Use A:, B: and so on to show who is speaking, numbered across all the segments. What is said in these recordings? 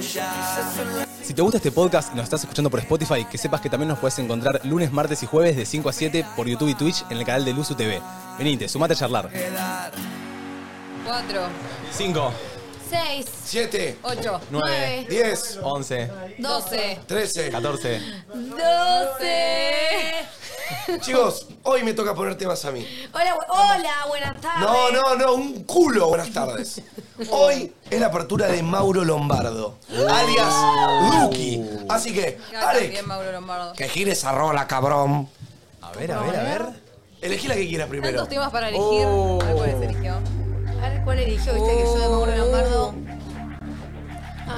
A: Si te gusta este podcast y nos estás escuchando por Spotify, que sepas que también nos puedes encontrar lunes, martes y jueves de 5 a 7 por YouTube y Twitch en el canal de Luzu TV. Venite, sumate a charlar.
B: 4,
A: 5,
B: 6,
C: 7,
B: 8,
A: 9,
B: 9,
C: 10,
A: 11,
B: 12,
C: 13.
A: 14.
B: 12.
C: Chicos, hoy me toca poner temas a mí.
D: Hola, bu- hola, buenas tardes.
C: No, no, no, un culo. Buenas tardes. Hoy es la apertura de Mauro Lombardo, alias Duki. Así que,
B: Bien,
C: Alex,
B: Mauro Lombardo.
C: que gire esa rola, cabrón.
A: A ver, a ver, a ver.
C: Elegí la que quieras primero.
B: Tantos temas para elegir.
A: Oh.
B: A ver cuál es eligió.
D: A ver cuál eligió, viste que yo de Mauro
C: Oh.
D: Lombardo.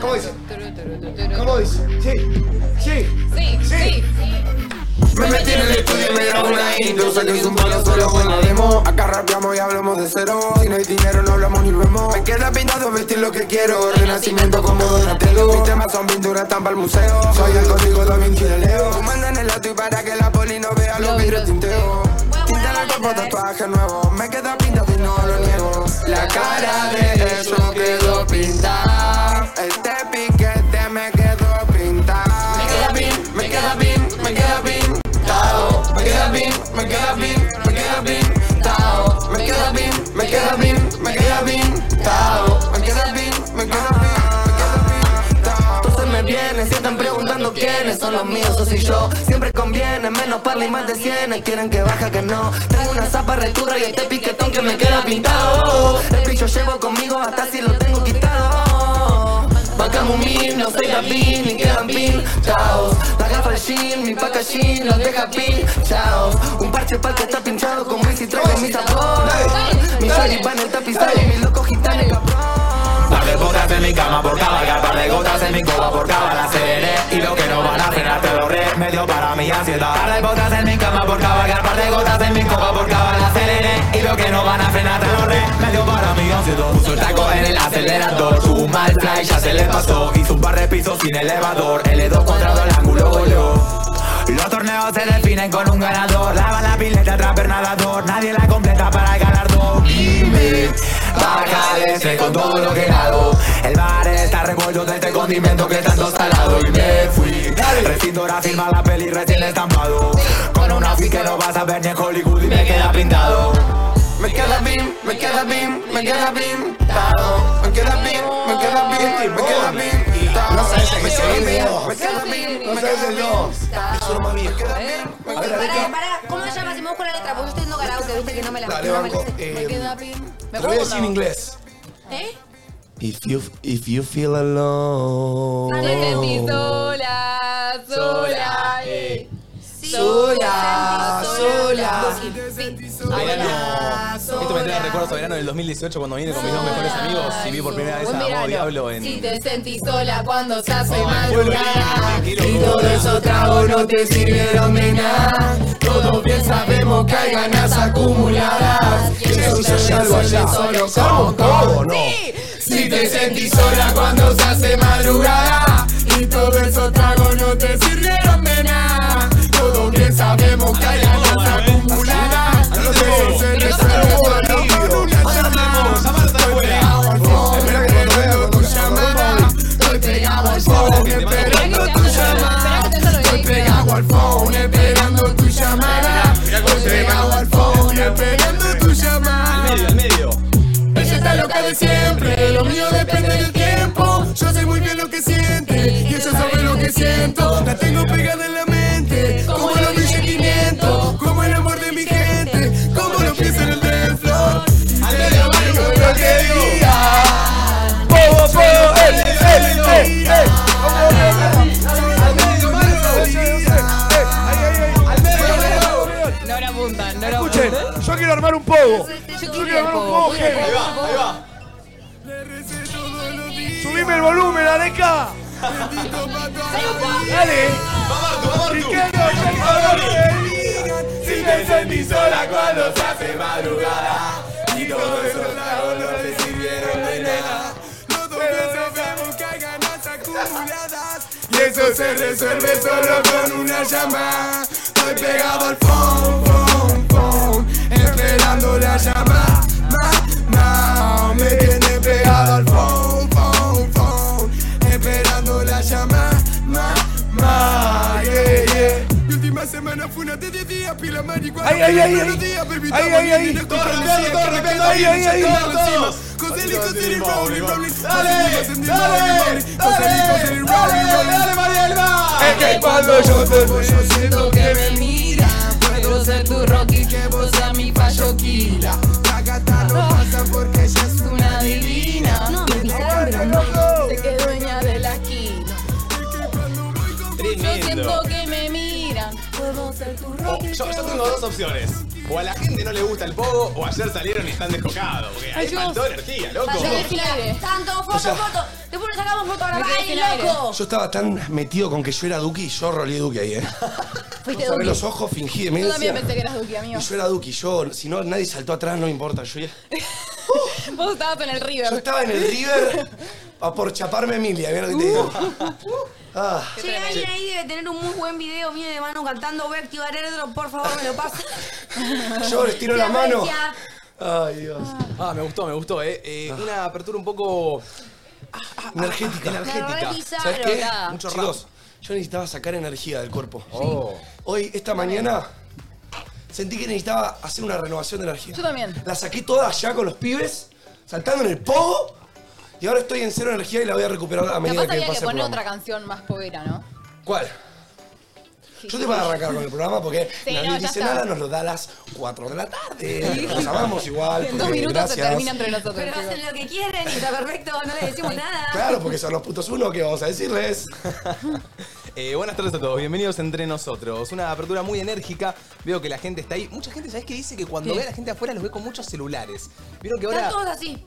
C: ¿Cómo dice?
B: Turu, turu, turu, turu.
C: ¿Cómo dice? Sí, sí.
B: Sí, sí.
E: Me metí en el estudio y me grabó una intro Saqué un palo solo con la demo Acá rapeamos y hablamos de cero Si no hay dinero no hablamos ni vemos Me queda pintado vestir lo que quiero Renacimiento como Donatello Mis temas son pinturas tan para el museo Soy el código da Vinci de Leo Tú mandan el ato y para que la poli no vea los vidrios tinteo Tinta en el cuerpo tatuaje nuevo Me queda pintado y no lo niego La cara de eso quedó pintada Este piquete me quedó pintado Me queda pin, me queda pin, me queda pin Tao, me queda bien, me queda bien, me queda bien, tao, me queda bien, me queda bien, me queda bien, tao, me queda bien, me queda bien. Entonces me vienen, si están preguntando quiénes son los míos, o si yo Siempre conviene, menos parla y más de cienes Quieren que baja, que no Tengo una zapa returra y este piquetón que me queda pintado El pillo llevo conmigo hasta si lo tengo quitado Bancamos un mil, no soy David, ni quedan pintados La gafa al jean, mi packaging, los deja pinchados Un parche pa'l que está pinchado con mis y traigo mi sabor Mi saliva en el tapizado y mi loco gitano
F: Par de gotas en mi cama por cabalgar, par de gotas en mi copa por la seré Y lo que no van a frenar te lo remedio para mi ansiedad Par de gotas en mi cama por cabalgar, par de gotas en mi copa por la seré Y lo que no van a frenar te lo remedio para mi ansiedad Puso el taco en el acelerador, su mal fly ya se le pasó Hizo un par de pisos sin elevador, L2 contra dos, el ángulo goleó los torneos se definen con un ganador Lava la pileta tras nadador Nadie la completa para el galardón Y me bacalece con todo lo que nado El bar está revuelto de este condimento que tanto salado Y me fui Recinto ahora firma la peli recién estampado Con un outfit que no vas a ver ni en Hollywood Y me queda pintado
E: Me queda bien, me queda bien, me queda bien, tao. Me queda bien, me queda bien, me queda bien, tao.
C: No sabes el que se viene, no.
E: Me queda bien,
C: No
E: me
C: sabes
E: queda
C: el
E: bien.
C: no. Es uno más viejo. A ver, a ver,
D: Pará, pará, ¿cómo se llama? Si me busco la letra, porque yo estoy diciendo karaoke, viste que no me la
C: Dale,
D: no me la
C: banco,
D: sé.
C: eh,
D: Me queda bien.
C: te lo voy a decir en inglés.
D: ¿Eh?
E: If you, if you feel
C: Oh.
E: alone.
B: Me sentí sola, sola. eh.
D: Sola, sola.
A: Verano. Esto me trae recuerdos a verano del 2018 cuando vine con mis dos mejores amigos y vi por primera vez a
B: Buen
A: Modo
B: verano.
A: Diablo en.
B: Si te sentís sola cuando se hace
A: Ay,
B: madrugada.
A: qué
E: Y
A: loco.
E: todos esos tragos no te sirvieron de nada. Todos bien sabemos que hay ganas acumuladas. Y eso ya es algo allá. Solo como todo, no. Si te sentís sola cuando se hace madrugada. Y todos esos tragos no te sirvieron de nada. Todos bien sabemos que hay ganas acumuladas. Y eso se resuelve solo con una llamada. Estoy pegado al phone, esperando tu llamada. Estoy pegado al phone, esperando tu llamada. Estoy pegado al phone, esperando tu llamada. Estoy pegado al phone, esperando tu llamada.
A: Al medio.
E: Ella está loca de siempre, lo mío depende del tiempo. Yo sé muy bien lo que siente, y ella sabe lo que siento. La tengo pegada en la mente, como los billetes 500, como el amor de mi gente, como lo piensa en el del flor. Te lo digo lo que diga. Bobo, bobo, eh, eh, eh, eh.
B: No la apuntan, no la
C: Escuchen,
B: apuntan.
C: yo quiero armar un
B: Yo
C: pogo. Yo quiero armar un pogo, gente.
B: Ahí
A: Ahí va.
C: Subime el volumen, Areca. Dale.
F: Si te sentís sola cuando se hace madrugada Y todos esos tragos no te sirvieron de nada Y eso se resuelve solo con una llamada Estoy pegado al phone, phone, phone Esperando la llamada ma, ma. Me tiene pegado al phone, phone, phone
E: semana fue una de 10 días, pila marihuana.
C: Ay, ay, ay,
E: Buenos
C: ay.
E: días, permítame
C: Ay, ay, ay.
E: ir a
C: Todo
E: escuchar
C: respeto, todo
E: que me
C: respeto,
E: quedo
C: ay,
E: bien
C: ay, ay,
E: sentado
C: todos.
E: encima. Coseli, Coseli, Rowling, Rowling.
C: Dale,
E: Coseli,
C: dale, dale,
E: Coseli, Rowling, Rowling. Coseli, Coseli, Rowling, Rowling.
C: dale, María del Mar.
E: Es que cuando yo te veo, yo siento que me
B: mira. Puedo ser tu Rocky, que vos a mi payoquila.
E: La gata no pasa porque ella es una
B: divina.
D: No, me pisaron, pero no.
B: Sé que dueña de la esquina. Yo siento que me miran. Puedo ser tu
A: O-
B: Rocky.
A: yo, yo
B: que vos-
A: tengo dos opciones. O a la gente no le gusta el pogo, o ayer salieron y están descocados. Porque ahí
B: Ay, Dios.
A: faltó energía, loco.
D: Pasó
B: Yo-
D: el final. Tanto, foto,
C: sea-
D: foto. Después nos sacamos foto a la
B: Me quedé sin
D: calle,
B: aire.
D: loco.
C: Yo estaba tan metido con que yo era Duki, yo roleé Duki ahí, ¿eh?
D: Fuiste
C: Cerré
D: Duki.
C: los ojos, fingí de
B: Yo también pensé
C: Y
B: que eras Duki, amigo.
C: yo era Duki, yo, si no, nadie saltó atrás, no me importa. Yo, yo
B: Vos estabas en el River.
C: estaba en el River a por chaparme a Emilia, ¿vieron lo que te digo? Ah,
D: Che, alguien ahí debe tener un muy buen video mío de mano cantando. Voy a activar airdrop, por favor, me lo pasen.
B: Uh.
C: yo les tiro la
D: Te
C: mano.
D: aprecia.
C: Ay, Dios. Ah.
A: Ah, me gustó, me gustó. eh. Eh, una apertura un poco ah,
C: Energética.
A: energética.
D: revisaron,
A: ¿Sabes qué?
B: nada.
A: Mucho
C: Chicos,
A: rato.
C: yo necesitaba sacar energía del cuerpo.
A: Oh.
C: Hoy, esta mañana, sentí que necesitaba hacer una renovación de energía.
B: Yo también.
C: La saqué toda allá con los pibes, saltando en el pogo. Y ahora estoy en cero energía y la voy a recuperar a medida
B: Capaz
C: que
B: había
C: pase
B: que
C: el
B: poner
C: programa.
B: otra canción más poguera, ¿no?
C: ¿Cuál? Yo te voy a arrancar con el programa porque
B: Sí,
C: nadie
B: no, ya
C: dice
B: está.
C: nada, nos lo da a las 4 de la tarde. Nos amamos igual.
B: En
C: porque
B: dos minutos se
C: gracias.
B: termina entre nosotros.
D: Pero
B: chicos.
D: hacen lo que quieren y está perfecto, no le decimos nada.
C: Claro, porque son los putos uno que vamos a decirles.
A: Eh, buenas tardes a todos, bienvenidos entre nosotros. Una apertura muy enérgica, veo que la gente está ahí. Mucha gente, ¿sabes qué dice? Que cuando
B: ¿Qué?
A: ve a la gente afuera los ve con muchos celulares. Vieron que ahora
D: Están todos así.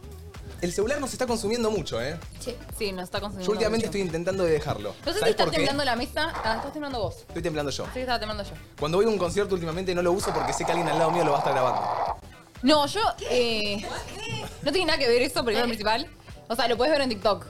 A: el celular nos está consumiendo mucho, ¿eh?
B: Sí, nos está consumiendo.
A: Yo últimamente
B: mucho.
A: estoy intentando de dejarlo.
B: No sé si
A: ¿Sabés
B: está
A: por qué?
B: temblando la mesa. Ah, estás temblando vos. Sí,
A: Estoy temblando yo.
B: estaba temblando yo.
A: Cuando voy a un concierto últimamente no lo uso porque sé que alguien al lado mío lo va a estar grabando.
B: No, yo. eh, no tiene nada que ver eso, primero principal. O sea, lo puedes ver en TikTok.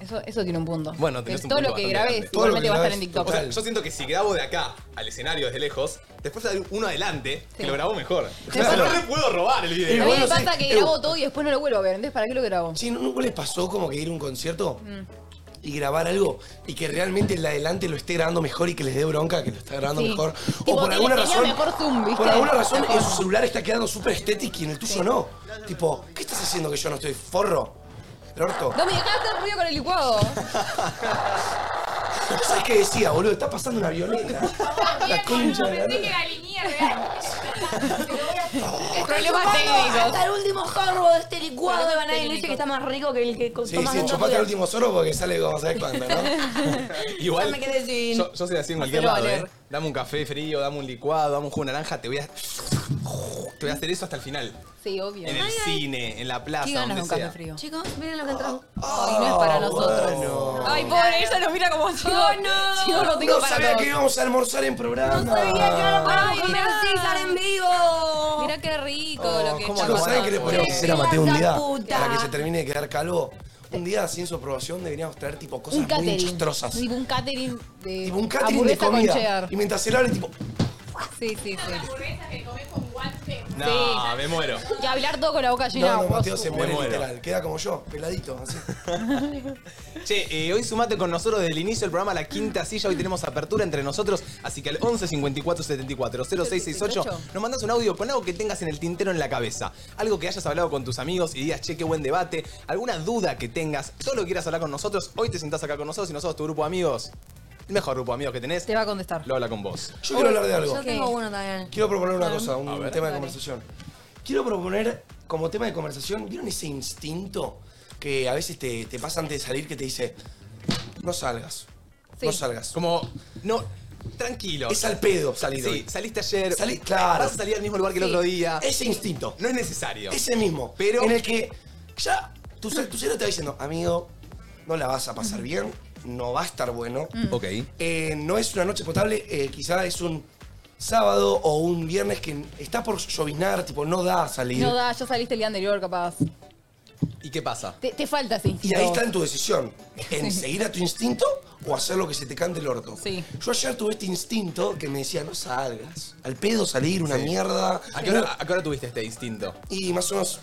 B: Eso, eso tiene un punto.
A: Bueno, tenés
B: Que
A: un
B: todo
A: punto
B: lo que
A: bastante
B: grabes
A: grande.
C: Todo lo
B: igualmente
C: que
B: va a estar en
C: grabes,
B: TikTok.
A: O sea,
C: Total.
A: yo siento que si grabo de acá al escenario desde lejos, después hay uno adelante que
B: Sí.
A: lo grabó mejor.
B: pasa-
A: No le puedo robar el
B: a
A: video.
B: mí
C: vos
B: me
C: no sé-
B: pasa que
C: eh,
B: grabo todo y después no lo vuelvo a ver. Entonces, ¿para qué lo grabo?
C: Sí, ¿no, nunca les pasó como que ir a un concierto
B: Mm.
C: y grabar algo y que realmente el de adelante lo esté grabando mejor y que les dé bronca que lo está grabando
B: Sí.
C: mejor?
B: Tipo,
C: o por
B: que
C: alguna
B: le tenía
C: razón.
B: mejor zoom, ¿viste?
C: Por alguna razón
B: Mejor.
C: en su celular está quedando súper estético y en el tuyo no. Tipo, ¿qué estás haciendo que yo no estoy forro? El orto.
B: No me dejaste el ruido con el licuado.
C: ¿Sabes qué decía, boludo? Está pasando una violeta. La concha de la lora.
B: Problemas
D: Vamos
B: técnicos.
D: hasta el último sorbo de este licuado de banana y leche que está más rico que el que con-
C: Sí,
D: tomas
C: sí,
D: en dos
C: chupate el
D: días.
C: último zorro porque sale como sabes cuándo, ¿no?
A: Igual.
D: me quedé sin.
A: Yo, yo soy así en cualquier
B: Hacelo
A: lado, ¿eh?
B: valer.
A: Dame un café frío, dame un licuado, dame un jugo de naranja, te voy a. Te voy a hacer eso hasta el final.
B: Sí, obvio.
A: En el cine, en la plaza,
B: ¿Qué ganas
A: donde
B: de un café
A: sea.
B: frío?
D: Chicos, miren lo que entró.
C: Ah,
B: Ay, no es para nosotros. Ay, pobre, ella nos mira como chico.
D: Oh, no.
B: Chico, no tengo
C: No
B: para
C: sabía
B: todos.
C: que íbamos a almorzar en programa.
D: No sabía que era para
B: Ay,
D: comer
B: mirá.
D: César en vivo.
B: Mirá qué rico lo que
A: Oh, ¿cómo
B: está
A: no?
C: Chicos, ¿saben qué le
B: pasando.
C: podríamos hacer a Mateo un
D: Esa
C: día?
D: puta.
C: Para que se termine de quedar calvo. Un día, sin su aprobación, deberíamos traer tipo cosas
B: Un
C: muy
B: catering.
C: chistrosas.
B: Tipo un catering de.
C: Tipo un catering de
B: hamburguesa
C: comida.
B: con cheddar.
C: Y mientras se lo hablen, tipo,
B: Sí, sí, sí.
A: No, me muero.
B: Y hablar todo con la boca llena.
C: no, no, Mateo
B: vos-
C: se muere
A: Me muero.
C: literal. Queda como yo, peladito, así.
A: Che, eh, hoy sumate con nosotros desde el inicio del programa La Quinta Silla. Hoy tenemos apertura entre nosotros, así que al 11 54 74 0668 nos mandas un audio con algo que tengas en el tintero en la cabeza. Algo que hayas hablado con tus amigos y digas, che, qué buen debate. Alguna duda que tengas, todo lo que quieras hablar con nosotros. Hoy te sentás acá con nosotros y nosotros, tu grupo de amigos, el mejor grupo de amigos que tenés,
B: Te va a contestar.
A: lo habla con vos.
C: Yo quiero hablar de algo.
D: Yo tengo uno también.
C: Quiero proponer una cosa, un
A: ver.
C: tema de conversación. Quiero proponer como tema de conversación, ¿vieron ese instinto que a veces te, te pasa antes de salir que te dice, no salgas,
B: Sí.
C: no salgas?
A: Como, no, tranquilo.
C: Es al pedo salir
A: Sí,
C: hoy.
A: saliste ayer. Eh,
C: Salí- claro.
A: Vas a salir al mismo lugar que el
B: Sí.
A: otro día.
C: Ese instinto.
A: No es necesario.
C: Ese mismo.
A: Pero-
C: En el que ya tu, cel- tu cerebro te va diciendo, amigo, no la vas a pasar bien, no va a estar bueno.
B: Mm.
A: Ok.
C: Eh, no es una noche potable, eh, quizá es un sábado o un viernes que está por lloviznar, tipo, no da salir.
B: No da, ya saliste el día anterior, capaz.
A: ¿Y qué pasa?
B: Te, te falta ese
C: Y
B: instinto.
C: ahí está en tu decisión, en seguir a tu instinto o hacer lo que se te cante el orto.
B: Sí.
C: Yo ayer tuve este instinto que me decía, no salgas, al pedo salir, una mierda.
A: ¿A qué, hora, a qué hora tuviste este instinto?
C: Y más o menos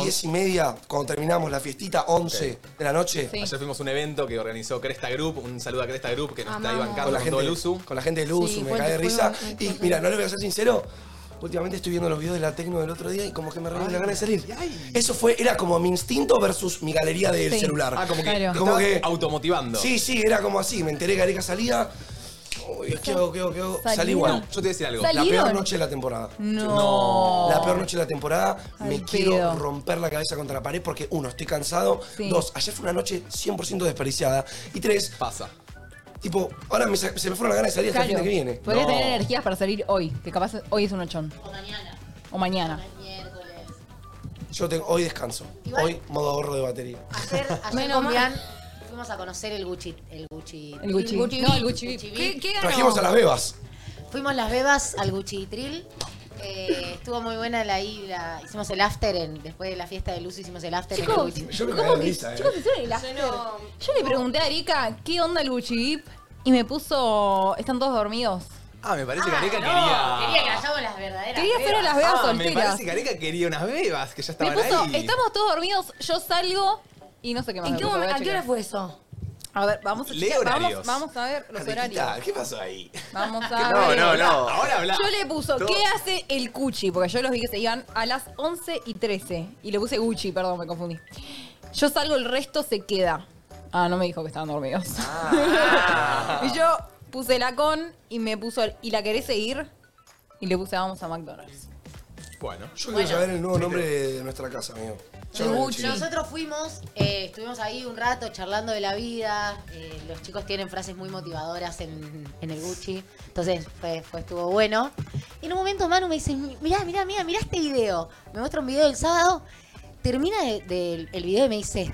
C: 10 y media, cuando terminamos la fiestita, 11 de la noche.
B: Sí.
A: Ayer fuimos a un evento que organizó Cresta Group, un saludo a Cresta Group que nos está ahí
D: Amamos.
A: bancando
C: Con la,
A: con todo
C: gente,
A: el uso.
C: con la gente del Usu,
D: Sí,
C: me
D: fue-
C: cae de
D: fue
C: risa.
D: un-
C: Y
D: fue-
C: mira, no le voy a ser sincero. Últimamente estoy viendo los videos de la Tecno del otro día y como que me revive la gana de salir. Eso fue, era como mi instinto versus mi galería del
B: Sí.
C: celular.
A: Ah, como que
B: Claro.
A: te
C: Como
A: estaba
C: que-
A: automotivando.
C: Sí, sí, era como así. Me enteré que Areca salía. Uy, ¿qué hago, qué hago, qué hago? Salí
B: ¿Salieron?
C: igual.
A: Yo te voy a decir algo.
B: Salí.
C: La peor
B: ¿Salieron?
C: noche de la temporada.
B: No.
C: La peor noche de la temporada.
B: Al
C: me
B: pedo.
C: quiero romper la cabeza contra la pared porque, uno, estoy cansado.
B: Sí.
C: Dos, ayer fue una noche 100% desperdiciada. Y tres,
A: Pasa.
C: tipo, ahora me sa- se me fueron las ganas de salir hasta el fin de que viene.
B: Podría
A: No.
B: tener energías para salir hoy, que capaz hoy es un ochón.
G: O mañana.
B: O mañana.
G: Miércoles.
C: Yo tengo, hoy descanso.
G: Igual-
C: Hoy modo ahorro de batería.
G: Ayer, ayer
D: Menos
G: con
D: mal.
G: Bian fuimos a conocer el Gucci. El Gucci.
B: El Gucci.
D: El Gucci
B: No, el
D: Beat.
B: Gucci. Beat.
G: Gucci
D: ¿Qué,
G: Beat.
D: qué ganó?
C: Trajimos a las bebas.
G: Fuimos las bebas al Gucci Trill. Eh, estuvo muy buena la ida. Hicimos el after en, después de la fiesta de Luz hicimos el after en el
B: Chicos,
G: Gucci.
C: Yo me
B: ¿cómo
C: cagué de
B: que
C: risa, eh.
B: chicos hicieron el after? Yo le pregunté a Arica, ¿qué onda el Gucci Beat? Y me puso, están todos dormidos.
A: Ah, me parece que
G: Ah,
A: Areca
G: no,
A: quería.
G: quería que hallamos las verdaderas.
B: Quería hacer a las veas
A: Ah, me
B: solteras.
A: parece que Areca quería unas bebas que ya
B: Me
A: estaban
B: puso,
A: ahí.
B: estamos todos dormidos, yo salgo y no sé qué más.
D: ¿En
B: me
D: qué
B: puso, voy
D: momento- ¿A qué
B: chequear.
D: hora fue eso?
B: A ver, vamos a
A: Lee
B: chequear,
A: horarios.
B: vamos, vamos a ver los horarios.
C: Mariquita, ¿Qué pasó ahí?
B: Vamos a
H: No,
B: ver.
H: no, no.
A: Ahora habla.
B: Yo le puso,
A: Todo-
B: ¿qué hace el Gucci? Porque yo los vi que se iban a las 11 y 13. Y le puse Gucci, perdón, me confundí. Yo salgo, el resto se queda. Ah, no me dijo que estaban dormidos. y yo puse la con y me puso, el, ¿y la querés seguir? Y le puse, vamos a McDonald's.
A: Bueno.
C: Yo quiero saber el nuevo nombre de nuestra casa, amigo. Yo
D: El
C: no-
D: Gucci.
G: Nosotros fuimos, eh, estuvimos ahí un rato charlando de la vida. eh, los chicos tienen frases muy motivadoras en, en el Gucci. Entonces fue, fue- estuvo bueno. Y en un momento Manu me dice, mirá, mirá, mirá, mirá este video. Me muestra un video del sábado. Termina de- del- el video y me dice,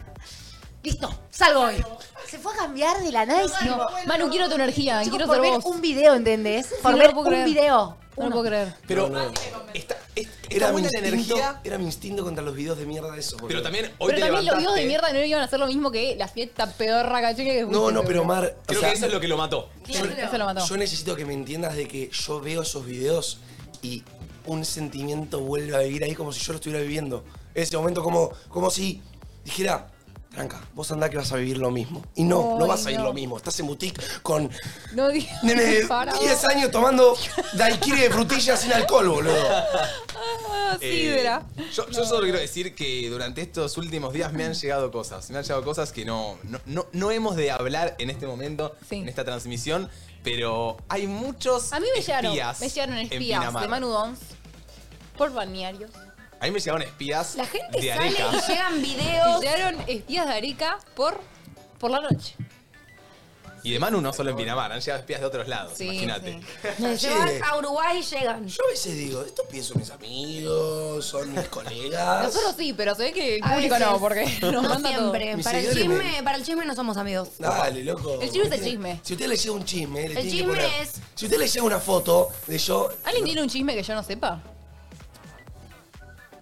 G: listo, salgo hoy. Se fue a cambiar de la nada y se-
B: No, Manu, quiero tu energía,
G: Chicos,
B: quiero
G: por
B: ser
G: ver
B: vos.
G: un video, ¿entendés? Por
B: no
G: ver
B: lo puedo
G: un
B: creer.
G: video.
B: No lo
G: Uno.
B: puedo creer.
A: Pero
C: No, no.
A: Está, es- está
C: Era mi,
A: buena la
C: instinto,
A: energía,
C: era mi instinto contra los videos de mierda de eso. boludo.
A: pero también hoy
B: pero
A: te
B: también los videos de
A: levantaste.
B: mierda no iban a hacer lo mismo que la fiesta pedorra cachuña que
C: No,
B: fuiste,
C: no, pero
B: seguro.
C: Mar. o
A: Creo
C: sea,
A: que eso es lo que lo mató.
B: Eso lo mató.
C: Yo necesito que me entiendas de que yo veo esos videos y un sentimiento vuelve a vivir ahí como si yo lo estuviera viviendo. Ese momento como, como si dijera, tranca, vos andá que vas a vivir lo mismo. Y no,
B: Ay,
C: no vas a vivir
B: no.
C: lo mismo. Estás en boutique con
B: No digas.
C: nene de
B: Para vos.
C: 10 años tomando daiquiri de frutilla sin alcohol, boludo.
B: Ah,
A: Eh,
B: Sidra.
A: yo, yo solo quiero decir que durante estos últimos días me han llegado cosas. Me han llegado cosas que no, no, no, no hemos de hablar en este momento,
B: Sí.
A: en esta transmisión, pero hay muchos
B: A mí me llegaron,
A: espías
B: me llegaron
A: en
B: espías
A: Pinamar.
B: de Manu Dons por balnearios.
A: A mí me llegaron espías
D: La gente
A: de
D: sale
A: Areca.
D: y llegan
B: Y
D: videos.
B: llegaron espías de Arica por, por la noche.
A: Y de Manu no solo en Pinamar, han llegado espías de otros lados,
B: Sí,
A: imagínate.
B: sí.
D: Se
C: Che.
D: van a Uruguay y llegan.
C: Yo a veces digo, estos pies son mis amigos, son mis colegas.
B: Nosotros sí, pero se ve que el
D: A
B: público
D: veces.
B: no, porque nos
D: No
B: manda todo.
D: siempre.
C: Mis
D: Para el,
C: seguidores me-
D: chisme, para el chisme no somos amigos.
C: Dale, loco.
B: El chisme es el chisme.
C: Si a usted le llega un chisme, le
D: El
C: tiene que
D: chisme
C: poner-
D: es-
C: Si a usted le llega una foto de yo.
B: ¿Alguien tiene un chisme que yo no sepa?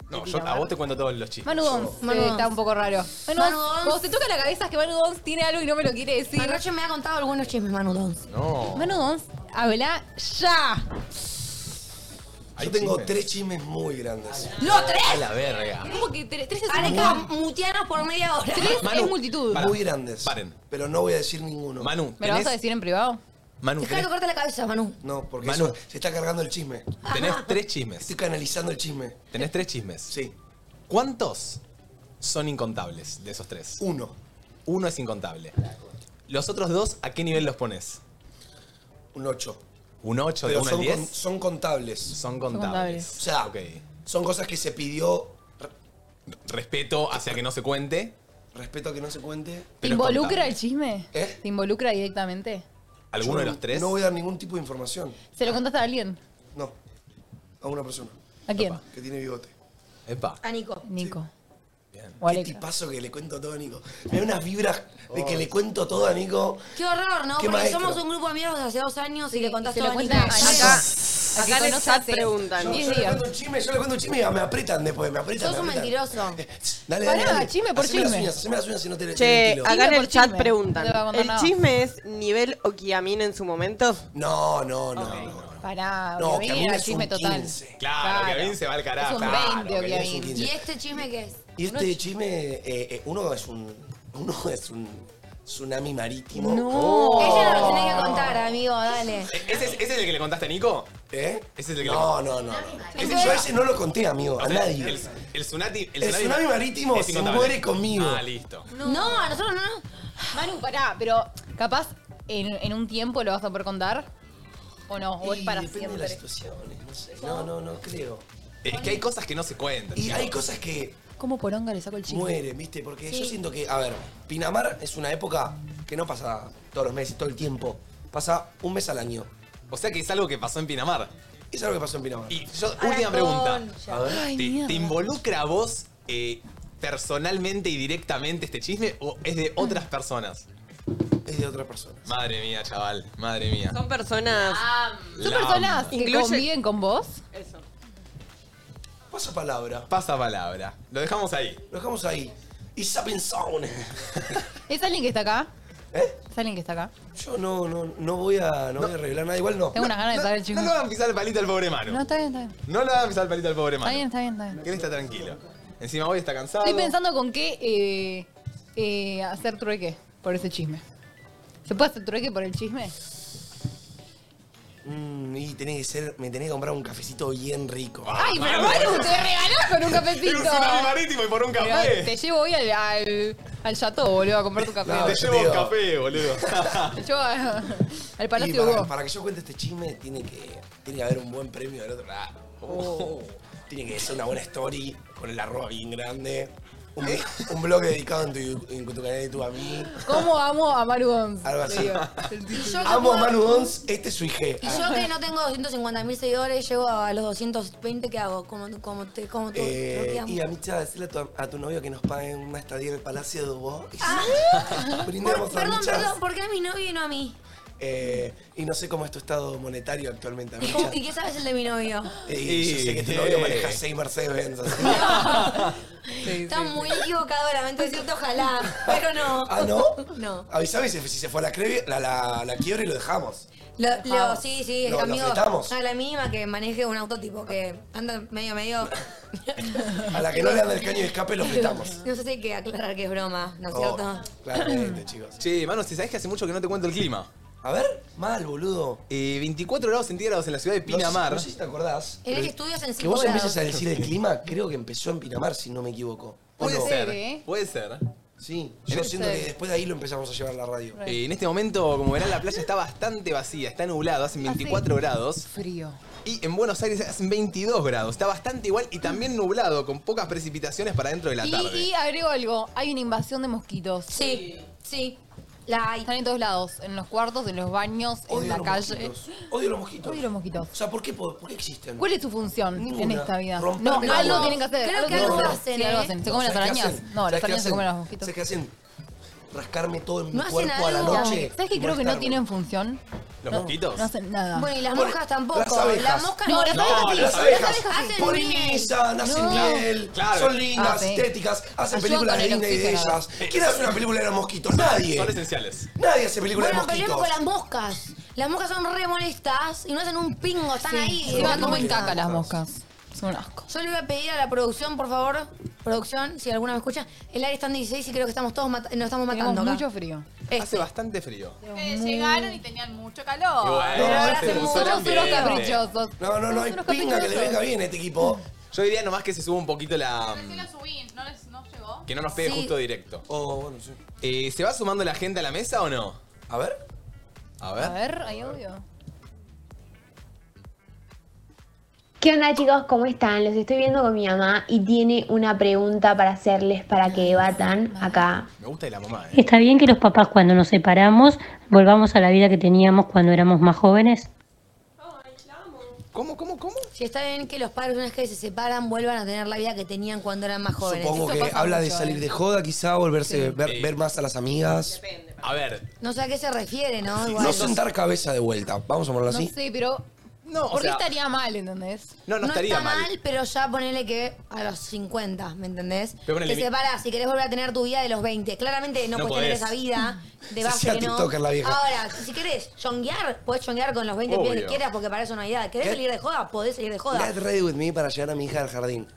A: No, yo a vos te cuento todos los chismes.
B: Manu Dons,
D: Manu
B: eh,
D: Dons.
B: está un poco raro. Manu,
D: Manu
B: Dons,
D: Dons.
B: cuando se toca la cabeza es que Manu Dons tiene algo y no me lo quiere decir.
D: Anoche me ha contado algunos chismes, Manu Dons.
A: No.
B: Manu Dons, habla ya.
A: Hay
C: yo tengo
A: chismes.
C: tres chismes muy grandes.
D: ¡No, tres!
A: A la verga.
B: ¿Cómo que tre- tres es
D: Areca, muteanos por media hora.
B: Tres
A: Manu,
B: es multitud.
A: pará.
C: Muy grandes.
A: Paren.
C: Pero no voy a decir ninguno.
A: Manu,
B: ¿Me lo vas
A: tenés-
B: a decir en privado?
A: Manu,
D: Deja de
A: tenés,
D: tocarte la cabeza, Manu.
C: No, porque
A: Manu.
C: eso- se está cargando el chisme.
A: tenés tres chismes.
C: Estoy canalizando el chisme.
A: Tenés tres chismes.
C: Sí.
A: ¿Cuántos son incontables de esos tres?
C: Uno.
A: Uno es incontable. Los otros dos, ¿a qué nivel los pones?
C: Un ocho.
A: ¿Un 8 de
C: Pero
A: 1 al
C: son, con-
A: 10?
C: son contables.
A: Son contables.
C: O sea,
A: Ok.
C: son cosas que se pidió.
A: Respeto hacia que no se cuente.
C: Respeto a que no se cuente.
B: ¿Te
A: pero es
B: involucra
A: contable.
B: el chisme?
C: ¿Eh?
B: ¿Te involucra directamente?
A: ¿Alguno
C: Yo
A: de
C: no-
A: los tres?
C: No voy a dar ningún tipo de información.
B: ¿Se lo contaste a alguien?
C: No. A una persona
B: ¿A quién?
C: que tiene bigote.
A: Epa.
D: A Nico.
B: Nico.
A: Bien.
B: O
C: Qué
B: Alexa.
C: tipazo que le cuento todo a Nico. Me da unas vibras de
A: Oh.
C: que le cuento todo a Nico.
D: Qué horror, ¿no?
C: Qué
D: Porque
C: maestro.
D: somos un grupo de amigos desde hace dos años y le contás
B: se
D: todo
B: lo
D: a Nico.
B: cuenta a Nico.
D: Acá,
B: Al que
I: Acá en el
B: conoce
I: chat
B: hace
I: preguntan.
B: 10
C: Yo le
B: días.
C: cuento un chisme, yo le cuento un chisme y me aprietan después, me aprietan.
D: Sos
C: me
D: un
C: aprietan.
D: mentiroso.
C: Dale,
B: Pará,
C: dale, dale.
B: chisme por
C: Haceme
B: chisme.
C: Las uñas, haceme las uñas si no
I: Che,
C: te te
I: acá en el
B: Chisme por
I: chat
B: chisme.
I: preguntan.
B: No te voy a contar
I: ¿El
B: nada.
I: chisme es nivel Okiamin en su momento?
C: No, no, no. no.
B: Pará,
C: No,
B: Okiamin
C: Okiamin
B: era
C: es
B: chisme
C: un
B: total.
C: 15.
A: Claro, que a mí se va al carajo.
B: Es un
A: Claro,
B: 20,
A: que a mí es un
B: Okiamin.
D: ¿Y este chisme qué es?
C: Y este chisme, eh, eh, uno es un. Uno es un tsunami marítimo. Oh.
D: Ella no lo tiene que contar, amigo, dale.
A: ¿Ese es, ese es el que le contaste a Nico?
C: ¿Eh?
A: ¿Ese es el que
C: No,
A: le
C: no, no. Ese, yo a ese no lo conté, amigo, a
A: O sea,
C: nadie.
A: El, el tsunami,
C: El tsunami marítimo
A: es
C: se
A: incontable.
C: muere conmigo.
A: Ah, listo.
D: No, a nosotros no.
B: Manu, pará, pero capaz en, en un tiempo lo vas a poder contar. ¿O no? ¿O es
C: Y
B: para
C: depende de
B: siempre?
C: las situaciones, no sé. No, no, no creo.
A: Es que hay cosas que no se cuentan.
C: Y hay cosas que
B: ¿Cómo poronga le saco el chico?
C: mueren, ¿viste? Porque yo siento que, a ver, Pinamar es una época que no pasa todos los meses, todo el tiempo. Pasa un mes al año.
A: O sea que es algo que pasó en Pinamar.
C: Y es algo que pasó en Pinamar.
A: Y yo, última pregunta.
C: A ver.
A: ¿Te, te involucra a vos eh, personalmente y directamente este chisme o es de otras personas?
C: es de otra persona.
A: Madre mía, chaval. Madre mía.
I: Son personas.
B: ¿Son
A: La-
B: personas que
I: Incluye-
B: conviven con vos?
I: Eso.
C: Pasa palabra.
A: Pasa palabra. Lo dejamos ahí.
C: Lo dejamos ahí. Y Sapping Sound.
B: ¿Es alguien que está acá?
C: ¿Eh?
B: ¿Es alguien que está acá?
C: Yo no, no, no voy a, no, voy a revelar nada. Igual no.
B: Tengo unas ganas de
A: No,
B: saber el chico.
A: no le hagan pisar el palito al pobre
B: No,
A: mano.
B: está bien, está bien.
A: No le hagan pisar el palito al pobre
B: Está bien,
A: mano.
B: está bien, está bien.
A: Que él está tranquilo. Encima hoy está cansado.
B: Estoy pensando con qué eh, eh, hacer trueque por ese chisme. ¿Se puede hacer trueque por el chisme?
C: Mm, y tenés que ser, me tenés que comprar un cafecito bien rico.
B: ¡Ay, pero Manu, te regalás con un
A: Es
B: cafecito!
A: un tsunami marítimo y por un
B: Pero te
A: café.
B: llevo hoy al, al, al Chateau, boludo, a comprar tu café.
C: No,
A: Te
C: yo
A: llevo
C: digo-
A: un café, boludo.
B: Te llevo a- al
C: Y
B: Palacio
C: para,
B: Hugo.
C: para que yo cuente este chisme, tiene que, tiene que haber un buen premio del otro lado.
D: Oh.
C: Tiene que ser una buena story con el arroba bien grande. Un, un blog dedicado en tu, en tu canal de YouTube a mí.
B: ¿Cómo amo a Manu Gonz?
C: Algo
B: Le
C: así.
B: digo.
D: Y yo, que
C: Amo
D: puedo-
C: a Manu Ons, este es su IG.
D: y yo que no tengo 250 mil seguidores, llego a los 220, ¿qué hago? Como, tú- como, te, como tú.
C: Eh,
D: no te amo.
C: y a Micha, decirle a tu, a tu novio que nos pague una estadía en el Palacio de Hugo. Brindemos
D: Por-
C: a
D: Ah. perdón,
C: Micha.
D: perdón, ¿por qué a mi novio y no a mí?
C: Eh, y no sé cómo es tu estado monetario actualmente,
D: ¿Y,
C: Micha. Eh,
D: cómo- y qué sabes el de mi novio?
C: Y yo sé que tu
A: Sí.
C: novio maneja 6 Mercedes-Benz. así.
D: Está muy equivocado la mente, es cierto, ojalá. Pero no.
C: ¿Ah, no?
D: No.
C: Avisame si, si se fue a la, creve- la, la, la quiebra y lo dejamos.
D: Lo, lo- sí, sí,
C: Lo- lo
D: amigo.
C: fletamos.
D: A la mínima que maneje un auto tipo que anda medio, medio.
C: A la que no le anda el caño de escape, lo fletamos.
D: No sé si hay que aclarar que es broma, ¿no es
C: Oh,
D: cierto?
C: claramente, chicos.
A: Che, mano, si sabés que hace mucho que no te cuento el clima.
C: A ver, mal, boludo.
A: Eh, 24 grados centígrados en la ciudad de
C: No sé-
A: Pinamar.
C: No sé si te acordás.
D: Él estudios en
C: Que
D: cinco
C: vos
D: grados.
C: empieces a decir el clima, creo que empezó en Pinamar, si no me equivoco. ¿O
A: Puede
C: no?
A: ser,
B: ¿eh?
A: puede ser.
C: Sí,
A: En
C: yo
A: el-
C: siento que después de ahí lo empezamos a llevar a la radio.
A: Eh, en este momento, como verán, la playa está bastante vacía, está nublado, hacen 24 grados.
B: Frío.
A: Y en Buenos Aires hacen 22 grados, está bastante igual y también nublado, con pocas precipitaciones para dentro de la
B: Y,
A: tarde.
B: y agrego algo, hay una invasión de mosquitos.
D: Sí, sí. La hay.
B: Están en todos lados, en los cuartos, en los baños, en la
C: los
B: calle.
C: mosquitos. Odio los mosquitos.
B: Odio los mosquitos.
C: O sea, ¿por qué, po- por qué existen?
B: ¿Cuál es su función en
C: Ninguna.
B: esta vida?
C: Romperme
B: No,
C: la
B: algo
C: boca.
B: tienen que hacer.
D: Creo que
B: tienen
D: algo
B: hacer.
D: hacen,
B: Sí, algo
D: ¿eh?
B: hacen. ¿Se comen las
C: ¿sabes qué
B: arañas? No,
C: hacen? ¿Sabes
B: las
C: qué
B: arañas se
C: hacen?
B: comen a los mosquitos.
C: ¿Sabes qué hacen? Rascarme todo en mi
D: ¿No hacen
C: cuerpo a la
D: algo?
C: noche.
B: ¿Sabes que creo que no
C: molestarme.
B: tienen función?
A: ¿Los
B: No,
A: mosquitos?
B: No hacen nada.
D: Bueno, y las
C: Por-
D: moscas tampoco.
C: las abejas.
D: Las moscas
B: No,
D: no.
B: las
D: no.
B: abejas
C: No,
B: sí.
C: las
D: Las
C: abejas
D: abejas hacen
C: polinizan, hacen miel,
A: Claro.
C: son lindas,
B: Ah, sí.
C: estéticas, hacen
B: Ayudan
C: películas
B: con
C: de
B: el
C: Disney de
B: oxígeno.
C: ellas. ¿Quién hace una película de los mosquitos? Nadie.
A: Son esenciales.
C: Nadie hace película de
D: Bueno, peleemos con
C: mosquitos.
D: las moscas. Las moscas son re molestas y no hacen un pingo, están ahí.
B: Se van
D: Son
B: como en
D: molestas.
B: caca las moscas. Son un asco.
D: Yo le voy a pedir a la producción, por favor, producción, si alguna me escucha, el área está en 16 y creo que estamos todos mata- nos estamos matando.
B: Tenemos
D: acá.
B: mucho frío.
A: Hace
D: Este.
A: bastante frío.
H: Eh, llegaron y tenían mucho calor.
A: Y bueno,
D: ahora hace
A: se puso el
D: mucho
B: Somos unos
A: ambiente.
B: caprichosos.
C: No, no, no
B: Somos
C: hay
B: unos
C: pinga que le
B: caprichosos.
C: venga bien a este equipo.
A: Yo diría nomás que se suba un poquito la...
H: Recién lo subí, no, les, no llegó.
A: Que no nos pegue
D: Sí.
A: justo directo.
C: Oh, bueno, sí.
A: Eh, ¿Se va sumando la gente a la mesa o no?
C: A ver.
A: A
B: A
A: ver.
B: ver, hay audio.
J: ¿Qué onda chicos? ¿Cómo están? Los estoy viendo con mi mamá y tiene una pregunta para hacerles para que debatan acá.
A: Me gusta de la mamá, ¿eh?
K: ¿Está bien que los papás cuando nos separamos volvamos a la vida que teníamos cuando éramos más jóvenes?
A: ¿Cómo, cómo, cómo?
D: Si está bien que los padres, una vez que se separan, vuelvan a tener la vida que tenían cuando eran más jóvenes.
C: Supongo
B: eso
C: que
B: pasa
C: habla de
B: mucho,
C: salir
B: eh.
C: de joda, quizá, volverse, ver,
A: Sí.
C: ver más a las amigas.
A: A ver,
D: No sé a qué se refiere, ¿no? Igual.
C: No sentar cabeza de vuelta. Vamos a ponerlo
B: No
C: así.
B: sé, pero.
A: No, o
B: ¿Por qué
A: sea-
B: estaría mal, entendés?
A: no, no,
D: No
A: estaría
D: está
A: mal.
D: mal. pero ya ponele que a los 50, ¿me entendés?
A: Pero ponele
D: te
A: mi-
D: separás si querés volver a tener tu vida de los 20. Claramente no,
A: No
D: puedes tener
A: podés.
D: esa vida de
C: Se
D: base
C: hacía
D: que no.
C: TikToker la vieja.
D: Ahora, si querés chonguear, podés chonguear con los 20 pies que
A: Obvio.
D: quieras porque para eso no hay edad. ¿Querés
C: ¿Qué?
D: salir de joda? Podés salir de joda.
C: Get ready with me para llevar a mi hija al jardín.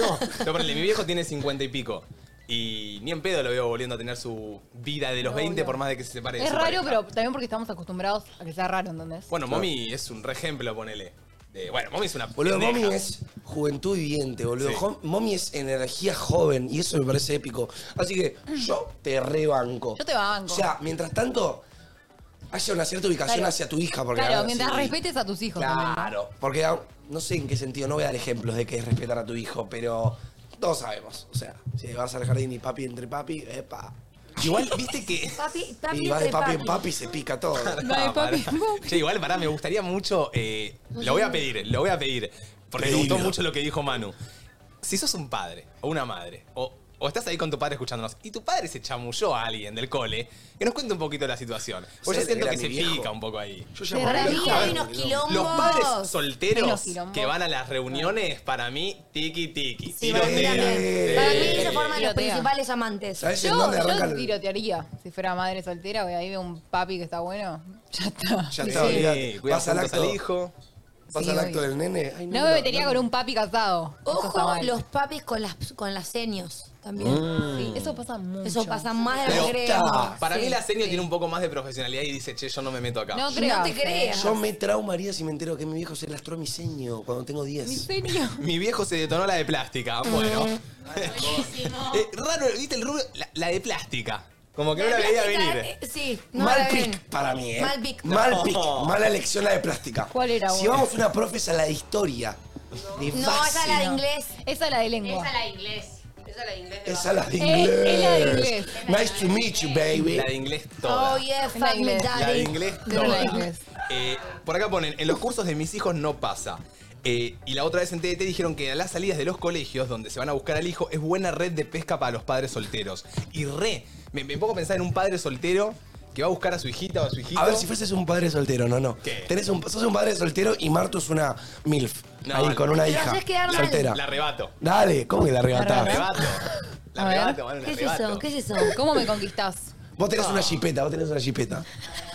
A: No, no, ponele, mi viejo tiene 50 y pico. Y ni en pedo lo veo volviendo a tener su vida de los 20 por más de que se separe de
B: Es
A: su
B: raro,
A: pareja.
B: pero también porque estamos acostumbrados a que sea raro, ¿entendés?
A: Bueno, Mommy es un re ejemplo, ponele. De- bueno, Mommy es una
C: Boludo,
A: pendeja.
C: mommy es juventud viviente, boludo.
A: Sí.
C: Jo- Mommy es energía joven y eso me parece épico. Así que yo te rebanco.
B: Mm. Yo te banco.
C: O sea, mientras tanto, haya una cierta ubicación
B: Claro.
C: hacia tu hija. Porque
B: Claro,
C: ahora
B: mientras
C: sí.
B: respetes a tus hijos también. ¿no?
C: Claro, porque ah, no sé en qué sentido, no voy a dar ejemplos de qué es respetar a tu hijo, pero todos sabemos. O sea, si vas al jardín y papi entre papi, epa.
A: Igual, viste que.
D: Papi,
C: Y vas de papi en papi y se pica todo.
A: Ah, pará. Che, igual, pará, me gustaría mucho. eh, lo voy a pedir, lo voy a pedir. Porque me gustó
C: Pedilo.
A: mucho lo que dijo Manu. Si sos un padre o una madre, o, o estás ahí con tu padre escuchándonos, y tu padre se chamulló a alguien del cole, que nos cuente un poquito la situación. Porque yo
C: ¿Sabés
A: siento
C: lo que
A: que se
C: era mi viejo?
A: pica un poco ahí.
C: Yo
D: llamo a mi Para mí viejo. hay unos quilombos.
A: Los padres
D: Hay unos
A: solteros
D: quilombos.
A: que van a las reuniones, para mí, tiki tiki.
D: Sí, para mí
A: Tirotean.
D: también.
C: Eh,
D: Para mí se forman los
B: Tirotea.
D: principales amantes.
A: ¿Sabes
B: Yo,
A: en dónde
B: yo
A: arranca el-
B: tirotearía. Si fuera madre soltera, voy ahí veo un papi que está bueno. Ya está.
C: Ya
A: Sí,
C: está, olvidate.
A: cuida
C: Vas al
A: juntos
C: acto.
A: al hijo.
C: Vas
B: Sí,
C: al acto
B: obvio.
C: del nene. Ay,
B: No, me metería con un papi casado. Eso está
D: Ojo
B: mal.
D: los papis con las, con las seños también.
A: Mm. Sí,
B: eso pasa mucho.
D: Eso pasa más de lo
A: Pero
D: que
C: Ah,
D: creemos.
A: para
D: Sí.
A: mí la seño tiene un poco más de profesionalidad y dice, che, yo no me meto acá.
D: No creas. No te creas.
C: Yo me traumaría si me entero que mi viejo se lastró mi ceño cuando tengo 10.
A: Mi viejo se detonó la de plástica.
C: Mm.
A: Bueno. Eh, raro, ¿viste el rubio? La, la de plástica. Como que no la veía
D: plástica,
A: venir.
D: eh, Sí, no la
C: Mal
D: ven.
C: pick para mí, ¿eh?
D: Mal pick.
C: Mal
D: No.
C: pick. Mala elección la de plástica.
B: ¿Cuál era,
C: Si
B: vos?
C: vamos una profes a la de historia. de
D: No, esa es la de
C: base.
D: inglés.
B: Esa es la de lengua.
G: Esa la de inglés. Esa es la de inglés.
C: Esa es la de
B: Eh,
C: inglés.
B: es la de inglés.
C: Nice to meet you, baby.
A: La de inglés toda.
D: Oh, yeah,
B: la
D: fuck me,
B: inglés.
D: daddy.
A: La de inglés
D: Pero la
A: toda.
D: de inglés.
A: Eh, por acá ponen, en los cursos de mis hijos no pasa. Eh, y la otra vez en TDT dijeron que a las salidas de los colegios donde se van a buscar al hijo es buena red de pesca para los padres solteros. Y re, me, me pongo a pensar en un padre soltero que va a buscar a su hijita o a su hijito.
C: A ver, si fueses un padre soltero, no, no. Tenés un, sos un padre soltero y Marto es una MILF.
A: No,
C: ahí
A: vale.
C: con una
A: Pero
C: hija.
A: haces quedar mal.
C: soltera.
A: La arrebato.
C: Dale, ¿cómo que la
A: La
C: arrebatás?
A: arrebato. La
B: A ver.
A: arrebato, vale, la
B: ¿Qué es
A: arrebato.
B: eso? ¿Qué es eso? ¿Cómo me conquistás?
C: Vos tenés
A: Ah.
C: una chipeta, vos tenés una chipeta.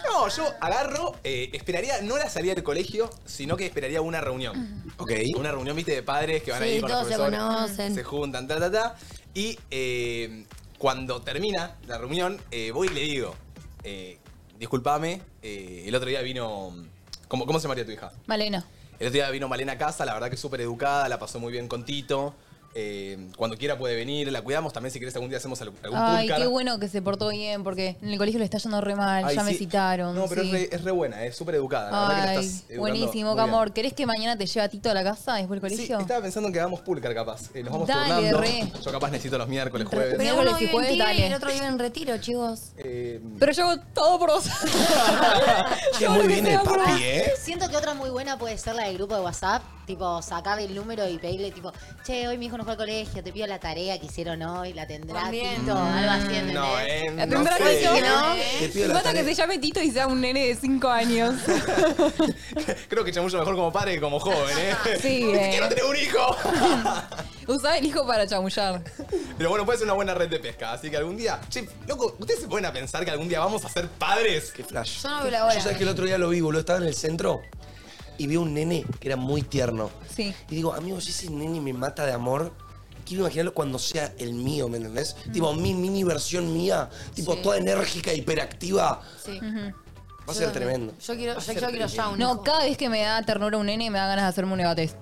A: No, yo agarro, eh, esperaría no la salida del colegio, sino que esperaría una reunión.
C: Ok.
A: Una reunión, viste, de padres que van a
D: Sí,
A: ir con los
D: todos se
A: profesores.
D: conocen.
A: Se juntan, ta, ta, ta. Y eh, cuando termina la reunión, eh, voy y le digo, eh, disculpame, eh, el otro día vino... ¿Cómo, ¿Cómo se llamaría tu hija?
B: Malena.
A: El otro día vino Malena a casa, la verdad que súper educada, la pasó muy bien con Tito. Eh, cuando quiera puede venir, la cuidamos. También si querés algún día hacemos algún
B: Ay,
A: pulcar.
B: qué bueno que se portó bien, porque en el colegio le está yendo re mal,
A: Ay,
B: ya me
A: sí.
B: citaron.
A: No, pero
B: sí.
A: es, re, es re buena, es súper educada. La verdad que la
B: Ay,
A: estás educando
B: buenísimo,
A: muy
B: qué
A: bien.
B: amor. ¿Querés que mañana te lleve a Tito a la casa después del
A: Sí,
B: colegio?
A: estaba pensando en que hagamos pulcar capaz. Eh, nos vamos
B: Dale,
A: turnando.
B: re.
A: Yo capaz necesito los miércoles, jueves.
D: Pero uno
B: Miércoles y
D: vive en
B: jueves,
D: Tigre y el
B: dale.
D: otro vive en Retiro, chicos.
A: Eh,
B: Pero yo hago todo por vos.
C: Che, muy bien el papi, ¿eh?
G: Siento que otra muy buena puede ser la del grupo de WhatsApp, tipo sacar el número y pedirle tipo, che, hoy mi hijo no fue al colegio, te pido la tarea que hicieron hoy, la tendrá
D: También.
G: Tito, algo así, ¿entendés?
A: no, eh,
B: La
A: no
B: tendrá
A: sé.
B: que yo.
A: Te
B: Me
A: pido la
B: mata que
A: tarea.
B: se llame Tito y sea un nene de 5 años.
A: Creo que chamullo mejor como padre que como joven, ¿eh?
B: Sí, eh.
A: Quiero tener un hijo.
B: Usaba el hijo para chamullar.
A: Pero bueno, puede ser una buena red de pesca. Así que algún día. Che, loco, ¿ustedes se pueden a pensar que algún día vamos a ser padres?
C: Qué flash.
D: Yo no veo la hora.
C: Yo sabes que el otro día lo vi, boludo. Estaba en el centro y vi un nene que era muy tierno.
B: Sí.
C: Y digo, amigo, si ese nene me mata de amor, quiero imaginarlo cuando sea el mío, ¿me entendés? Tipo, mi mini versión mía, tipo,
D: Sí.
C: toda enérgica, hiperactiva.
D: Sí.
C: Va a ser tremendo.
D: Yo quiero,
C: Va a
D: yo,
C: ser
D: yo quiero ya un
B: No,
D: hijo.
B: cada vez que me da ternura un nene me da ganas de hacerme un evatest.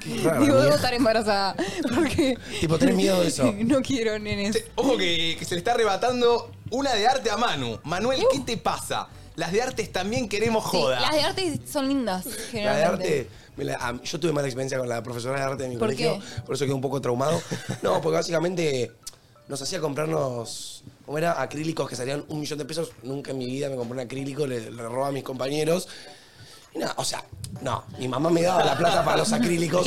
C: Qué raro,
B: Digo, debo
C: mía.
B: estar embarazada. Porque
C: Tipo, tenés miedo de eso.
B: no quiero nenes.
A: Ojo que, que se le está arrebatando una de arte a Manu. Manuel, ¿qué te pasa? Las de artes también queremos
B: Sí,
A: joda.
B: las de arte son lindas,
C: La de
B: generalmente.
C: arte, me la- a- yo tuve mala experiencia con la profesora de arte de mi
B: ¿Por
C: colegio,
B: qué?
C: por eso quedé un poco traumado. No, porque básicamente nos hacía comprarnos, como era, acrílicos que salían un millón de pesos. Nunca en mi vida me compré un acrílico, le, le robaba a mis compañeros. Y nada, o sea, no, mi mamá me daba la plata para los acrílicos.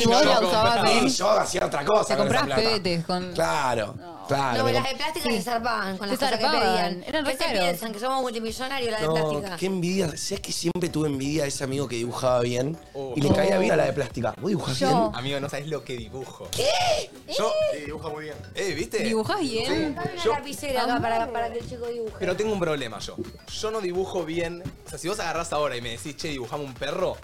B: Y vos la
C: yo,
B: usabas,
C: y
B: ¿no?
C: yo hacía otra
B: Te
C: cosa. con esa
B: comprabas
C: plata.
B: pebetes con.
C: Claro, claro.
A: Ah,
D: No,
C: me
D: las
C: comp-
D: de plástica se zarpaban con
B: Se
D: las cosas que
B: zarpaban,
D: pedían.
B: eran re
D: ¿Qué se
B: caros.
D: piensan? Que somos multimillonarios las de
C: No,
D: plástica.
C: qué envidia. ¿Sabes que siempre tuve envidia a ese amigo que dibujaba bien? Y le
A: Oh.
C: caía bien a la de plástica. ¿Vos dibujás
B: Yo.
C: bien?
A: Amigo, no sabes lo que dibujo. ¿Qué? Yo dibujo muy bien. Eh, ¿viste?
B: ¿Dibujás bien?
D: Dame una
A: Yo-
D: lapicera acá para, para que el chico dibuje.
A: Pero tengo un problema yo. Yo no dibujo bien. O sea, si vos agarrás ahora y me decís, che, dibujame un perro,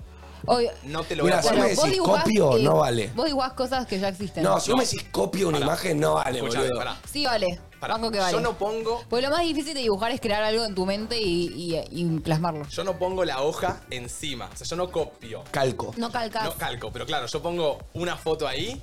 B: Obvio.
A: No te
C: lo voy a
B: Claro,
C: poner. si me
B: vos
C: decís
B: dibujás,
C: copio,
B: eh,
C: no vale.
B: Vos dibujás cosas que ya existen.
C: No, si vos me decís copio una imagen, no vale,
A: Escuchame,
C: boludo.
A: pará.
B: Sí, vale.
A: Pará,
B: Banco que
A: yo
B: vale.
A: no pongo-
B: Pues lo más difícil de dibujar es crear algo en tu mente y, y- y plasmarlo.
A: Yo no pongo la hoja encima. O sea, yo no copio.
C: Calco.
B: No calcas.
A: No calco, pero claro, yo pongo una foto ahí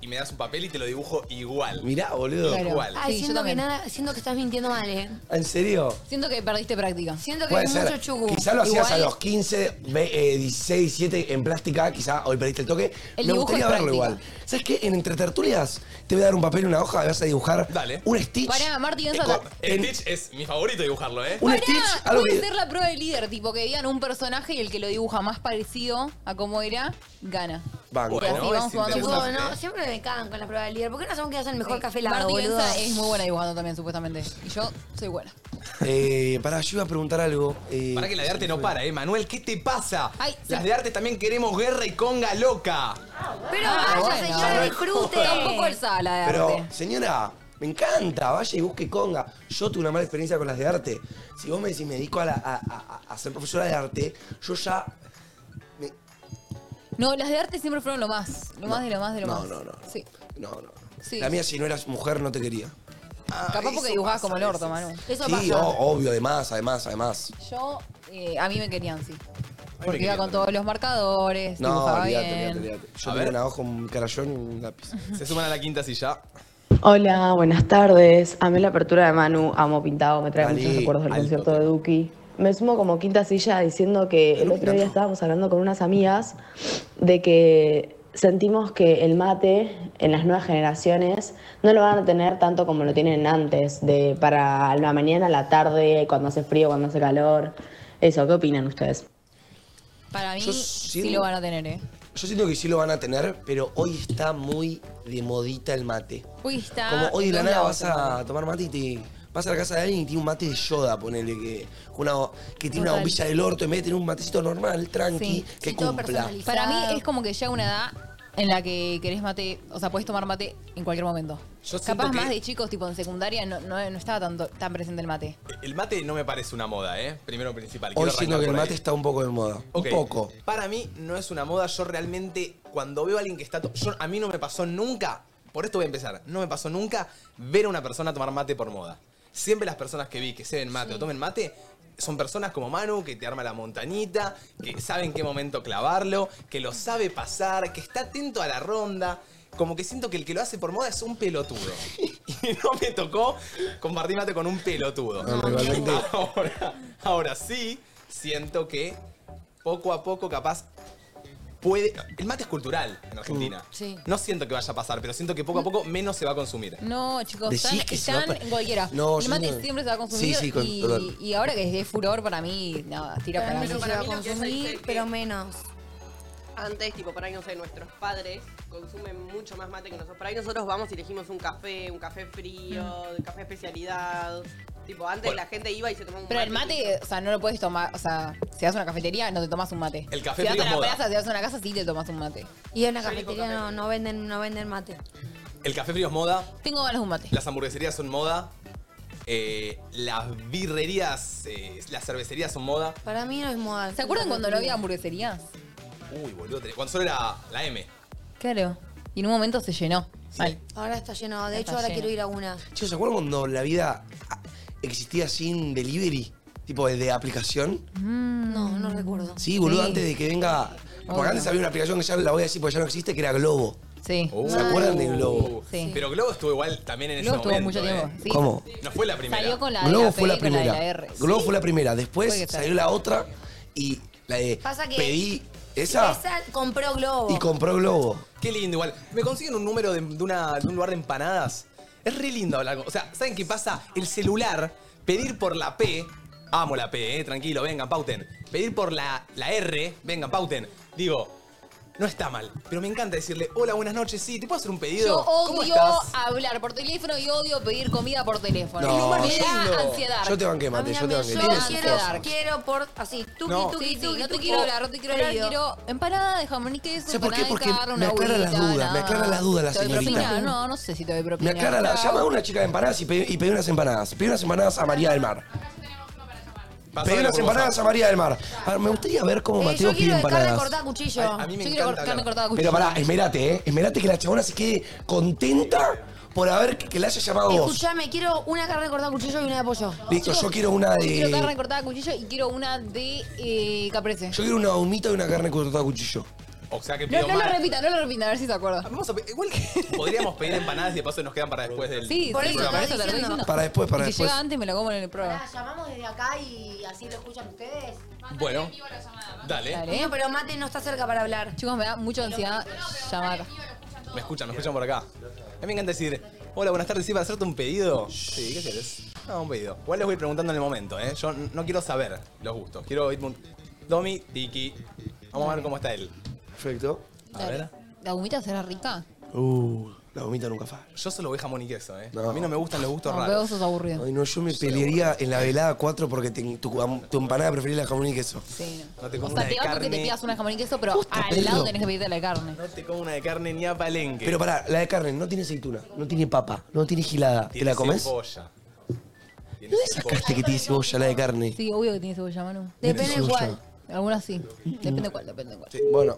A: y me das un papel y te lo dibujo igual.
C: Mirá, boludo.
A: Igual.
D: Ay,
B: Sí, yo
D: siento que
B: también.
D: nada, siento que estás mintiendo mal, eh.
C: ¿En serio?
B: Siento que perdiste práctica.
D: Siento que
C: Puede
D: es mucho
C: ser.
D: chugu.
C: Quizá lo hacías
D: Igual,
C: a los 15, ve- eh, 16, 17 en plástica, quizá hoy perdiste el toque.
D: El
C: Me
D: dibujo
C: gustaría
D: es
C: verlo
D: práctica.
C: igual. ¿Sabes qué? En Entre Tertulias te voy a dar un papel, una hoja, y vas a dibujar un Stitch.
B: Pará, Martín,
A: Eh,
B: eso
A: co- el Stitch es mi favorito dibujarlo, ¿eh?
C: Un
B: Pará,
C: Stitch, algo
B: puede
C: que-
B: ser la prueba de líder, tipo que digan un personaje y el que lo dibuja más parecido a cómo era, gana.
C: Banco.
B: Y así vamos jugando
D: Chugu,
B: puntos.
D: no, siempre me cagan con la prueba de líder. ¿Por qué no sabemos que hacen el mejor café helado,
B: Marti
D: boludo?
B: Benza es muy buena dibujando también, supuestamente. Y yo soy buena.
C: Eh, pará, yo iba a preguntar algo. eh,
A: Para que la de arte no para, ¿eh? Manuel, ¿qué te pasa?
B: Ay,
A: Las
B: sí.
A: de arte también queremos guerra y conga loca.
D: Pero
B: Ah,
D: vaya,
B: bueno.
D: señora, disfrute.
B: Tampoco el sala de
C: Pero,
B: arte.
C: señora, me encanta, vaya y busque conga. Yo tuve una mala experiencia con las de arte. Si vos me decís, me dedico a, la- a- a- a ser profesora de arte, yo ya...
B: No, las de arte siempre fueron lo más. Lo más de lo más de lo
C: No,
B: más.
C: no, no.
B: Sí.
C: No, no.
B: Sí.
C: La mía, si no eras mujer, no te quería. Ah,
B: Capaz porque dibujabas como el orto, Manu. Eso
C: sí, o- obvio, además, además, además.
B: Yo, eh, a mí me querían, sí. Porque iba
C: querían
B: con todos los marcadores,
C: No,
B: dibujaba
C: olvídate,
B: bien.
C: olvídate, olvídate. Yo
A: A
C: tengo
A: ver.
C: una hoja, un carayón y un lápiz.
A: Se suman a la quinta silla.
L: Hola, buenas tardes. Amé la apertura de Manu, amo pintado, me trae
C: Dale,
L: muchos recuerdos del
C: alto.
L: concierto de Duki. Me sumo como quinta silla diciendo que el otro día estábamos hablando con unas amigas de que sentimos que el mate en las nuevas generaciones no lo van a tener tanto como lo tienen antes, de para la mañana, la tarde, cuando hace frío, cuando hace calor. Eso, ¿qué opinan ustedes?
B: Para mí,
C: Yo
B: sí
C: siento-
B: lo van a tener, ¿eh?
C: Yo siento que sí lo van a tener, pero hoy está muy de modita el mate.
B: Uy, está.
C: Como hoy de la
B: dos
C: nada
B: lados,
C: vas a tomar mate y te vas a la casa de alguien y tiene un mate de soda, ponele que una, que tiene una
B: Total.
C: bombilla del orto en vez de tener un matecito normal, tranqui,
B: Sí.
C: que
B: Sí, todo
C: cumpla.
B: Para mí es como que llega una edad en la que querés mate, o sea, podés tomar mate en cualquier momento.
A: Yo siento
B: Capaz
A: que-
B: más de chicos, tipo en secundaria, no, no- no estaba tanto, tan presente el mate.
A: El mate no me parece una moda, ¿eh? Primero principal.
C: Hoy
A: Quiero
C: siento
A: arrancar
C: que el
A: por ahí.
C: mate está un poco de moda.
A: Ok.
C: Un poco.
A: Para mí no es una moda. Yo realmente, cuando veo a alguien que está. to- yo- a mí no me pasó nunca. Por esto voy a empezar. No me pasó nunca ver a una persona tomar mate por moda. Siempre las personas que vi que se ven mate o tomen mate. Son personas como Manu, que te arma la montañita, que sabe en qué momento clavarlo, que lo sabe pasar, que está atento a la ronda. Como que siento que el que lo hace por moda es un pelotudo. Y no me tocó compartir mate con un pelotudo.
C: No, no, igualmente.
A: Ahora, ahora sí, siento que poco a poco capaz puede... El mate es cultural en Argentina.
B: Mm. Sí. Mm.
A: No siento que vaya a pasar, pero siento que poco a poco menos se va a consumir.
B: No, chicos,
A: Decís
B: están,
A: que se va
B: están
A: a-
B: en cualquiera.
A: No,
B: el
A: yo
B: mate
A: no-
B: siempre se va a consumir
A: Sí, sí, con-
B: y,
A: total.
B: y ahora que es furor para mí, nada, tira
D: Para
B: para
D: mí
B: mí.
D: se va a consumir, pero menos.
I: Antes, tipo, por ahí, no sé, nuestros padres consumen mucho más mate que nosotros. Por ahí nosotros vamos y elegimos un café, un café frío, un café especialidad. Tipo, antes la gente iba y se tomaba un
B: Pero el mate, o sea, no lo puedes tomar, o sea, si vas a una cafetería no te tomas un mate.
A: El café
B: si vas
A: frío
B: a
A: es
B: una
A: moda.
B: plaza, si vas a una casa sí te tomas un mate.
D: Y en la cafetería no, no venden, no venden mate.
A: El café frío es moda,
B: Tengo ganas de un mate.
A: las hamburgueserías son moda, eh, las birrerías, eh, las cervecerías son moda.
D: Para mí no es moda.
B: ¿Se acuerdan cuando no había hamburgueserías?
A: Uy, boludo, tenés- cuando solo era la M.
B: Claro. Y en un momento se llenó. Mal.
D: Ahora está lleno.
B: Está
D: De hecho, ahora
B: lleno.
D: quiero ir a una.
C: Chicos, ¿se acuerdan cuando la vida ah, existía sin delivery? Tipo de aplicación.
D: No, no
B: Mm.
D: recuerdo.
C: Sí, boludo,
D: Sí.
C: antes de que venga. Porque
D: Obvio.
C: antes había una aplicación que ya la voy a decir porque ya no existe, que era Globo.
B: Sí.
C: ¿Se acuerdan de Globo?
B: Sí.
A: Pero Globo estuvo igual también en
B: Globo
A: ese
B: estuvo
A: momento.
B: mucho tiempo,
A: eh.
B: sí.
C: ¿Cómo?
A: No fue la primera.
B: Salió con la de
C: Globo
B: la P,
C: fue la
B: con la de
C: primera.
B: la R.
C: Globo fue la primera. Después
B: Puede ser.
C: salió la otra y la de
D: Pasa que-
C: pedí esa,
D: Esa compró Globo.
C: y compró Globo.
A: Qué lindo igual. ¿Me consiguen un número de, de una- de un lugar de empanadas? Es re lindo hablar con... O sea, ¿saben qué pasa? El celular, pedir por la P... Amo la P, eh, tranquilo, vengan, pauten. Pedir por la, la R, vengan, pauten. Digo, no está mal, pero me encanta decirle, hola, buenas noches, sí, ¿te puedo hacer un pedido?
B: Yo
A: ¿Cómo
B: odio
A: estás?
B: hablar por teléfono y odio pedir comida por teléfono.
C: No, Es lo más
B: me da
C: lindo.
B: ansiedad.
C: Yo te banqué, Mate, yo te banqué.
D: Yo
C: Tienen sus
D: quiero,
C: cosas.
D: quiero por así, tuki,
C: No.
D: tuki,
B: Sí, sí,
D: tuki,
B: no te
D: tuki.
B: quiero hablar, no te quiero hablar, quiero empanada de jamón y queso,
C: ¿Sabes por qué?
B: empanada de
C: Porque
B: carne,
C: me
B: una
C: aclara las
B: bolita,
C: dudas, me
B: nada.
C: aclara las dudas la
B: ¿Te doy
C: señorita.
B: propina? No, no sé si te doy propina.
C: Me aclara la.
B: Chao.
C: Llama a una chica de empanadas y pedí, y pedí unas empanadas. Pedí unas empanadas a María del Mar. Pedí unas empanadas a María del Mar. A ver, me gustaría ver cómo
D: Eh, yo
C: Mateo pide
D: quiero carne
C: empanadas.
D: cortada a cuchillo.
C: Ay, a mí me
D: yo quiero
C: encanta,
D: carne
C: claro.
D: cortada a cuchillo.
C: Pero pará, esmerate, ¿eh? Esmerate que la chabona se quede contenta por haber que, que la haya llamado vos.
D: Escuchame, quiero una carne cortada a cuchillo y una de pollo.
C: Listo, yo quiero una de.
B: Yo quiero carne cortada a cuchillo y quiero una de eh, caprese.
C: Yo quiero una humita y una carne cortada a cuchillo.
A: O sea que
B: No,
A: pido
B: no lo
A: más.
B: repita, no lo repita, a ver si se acuerda.
A: Vamos a igual que... Podríamos pedir empanadas y de paso nos quedan para después del.
B: Sí,
A: del
B: sí, por
A: programa.
B: eso te lo estoy diciendo.
A: Para después, para
B: Y Si
A: después.
B: llega antes me la como en el programa.
D: llamamos desde acá y así lo escuchan ustedes.
A: Bueno,
B: Dale.
A: dale.
D: No, pero Mate no está cerca para hablar.
B: Chicos, me da mucha ansiedad llamar.
A: Me escuchan, me escuchan por acá. A mí me encanta decir, hola, buenas tardes, ¿sí para hacerte un pedido? Sí, ¿qué querés? No, un pedido. Igual les voy preguntando en el momento, ¿eh? Yo n- no quiero saber los gustos. Quiero ir... un- Domi, Tiki. Vamos a ver cómo está él.
C: Perfecto.
A: A ver.
B: ¿La humita será rica?
C: Uh, la humita nunca falla.
A: Yo solo voy jamón y queso, ¿eh? A mí no me gustan los gustos
B: No,
A: raros.
B: veo sos aburrido.
C: Ay, no, yo me pelearía en la velada 4 porque te- tu, tu empanada preferida es la jamón y queso.
B: Sí,
A: No te
B: O
A: como
B: sea,
A: una
B: te
A: de
B: banco que te
A: carne.
B: pidas una de jamón y queso, pero al
C: pero-
B: lado tenés que pedirte la de carne.
A: No te como una de carne ni a palenque.
C: Pero pará, la de carne no tiene aceituna, no tiene papa, no tiene gilada. ¿Te la comes?
A: Cebolla.
C: ¿Dónde sacaste que tiene cebolla la de carne?
B: Sí, obvio que tiene cebolla, Manu.
C: Depende Tiene cebolla. cuál.
B: Algunas sí. Depende cuál, depende cuál.
C: Bueno.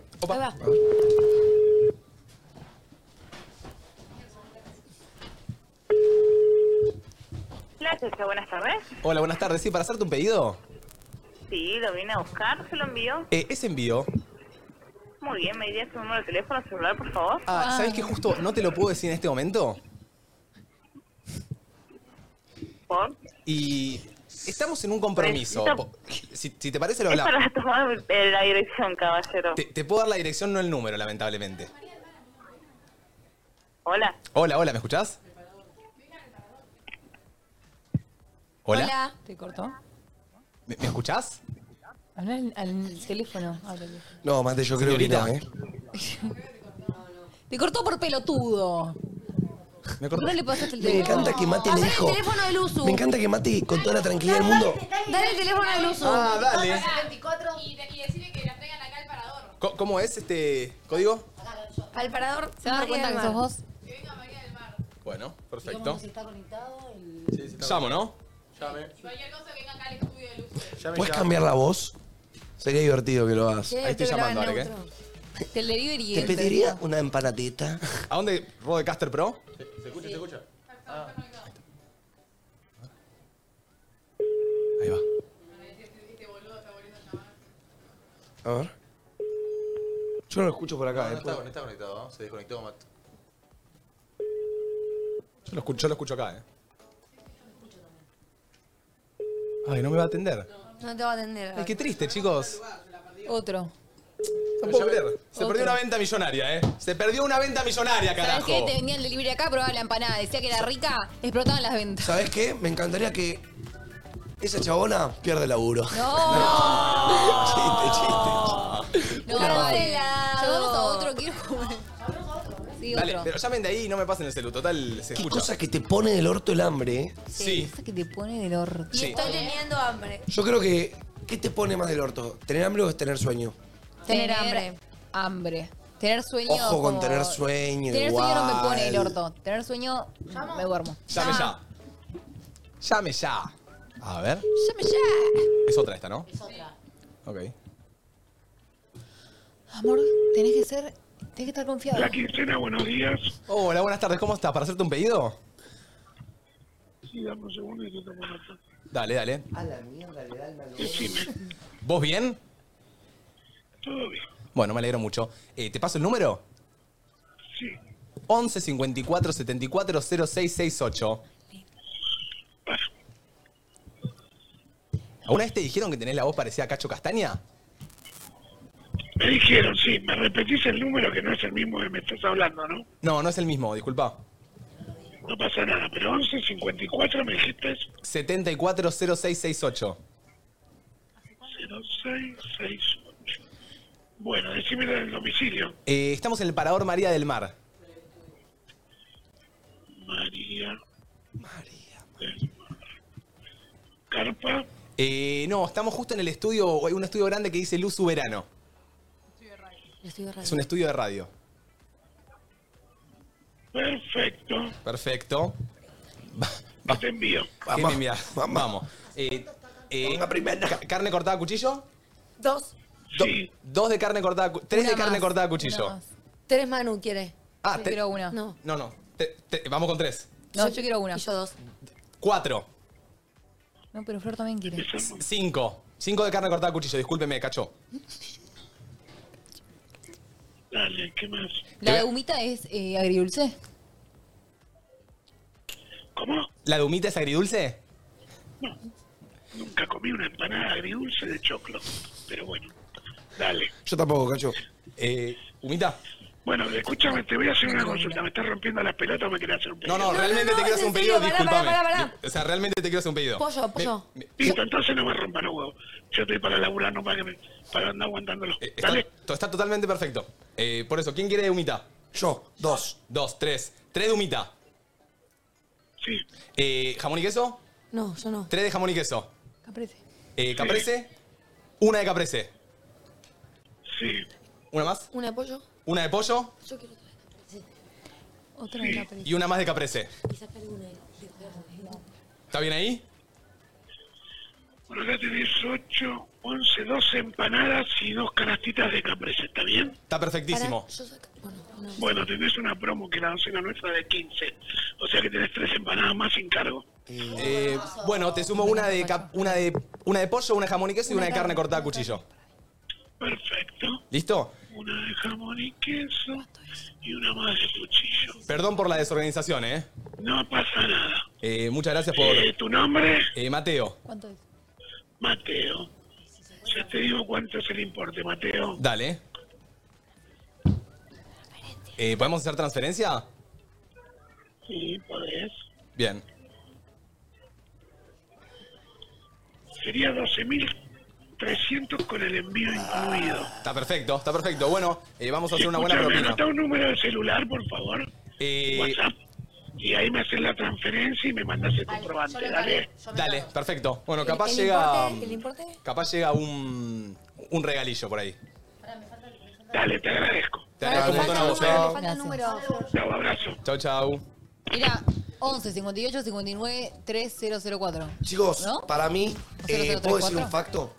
M: Hola, buenas tardes.
A: Hola, buenas tardes, ¿sí para hacerte un pedido?
M: Sí, lo vine a buscar, se lo envío.
A: Eh, ese envío.
M: Muy bien, me diría su número de teléfono celular, por favor.
A: Ah, ¿sabes qué justo no te lo puedo decir en este momento?
M: ¿Por?
A: Y estamos en un compromiso.
M: Necesito-
A: Po- Si, si te parece, lo
M: Es
A: hablamos.
M: para tomar eh, la dirección, caballero.
A: Te, te puedo dar la dirección, no el número, lamentablemente.
M: Hola.
A: Hola, hola, ¿me escuchás? Hola.
B: ¿Te cortó?
A: ¿Me, me escuchás?
B: Habla al, al teléfono. háblale.
C: No, Mate, yo creo
A: Señorita.
C: que no, ¿eh?
B: Te cortó por pelotudo.
C: Me,
B: ¿Por qué no le pasaste el
C: Me
B: teléfono?
C: encanta que Mate
B: Habla
C: lejos.
B: el teléfono del Usu.
C: Me encanta que Mate con toda la tranquilidad del mundo.
D: Dale el teléfono del uso.
A: Ah, dale.
H: Y, de- y decirle que la traigan acá al parador.
A: Co- ¿Cómo es este código?
D: Al parador.
B: ¿Se dan
D: María
B: cuenta
D: del
B: que
D: Mar.
B: sos vos?
A: Bueno, perfecto.
G: Como si está conectado, el-
A: Llamo, ¿no?
C: ¿Puedes cambiar la voz? Sería divertido que lo hagas.
B: Ahí estoy llamando, Arek, ¿eh? Te delivery.
C: ¿Te pediría una empanadita?
A: ¿A dónde? ¿Rodecaster Pro?
F: ¿Se escucha? ¿Se escucha?
C: A ver. Yo no lo escucho por acá, ¿eh?
F: no está conectado, ¿no? se desconectó Matt.
A: Yo lo escucho, yo lo escucho acá, ¿eh? Ay, no me va a atender.
D: No te va a atender.
A: Ay, qué triste, chicos.
B: Otro.
A: No puedo creer. Se
B: Otro.
A: perdió una venta millonaria, ¿eh? Se perdió una venta millonaria,
B: ¿Sabes
A: carajo.
B: qué? Te vendían el delivery acá, probaba la empanada. Decía que era rica, explotaban las ventas.
C: ¿Sabes qué? Me encantaría que esa chabona pierda el laburo. No. chiste, chiste.
B: No,
C: Era mal.
B: dale. Llamamos a otro, quiero comer. Sí,
A: Dale,
B: otro.
A: pero llamen de ahí y no me pasen el celu. Total, se
C: Qué
A: escucha.
C: cosa que te pone del orto el hambre, ¿eh?
A: Sí.
B: que te pone del orto.
D: Y estoy teniendo hambre.
C: Yo creo que. ¿Qué te pone más del orto? ¿Tener hambre o es tener sueño?
B: Tener hambre. Hambre. Tener sueño.
C: Ojo con
B: como-
C: tener sueño.
B: Tener
C: igual.
B: sueño no me pone el orto. Tener sueño, me duermo.
A: Llame ya. Llame ya. A ver.
B: Llame ya.
A: Es otra esta, ¿no?
G: es otra.
A: Ok.
B: Amor, tenés que ser. Tenés que estar confiado.
A: quincena, buenos días. Hola, buenas tardes. ¿Cómo estás? ¿Para hacerte un pedido?
N: Sí, dame un segundo y yo te pongo acá.
A: Dale, dale.
N: A la mierda le da el mal Decime,
A: ¿Vos bien?
N: todo bien.
A: Bueno, me alegro mucho. Eh, ¿Te paso el número?
N: Sí.
A: 11 54 74 0668. ¿Alguna vez te dijeron que tenés la voz parecida a Cacho Castaña?
N: Me dijeron, sí, me repetís el número que no es el mismo que me estás hablando, ¿no?
A: No, no es el mismo, disculpa.
N: No pasa nada, pero 1154 me dijiste
A: 74 0668.
N: 0668. Bueno, decime el domicilio.
A: Eh, estamos en el Parador María del Mar.
N: María. María. Carpa.
A: Eh, no, estamos justo en el estudio, hay un estudio grande que dice Luz Verano. Es un estudio de radio.
N: Perfecto.
A: Perfecto.
N: Te envío.
A: Vamos. Vamos. Eh, eh, ca- ¿Carne cortada a cuchillo?
D: Dos.
A: Do- Dos de carne cortada a cu- Tres
D: Una
A: de carne
D: más,
A: cortada a cuchillo.
D: una más. Tres Manu quiere.
A: Ah, te-
D: quiero una. No.
A: No, no. te- te- vamos con tres.
B: No, yo quiero una. yo
D: dos.
A: Cuatro.
B: No, pero Flor también quiere.
A: c- Cinco. Cinco de carne cortada a cuchillo. Discúlpeme, cacho.
N: Dale, ¿qué más?
B: La de humita es eh, agridulce.
A: ¿La de humita es agridulce?
N: Nunca comí una empanada agridulce de choclo. Pero bueno, dale.
A: Yo tampoco, cacho. Eh, ¿Humita?
N: Bueno, escúchame, te voy a hacer una consulta. ¿Me estás rompiendo las pelotas o me querés hacer un
A: No,
N: pedido?
A: no, realmente te quiero hacer un pedido, discúlpame. O sea, realmente te quiero hacer un pedido.
D: Pollo, pollo.
N: Listo, entonces no me rompan los huevos. Yo estoy para laburar, no para, que me, para andar aguantándolo.
A: Eh, Está, to- está totalmente perfecto. Eh, por eso, ¿quién quiere de humita? Yo, dos. Dos, tres. Tres de humita. Eh,
N: Sí.
A: ¿Jamón y queso?
D: No, yo no.
A: Tres de jamón y queso.
D: Caprese.
A: Eh, ¿Caprese? Una de caprese.
N: Sí.
A: ¿Una más?
D: Una de pollo.
A: Una de pollo
D: Yo quiero otra de caprese. Otra de caprese.
A: y una más de caprese.
D: Y sacar una de de-
A: ¿Está bien ahí?
N: Bueno, acá tenés 8, 11, 12 empanadas y dos canastitas de caprese, ¿está bien?
A: Está perfectísimo.
N: Bueno, tenés una promo que la docena nuestra de 15. O sea que tenés tres empanadas más sin cargo.
A: Eh, bueno, te sumo una de, cap- una, de, una de pollo, una de jamón y queso y una de carne cortada a cuchillo.
N: Perfecto.
A: ¿Listo?
N: Una de jamón y queso y una más de cuchillo.
A: Perdón por la desorganización, ¿eh?
N: No pasa nada.
A: Eh, muchas gracias por...
N: Eh, ¿tu nombre?
A: Eh, Mateo.
B: ¿Cuánto es?
N: Mateo. Ya te digo cuánto es el importe, Mateo.
A: Dale. Eh, ¿Podemos hacer transferencia?
N: Sí, podés.
A: Bien.
N: Sería 12.300 con el envío incluido.
A: Ah, Está perfecto, está perfecto. Bueno, eh, vamos a hacer una buena
N: Escúchame,
A: propina. Eh,
N: anotá un número de celular, por favor. WhatsApp. Y ahí me haces la transferencia y me mandas el comprobante. Dale.
A: Dale, perfecto. Bueno, capaz
D: ¿El
A: llega...
D: importe? ¿El importe?
A: Capaz llega un, un regalillo por ahí.
N: Dale, te agradezco.
A: Te agradezco un montón a vos,
B: número,
A: eh.
B: falta el número.
N: Chau, abrazo.
A: Chau, chau.
B: Era 11 58 59 3004.
C: Chicos,
B: ¿No?
C: para mí, eh, ¿puedo decir
B: 0034?
C: un facto?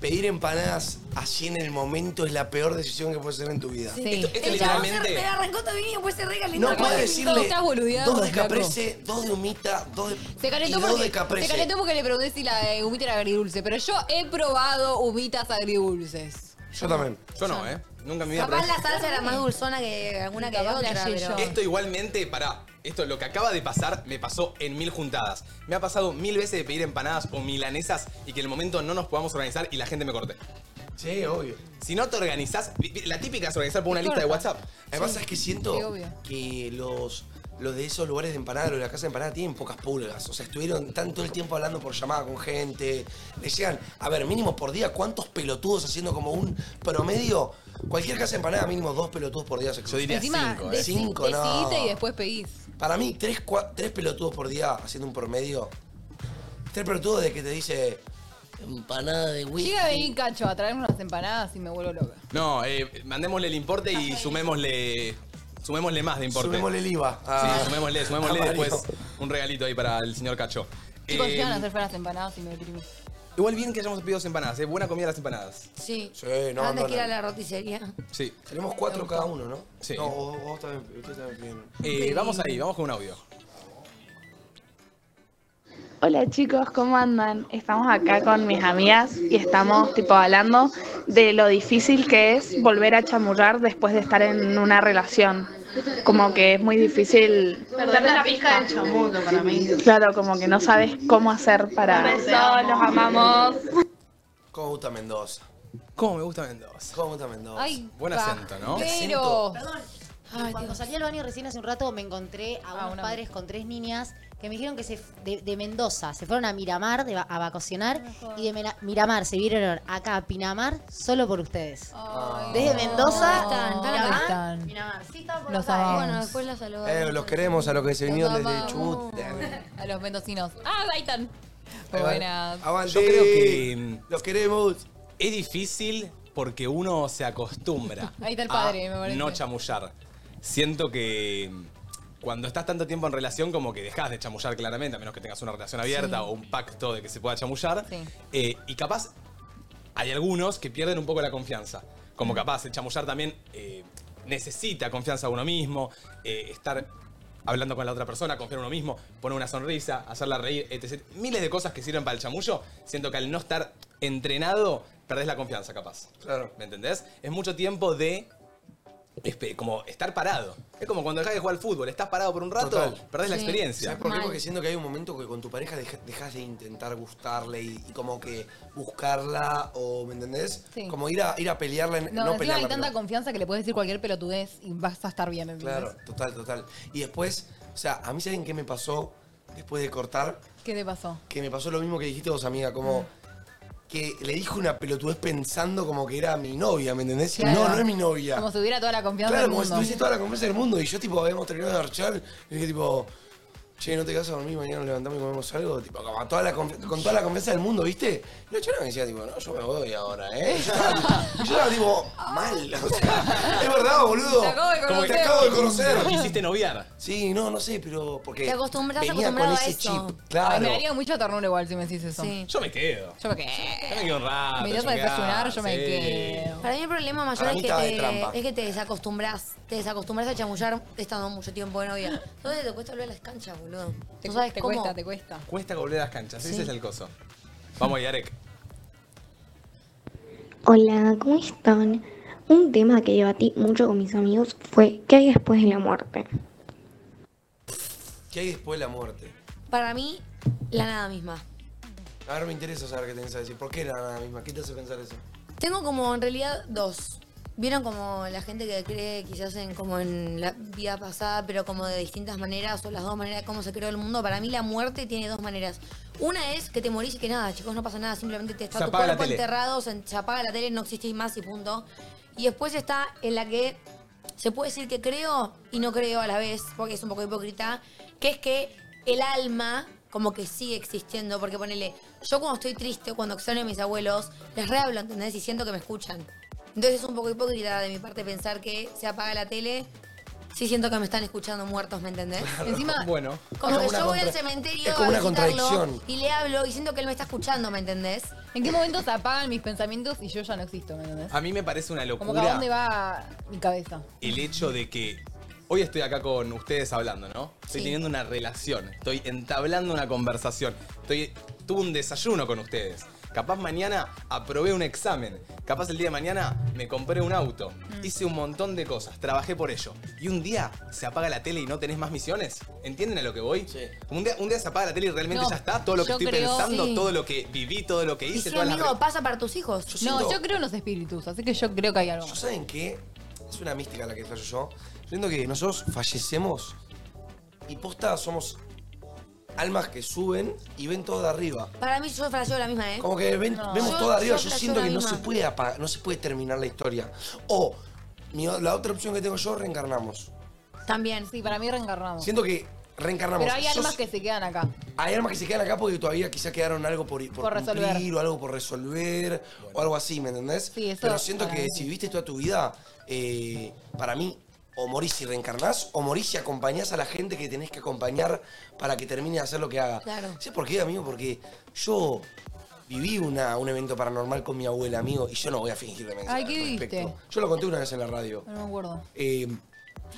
C: Pedir empanadas así en el momento es la peor decisión que puedes hacer en tu vida.
D: Esto, literalmente. Me arrancó también y después se regaló.
C: No puedes decirle
B: estás boludeando,
C: dos de
B: flaco.
C: caprese, dos de humita, dos de...
B: Se calentó,
C: y dos
B: porque,
C: de caprese.
B: se calentó porque le pregunté si la eh, humita era agridulce, pero yo he probado humitas agridulces.
C: Yo también.
A: Yo no, eh. Nunca en mi vida
D: Capaz
A: probé.
D: la salsa era más dulzona que alguna que
B: Capaz la
D: otra,
B: hallé
D: pero...
A: Esto igualmente, pará. Esto, lo que acaba de pasar, me pasó en mil juntadas. Me ha pasado mil veces de pedir empanadas o milanesas y que en el momento no nos podamos organizar y la gente me corte.
C: Sí, obvio.
A: Si no te organizás, vi- vi- la típica es organizar por una
C: Te
A: lista de
C: corta.
A: WhatsApp.
C: Además, es que siento
A: Sí, obvio.
C: que los, los de esos lugares de empanada, los de la casa de empanada, tienen pocas pulgas. O sea, estuvieron tanto el tiempo hablando por llamada con gente. Le llegan, a ver, mínimo por día, ¿cuántos pelotudos haciendo como un promedio? Cualquier casa de empanada, mínimo dos pelotudos por día. Yo
B: Encima, deci-
C: Cinco, no.
B: decidite y después pedís.
C: Para mí, tres, cua- tres pelotudos por día haciendo un promedio. Tres pelotudos de que te dice empanada de whisky.
B: Llega a venir Cacho a traerme unas empanadas y me vuelvo loca.
A: No, eh, mandémosle el importe y sumémosle. Sumémosle más de importe.
C: Sumémosle el IVA.
A: Sí,
C: Ah.
A: sumémosle, sumémosle
C: Ah,
A: después
C: Mario.
A: un regalito ahí para el señor Cacho.
B: Chicos,
A: Eh,
B: llegan a hacer unas empanadas y me deprimí.
A: igual bien que hayamos pedido empanadas, eh. buena comida las empanadas.
D: Sí.
A: Sí,
C: Eh, no,
D: Antes
C: no,
D: que ir a
C: no.
D: la roticería.
A: Sí.
C: Tenemos cuatro cada uno, ¿no?
A: Sí.
C: No, vos, vos también, ustedes también pidieron.
A: Eh, vamos ahí, vamos con un audio.
O: Hola chicos, ¿cómo andan? Estamos acá con mis amigas y estamos tipo hablando de lo difícil que es volver a chamullar después de estar en una relación. Como que es muy difícil.
P: Perderle la pizca del chamuco para mí.
O: Claro, como que no sabes cómo hacer para.
P: los amamos.
C: ¿Cómo me gusta Mendoza?
A: ¿Cómo me gusta Mendoza?
C: ¿Cómo me gusta Mendoza?
G: Ay,
C: Buen
G: pa-
C: acento, ¿no?
G: Pero.
C: Acento.
G: Perdón. cuando salí al baño recién hace un rato me encontré a unos
B: una
G: padres con tres niñas que me dijeron que se f- de, de Mendoza se fueron a Miramar de va- a vacacionar y de Mera- Miramar se vieron acá a Pinamar solo por ustedes. Desde Mendoza
D: ¿Dónde están? ¿Dónde
G: Miramar,
D: están?
G: Miramar. Sí, estaban por
B: Los
G: acá, ¿eh?
B: amamos.
G: Bueno, después los saludamos.
C: Eh, los queremos a los que se vinieron desde Eh,
B: amamos.
C: Chubut.
B: A los mendocinos. ¡Ah, ahí están!
C: Ahí va.
B: Buenas.
C: eh, Aguante.
A: Yo creo que.
C: Los queremos.
A: Es difícil porque uno se acostumbra.
B: Ahí está el padre,
A: a
B: me parece.
A: No chamullar. Siento que. mm, cuando estás tanto tiempo en relación, como que dejas de chamullar claramente, a menos que tengas una relación abierta
B: Sí.
A: o un pacto de que se pueda chamullar.
B: Sí.
A: Eh, y capaz hay algunos que pierden un poco la confianza. Como capaz el chamullar también eh, necesita confianza a uno mismo, eh, estar hablando con la otra persona, confiar en uno mismo, poner una sonrisa, hacerla reír, etc. Miles de cosas que sirven para el chamullo. Siento que al no estar entrenado, perdés la confianza, capaz. Claro. ¿Me entendés? Es mucho tiempo de. espe- Como estar parado. Es como cuando dejas de jugar al fútbol. Estás parado por un rato,
C: Total.
A: perdés la experiencia.
C: ¿Sabes por qué? Porque siento que hay un momento que con tu pareja deja- dejas de intentar gustarle y, y como que buscarla o, ¿me entendés?
B: Sí.
C: Como ir a, ir a pelearla, en-
B: No,
C: no,
B: encima hay
C: pelearla.
B: tanta
C: pero-
B: confianza que le puedes decir cualquier pelotudez y vas a estar bien. ¿entendés?
C: Claro, total, total. Y después, o sea, a mí saben qué me pasó después de cortar,
B: ¿Qué te pasó?
C: que me pasó lo mismo que dijiste vos, amiga, como
D: Ah.
C: que le dije una pelotudez pensando como que era mi novia, ¿me entendés? Y
B: Claro.
C: No, no es mi novia.
B: Como si hubiera toda la confianza
C: Claro,
B: del
C: como si
B: mundo.
C: tuviese toda la confianza del mundo. Y yo, tipo, habíamos terminado de archar. Y dije, tipo, che, no te casas conmigo, mañana nos levantamos y comemos algo. Tipo, como a toda la confi- con toda la confianza del mundo, ¿viste? Y la chona me decía, tipo, no, yo me voy ahora, ¿eh? Y yo estaba, y yo estaba, tipo, mal. O sea, es verdad, boludo.
D: Te acabo de
C: Como que te
D: conocer.
C: acabo de conocer.
A: Quisiste noviar.
C: Sí, no, no sé, pero porque.
D: Te acostumbras,
C: venía
D: acostumbrado
C: con
D: a
C: ese
D: eso.
C: chip. Claro.
B: Ay, me daría mucha ternura igual si me decís eso.
A: Yo me quedo.
B: Yo eh, me quedo.
A: Yo me quedo un rato.
B: Me dio para
A: yo me
B: desayunar, yo me
A: sí.
B: quedo.
D: Para mí el problema mayor
A: Para mí
D: es que,
A: estaba de
D: te,
A: trampa.
D: es que te desacostumbras. Te desacostumbras a chamullar estando mucho tiempo de novia. Entonces te cuesta volver a las canchas, boludo.
B: Te,
D: ¿No sabes
B: te
D: cómo?
B: cuesta, te cuesta.
A: Cuesta volver a las canchas. Ese es el coso. Vamos, Yarek.
Q: Hola, ¿cómo están? Un tema que debatí mucho con mis amigos fue ¿qué hay después de la muerte?
C: ¿Qué hay después de la muerte?
D: Para mí, la nada misma.
C: A ver, me interesa saber qué tenés a decir. ¿Por qué la nada misma? ¿Qué te hace pensar eso?
D: Tengo como en realidad dos. Vieron como la gente que cree quizás en como en la vida pasada, pero como de distintas maneras o las dos maneras de cómo se creó el mundo. Para mí la muerte tiene dos maneras. Una es que te morís y que nada, chicos, no pasa nada, simplemente te está
Q: Se
D: tu
Q: apaga la
D: cuerpo
Q: tele.
D: enterrado, se, se apaga la tele, no existís más y punto. Y después está en la que se puede decir que creo y no creo a la vez, porque es un poco hipócrita, que es que el alma como que sigue existiendo, porque ponele, yo cuando estoy triste, cuando extraño a mis abuelos, les rehablo, ¿entendés? Y siento que me escuchan. Entonces es un poco hipócrita de mi parte pensar que se apaga la tele, sí siento que me están escuchando muertos, ¿me entendés?
B: Ah.
D: Encima,
A: Bueno.
D: como que
A: Es una
D: yo voy al
A: contra-
D: cementerio
A: es como una
D: a visitarlo
A: contradicción.
D: y le hablo y siento que él me está escuchando, ¿me entendés?
B: ¿En qué momento se apagan mis pensamientos y yo ya no existo, me entendés?
C: Ah,
A: A mí me parece una
B: Como que a dónde
A: locura
B: va mi cabeza.
A: el hecho de que hoy estoy acá con ustedes hablando, ¿no? Estoy
B: Sí.
A: teniendo una relación, estoy entablando una conversación, estoy, tuve un desayuno con ustedes. Capaz mañana aprobé un examen, capaz el día de mañana me compré un auto,
D: Mm.
A: hice un montón de cosas, trabajé por ello. Y un día se apaga la tele y no tenés más misiones. ¿Entienden a lo que voy? Como un, día, un día se apaga la tele y realmente
D: No,
A: ya está, todo lo que
D: yo
A: estoy
D: creo-
A: pensando,
D: Sí.
A: todo lo que viví, todo lo que
D: Y
A: hice,
D: si,
A: todas las
D: amigo, pasa para tus hijos.
B: no,
C: siento-
B: yo creo en los espíritus, así que yo creo que hay algo.
C: Yo saben qué? Es una mística la que fallo yo. Yo siento que nosotros fallecemos y posta somos almas que suben y ven todo de arriba.
D: Para mí yo fraseo la misma, ¿eh?
C: Como que ven- vemos
D: Yo-
C: todo de arriba. Yo,
D: fraseo
C: siento
D: la
C: que no se
D: misma.
C: puede apagar, no se puede terminar la historia. O mi o- la otra opción que tengo yo, reencarnamos.
D: También.
B: Sí, para mí reencarnamos.
C: Siento que reencarnamos.
B: Pero hay
C: Yo
B: almas
C: si-
B: que se quedan acá.
C: hay almas que se quedan acá porque todavía quizá quedaron algo por, por,
B: Por resolver.
C: cumplir o algo por resolver o algo así, ¿me entendés?
B: Sí, eso
C: Pero siento
B: para
C: que
B: mí.
C: si viviste toda tu vida, eh, para mí, o morís y reencarnás, o morís y acompañás a la gente que tenés que acompañar para que termine de hacer lo que haga.
D: Claro.
C: ¿Sabes por qué, amigo? Porque yo viví una, un evento paranormal con mi abuela, amigo, y yo no voy a fingir demencia
B: Ay,
C: al
B: ¿qué
C: respecto.
B: viste?
C: Yo lo conté una vez en la radio.
B: No me acuerdo.
C: Eh,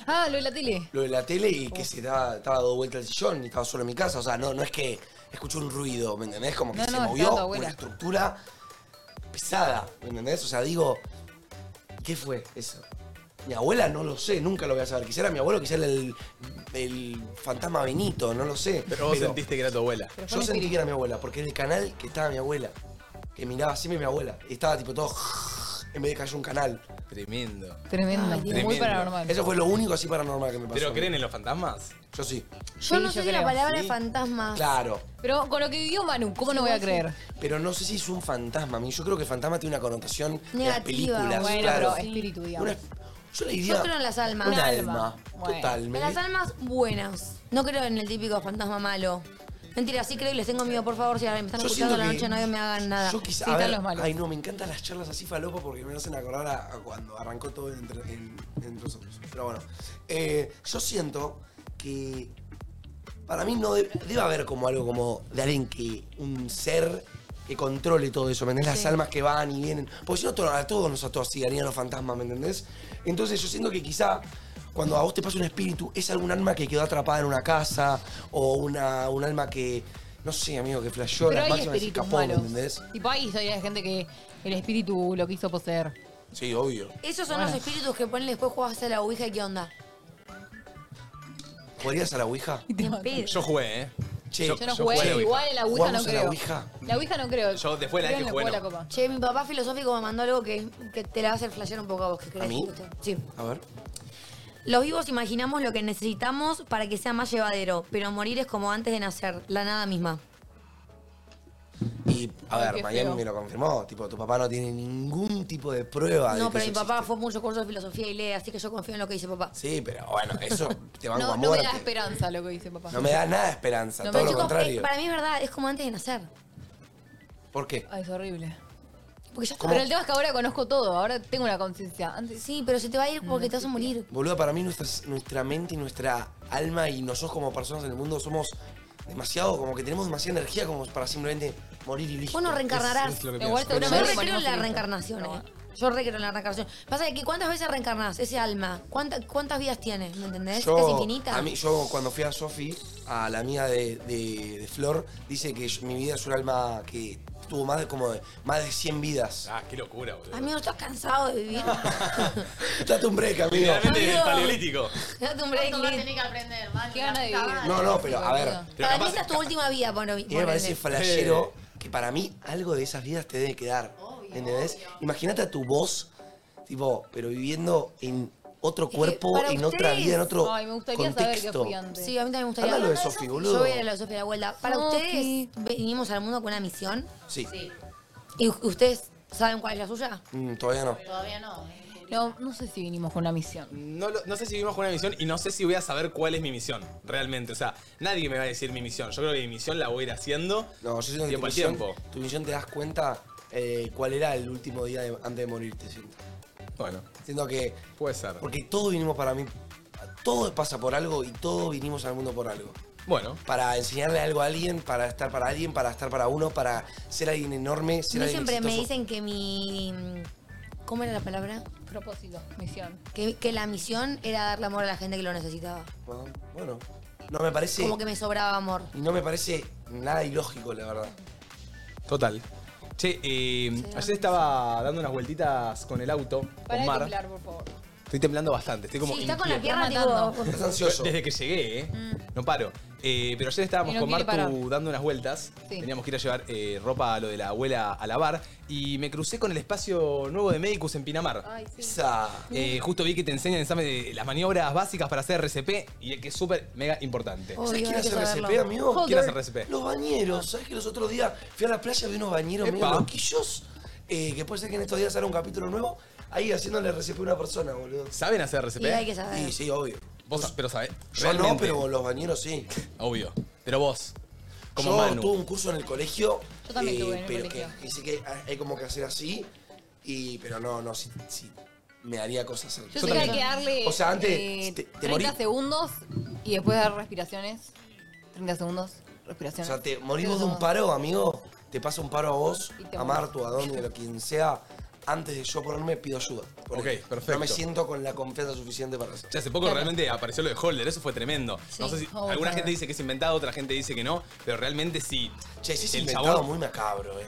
B: Ah, lo de la tele.
C: lo de la tele y
B: Oh.
C: que se estaba, estaba dado vuelta al sillón y estaba solo en mi casa. O sea, no, no es que escuché un ruido, ¿me entendés? Como que
B: No,
C: se
B: no, estaba tu
C: movió
B: abuela.
C: una estructura pesada, ¿me entendés? O sea, digo, ¿qué fue eso? Mi abuela no lo sé, nunca lo voy a saber. Quizá era mi abuelo, quizá era el, el fantasma Benito, no lo sé.
A: Pero vos sentiste que era tu abuela.
B: Pero fue
C: Yo
B: un
C: sentí
B: espíritu.
C: que era mi abuela, porque en el canal que estaba mi abuela, que miraba siempre mi abuela, y estaba tipo todo en vez de caer un canal.
A: Tremendo.
B: Tremendo. Muy paranormal.
C: Eso fue lo único así paranormal que me pasó.
A: ¿Pero creen en los fantasmas?
C: Yo sí.
D: Yo no sé si la palabra
C: Sí.
B: Ah.
D: fantasma.
C: Claro.
B: Pero con lo que vivió Manu, ¿cómo no voy a creer?
C: Pero no sé si es un fantasma. a mí Yo creo que el fantasma tiene una connotación de las
D: Negativa.
C: películas.
B: Bueno,
C: claro.
B: pero espíritu, digamos.
C: Una- yo le diría
D: Yo creo en las almas.
C: un alma.
D: Bueno.
C: Total.
D: En las almas buenas. No creo en el típico fantasma malo. Mentira, sí creo y les tengo miedo, por favor, si me están
C: Yo
D: escuchando a la
C: siento que
D: noche, no me hagan nada.
C: Yo quizá,
D: Sí,
C: a
D: están
C: ver,
D: los malos.
C: ay no, me encantan las charlas así falopa porque me hacen acordar a, a cuando arrancó todo entre, en- entre nosotros. Pero bueno, eh, yo siento que para mí no de- debe haber como algo como de alguien que, un ser que controle todo eso, ¿me entendés? Las
E: Sí.
C: almas que van y vienen. Porque si no, to- a todos nos atosigarían los fantasmas, ¿me entendés? Entonces yo siento que quizá cuando a vos te pasa un espíritu, es algún alma que quedó atrapada en una casa o una, un alma que, no sé, amigo, que flasheó
B: Pero
C: las
B: hay
C: máximas y se
B: espíritus
C: escapó, ¿me
B: malos.
C: entendés?
B: Tipo, hay historias de gente que el espíritu lo quiso poseer.
C: Sí, obvio.
D: Esos son
B: Bueno.
D: los espíritus que ponen después jugás a la Ouija y qué onda.
C: ¿Podrías a la Ouija?
D: pedo.
A: Yo jugué, ¿eh?
B: Yo, no jugué,
A: a la Ouija.
B: igual en la Ouija no creo. La Ouija no creo.
A: Yo después la
B: Creo
A: que
B: en
A: jugué,
B: juego de
A: no.
B: la copa.
D: Che, mi papá filosófico me mandó algo que, que te la va a hacer flashear un poco a vos. Que crees
C: mí?
D: Sí.
C: A ver.
D: Los vivos imaginamos lo que necesitamos para que sea más llevadero, pero morir es como antes de nacer, la nada misma.
C: Y, a
D: Ay,
C: ver,
D: qué
C: Miami
D: feo.
C: me lo confirmó. Tipo, tu papá no tiene ningún tipo de prueba de
D: no,
C: que
D: pero mi
C: eso
D: papá fue a muchos cursos de filosofía y lee, así que yo confío en lo que dice papá.
C: Sí, pero bueno, eso te van
B: No, no
C: a
B: me da
C: muerte.
B: esperanza lo que dice papá.
C: No me da nada de esperanza,
B: No me-
C: todo lo
B: Chicos,
C: contrario.
D: Eh, para mí es verdad, es como antes de nacer.
C: ¿Por qué?
B: Ay, es horrible.
D: Porque ya está.
B: Pero el tema es que ahora conozco todo, ahora tengo una conciencia. Antes...
D: Sí, pero se te va a ir porque te vas a morir.
C: Boludo, para mí nuestras- nuestra mente y nuestra alma y nosotros como personas en el mundo somos demasiado, como que tenemos demasiada energía como para simplemente morir y listo.
D: Vos no
C: Es-
D: reencarnarás.
C: es lo que
D: Igual
C: pienso.
D: seguramente yo recreo en la reencarnación, eh. Yo recreo en la reencarnación. Pasa que ¿cuántas veces reencarnás ese alma? ¿Cuánta- ¿Cuántas vidas tiene? ¿Me
B: ¿eh?
D: entendés?
C: Yo-
D: ¿Es infinita?
C: A mí, yo cuando fui a Sofi, a la amiga de, de- de Flor, dice que yo- mi vida es un alma que tuvo más de, como de- más de 100 vidas.
A: Ah, qué locura, boludo.
D: Amigo, estás cansado de vivir.
C: Date un break, amigo.
A: Literalmente desde el
D: Amigo.
A: paleolítico.
D: Date un break.
G: ¿Cuánto más tenés que aprender, man?
D: Qué ganas de
G: Puta
D: vivir.
G: madre.
C: No, no, pero a ver.
D: Para mí esta es tu última vida, bueno.
C: Y me parece flashero que para mí algo de esas vidas te debe quedar. ¿Entendés? Imagínate a tu voz, tipo, pero viviendo en otro cuerpo,
D: Para
C: en otra
D: ustedes-
C: vida, en otro contexto.
D: Sí, a mí también me gustaría.
C: Háblalo de Sofi, boludo.
D: Yo voy a ir a lo de Sofi a la vuelta. Para
B: Sofi.
D: ustedes, venimos al mundo con una misión.
C: Sí.
D: ¿Y u- ustedes saben cuál es la suya?
C: Mm, todavía no.
G: Todavía no. eh.
B: No, no sé si vinimos con una misión.
A: No, lo- no sé si vivimos con una misión y no sé si voy a saber cuál es mi misión, realmente. O sea, nadie me va a decir mi misión. Yo creo que mi misión la voy a ir haciendo
C: No, yo siento que tu
A: tiempo al
C: misión,
A: tiempo.
C: tu misión te das cuenta eh, cuál era el último día de- antes de morirte, siento.
A: Bueno.
C: Siento que.
A: Puede ser.
C: Porque todos vinimos para mí. Todo pasa por algo y todos vinimos al mundo por algo.
A: Bueno.
C: Para enseñarle algo a alguien, para estar para alguien, para estar para uno, para ser alguien enorme, ser
D: A mí
C: alguien
D: siempre me
C: exitoso.
D: dicen que mi. mm, ¿Cómo era la palabra? Propósito, misión. Que, que la misión era darle amor a la gente que lo necesitaba.
C: Ah, Bueno, no me parece.
D: Como que me sobraba amor.
C: y No me parece nada ilógico, la verdad.
A: Total. Che, eh, ayer estaba dando unas vueltitas con el auto, con Mar.
B: por favor.
A: Estoy temblando bastante, estoy como.
D: Sí, está con la
A: inquieto.
D: pierna
B: Está
D: tipo-
C: Estás ansioso.
A: Desde que llegué, ¿eh? No paro. Eh, pero ayer estábamos
B: Mm. Y no
A: con
B: quiere
A: Martu
B: parar.
A: dando unas vueltas.
B: Sí.
A: Teníamos que ir a llevar eh, ropa a lo de la abuela a lavar. Y me crucé con el espacio nuevo de Medicus en Pinamar.
B: Ay, sí. Mm.
C: Esa.
A: Eh, justo vi que te enseñan examen de las maniobras básicas para hacer RCP y es que es súper mega importante.
B: Oh.
C: ¿Sabes quién hace RCP, amigo?
A: ¿Quién hace RCP?
C: Los bañeros. ¿Sabes que los otros días fui a la playa y vi unos bañeros medio
A: Epa.
C: loquillos? Eh, que puede ser que en estos días salga un capítulo nuevo. Ahí haciéndole RCP a una persona, boludo.
A: ¿Saben hacer RCP?
C: Y hay que saber. Sí, sí, obvio.
A: Vos, sa- pero sabés.
C: Yo no, pero los bañeros sí.
A: Obvio. Pero vos, como
C: Yo
A: Manu.
C: tuve un curso en el colegio. eh,
B: Yo también tuve en el
C: pero
B: colegio.
C: Que, que sí que hay como que hacer así. Y, pero no, no, sí, sí, Me daría cosas. hacer-
B: Yo sé que hay que darle
C: O sea, antes
B: eh,
C: te, te
B: 30
C: morí.
B: segundos y después dar respiraciones. 30 segundos,
C: O
B: respiraciones.
C: sea, te morís vos de un paro, amigo. Te pasa un paro a vos,
B: te
C: a Martu, a Domi, a quien sea. Antes de yo ponerme, pido ayuda.
A: Ok,
C: Porque
A: perfecto.
C: No me siento con la confianza suficiente para hacerlo.
A: Che, hace poco realmente apareció lo de Holder, eso fue tremendo. no
C: Sí,
A: sé si
C: Holder.
A: alguna gente dice que es inventado, otra gente dice que no, pero realmente sí.
C: Che, sí es
A: El
C: inventado
A: chabón-
C: muy macabro, eh.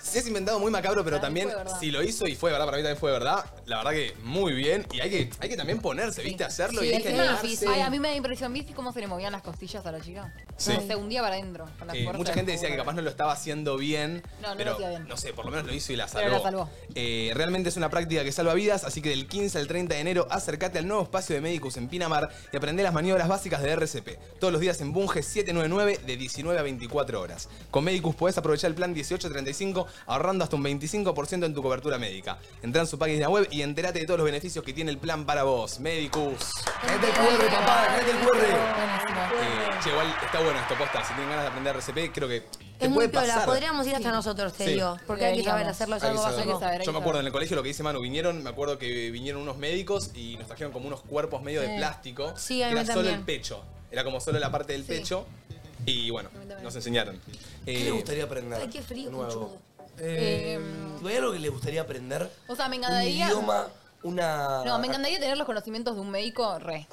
A: Sí es inventado muy macabro, pero
C: Para mí
A: también
C: fue verdad.
A: si lo hizo y fue verdad, para mí también fue verdad, la verdad que muy bien. Y hay que, hay que también ponerse, ¿viste? Hacerlo
B: Sí,
A: y hay
B: es
A: que
B: que es
A: animarse.
B: difícil. Ay, a mí me da impresión, ¿viste cómo se le movían las costillas a la chica?
A: Sí.
B: No, se hundía para adentro. con la
A: Eh,
B: fuerza
A: mucha
B: del
A: gente decía que
B: jugo.
A: capaz no lo estaba haciendo bien,
B: No, no lo
A: pero
B: hacía bien.
A: no sé, por lo menos lo hizo y la salvó.
B: Pero la salvó.
A: Eh, realmente es una práctica que salva vidas, así que del 15 al 30 de enero acércate al nuevo espacio de Medicus en Pinamar y aprende las maniobras básicas de RCP. Todos los días en Bunge 799 de 19 a 24 horas. Con Medicus podés aprovechar el plan 1835 ahorrando hasta un 25% en tu cobertura médica. Entra en su página web y entérate de todos los beneficios que tiene el plan para vos. Medicus.
C: Cállate el QR, papá, cállate el QR.
A: Eh, che, igual está bueno esto, posta. Si tienen ganas de aprender RCP, creo que te
D: Es muy
A: puede
D: piola,
A: pasar.
D: podríamos ir hasta nosotros, te
A: Sí.
D: digo. Porque hay que saber
B: Deberíamos.
D: hacerlo, es
A: Hay que
D: algo
A: saber.
D: básico.
A: Yo me acuerdo en el colegio lo que dice Manu, vinieron, me acuerdo que vinieron unos médicos y nos trajeron como unos cuerpos medio de
D: Sí.
A: plástico.
D: Sí, a mí
A: que era solo
D: también.
A: el pecho. Era como solo la parte del pecho. Y bueno, nos enseñaron. Eh,
C: ¿Qué le gustaría aprender?
D: Ay, qué frío,
C: nuevo.
B: Eh,
C: ¿Hay algo que le gustaría aprender?
B: O sea, me
C: Un
B: encantaría.
C: idioma, una.
B: No, me encantaría tener los conocimientos de un médico re.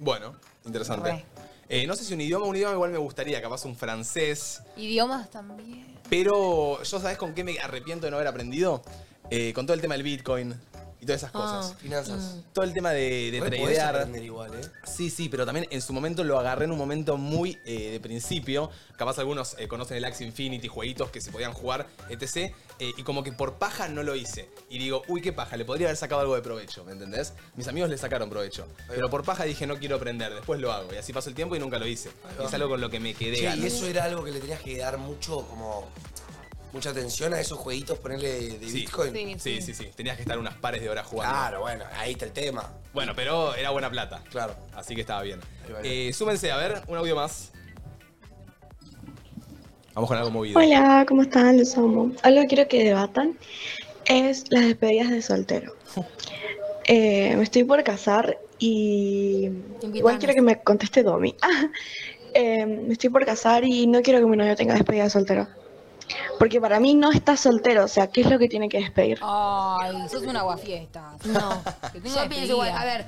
A: Bueno, interesante.
B: Re.
A: Eh, no sé si un idioma, un idioma igual me gustaría, capaz un francés.
B: Idiomas también.
A: Pero, ¿yo sabes con qué me arrepiento de no haber aprendido? Eh, con todo el tema del Bitcoin y todas esas
C: Ah,
A: cosas.
C: finanzas.
D: Mm.
A: Todo el tema de, de
C: Re podés
A: tradear.
C: aprender igual, ¿eh?
A: Sí, sí, pero también en su momento lo agarré en un momento muy eh, de principio. Capaz algunos eh, conocen el Axie Infinity, jueguitos que se podían jugar, etc. eh, y como que por paja no lo hice. Y digo, uy, qué paja, le podría haber sacado algo de provecho, ¿me entendés? Mis amigos le sacaron provecho. Pero por paja dije, no quiero aprender, después lo hago. Y así pasó el tiempo y nunca lo hice.
C: va.
A: Es algo con lo que me quedé.
C: Che,
A: ganas.
C: y eso era algo que le tenías que dar mucho, como. Mucha atención a esos jueguitos, ponerle de, de
A: Sí.
C: Bitcoin.
A: Sí, sí, sí, sí. Tenías que estar unas pares de horas jugando.
C: Claro, bueno, ahí está el tema.
A: Bueno, pero era buena plata. Claro. Así que estaba bien. Eh, súmense, a ver, un audio más. Vamos con algo movido.
R: Hola, ¿cómo están? Los amo. Algo que quiero que debatan es las despedidas de soltero. Eh, me estoy por casar y igual quiero que me conteste Domi. Eh, me estoy por casar y no quiero que mi novio tenga despedida de soltero. Porque para mí no está soltero, o sea, ¿qué es lo que tiene que despedir?
B: Ay, sos una guafiesta. No. Que tenga
D: Yo pienso igual, a ver,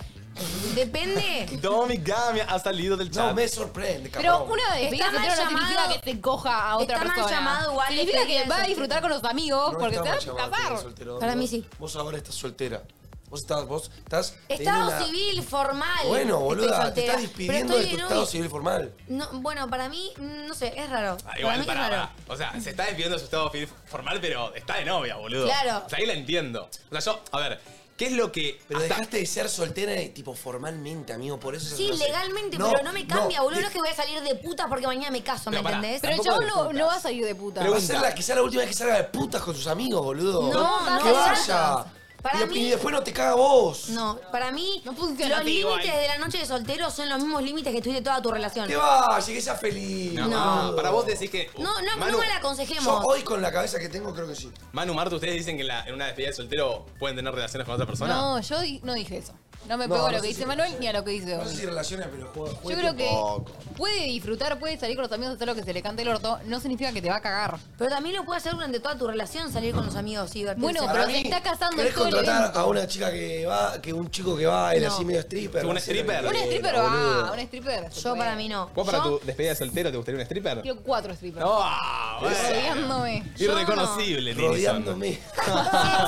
D: depende.
A: Domi Gamia ha salido del chat. No
C: me sorprende,
B: Pero una de
D: Está
B: ellas
D: mal
B: no significa
D: llamado-
B: que te coja a otra
D: está mal
B: persona.
D: llamado igual
B: Significa
D: despedida
B: que
D: de
B: va a
D: soltero.
B: disfrutar con los amigos
C: No
B: porque
C: está
B: te
C: mal
B: vas a
C: llamado este que
B: casar.
C: eres soltero,
D: Para
C: vos-
D: mí sí.
C: Vos ahora estás soltera. Vos estás, vos estás. teniendo
D: Estado
C: una-
D: civil formal.
C: Bueno,
D: Estoy
C: boluda, te
D: soltera.
C: estás
D: Pero
C: despidiendo
D: estoy
C: de tu
D: en un-
C: estado civil formal.
D: No, bueno, para mí, mm, no sé, es raro.
A: Ah,
D: para
A: igual,
D: mí
A: pará,
D: es raro.
A: pará. O sea, se está despidiendo de su estado fil- formal, pero está de novia, boludo.
D: Claro.
A: O sea, ahí la entiendo. O sea, yo, a ver, ¿qué es lo que.
C: Pero
A: hasta-
C: dejaste de ser soltera, eh, tipo, formalmente, amigo, por eso... se
D: Sí,
C: conoce.
D: legalmente, pero no me cambia, boludo. No
C: de-
D: es que voy a salir de puta porque mañana me caso, ¿me
C: Pero pará,
D: entendés?
C: Pero el tampoco chabón no-
B: No vas a ir de puta.
C: Va a ser la, quizá la última vez que salga de putas con sus amigos, boludo.
D: No,
C: que
D: no,
C: vaya.
D: Para
C: Y, de-
D: mí-
C: y después no te caga vos.
D: No, para mí,
B: funciona
D: los
B: así igual.
D: límites de la noche de soltero son los mismos límites que tuviste toda tu relación.
C: Te vayas, que seas feliz.
A: No,
C: boludo.
A: para vos decís que. uh,
D: No, no,
A: Manu,
D: no me la aconsejemos.
C: Yo hoy con la cabeza que tengo creo que sí.
A: Manu, Marta, ¿ustedes dicen que en, la- en una despedida de soltero pueden tener relaciones con otra persona?
B: No, yo di- no dije eso. No me
A: No,
B: pego a
A: no
B: lo
A: sé
B: que
A: si-
B: dice Manuel ni a lo que dice
C: No sé
B: Domi.
C: si relaciones, pero juega.
B: Yo creo que puede disfrutar, puede salir con los amigos, hacer lo que se le cante el orto, no significa que te va a cagar.
D: Pero también lo puedes hacer durante toda tu relación, salir con los amigos y divertirse.
B: Bueno, pero te está casando
C: ¿Querés
B: es todo el
C: contratar
B: evento.
C: a una chica que va, que un chico que va, él
B: No.
C: así medio stripper?
A: ¿Un
C: así,
A: stripper?
C: medio
A: Un
B: stripper
C: boludo?
B: va, un stripper. Yo para mí
D: no.
A: ¿Vos para tu despedida de soltero te gustaría un stripper?
B: Quiero cuatro strippers.
A: Ah, bueno.
B: Rodeándome.
A: Irreconocible, Lili
C: Rodeándome.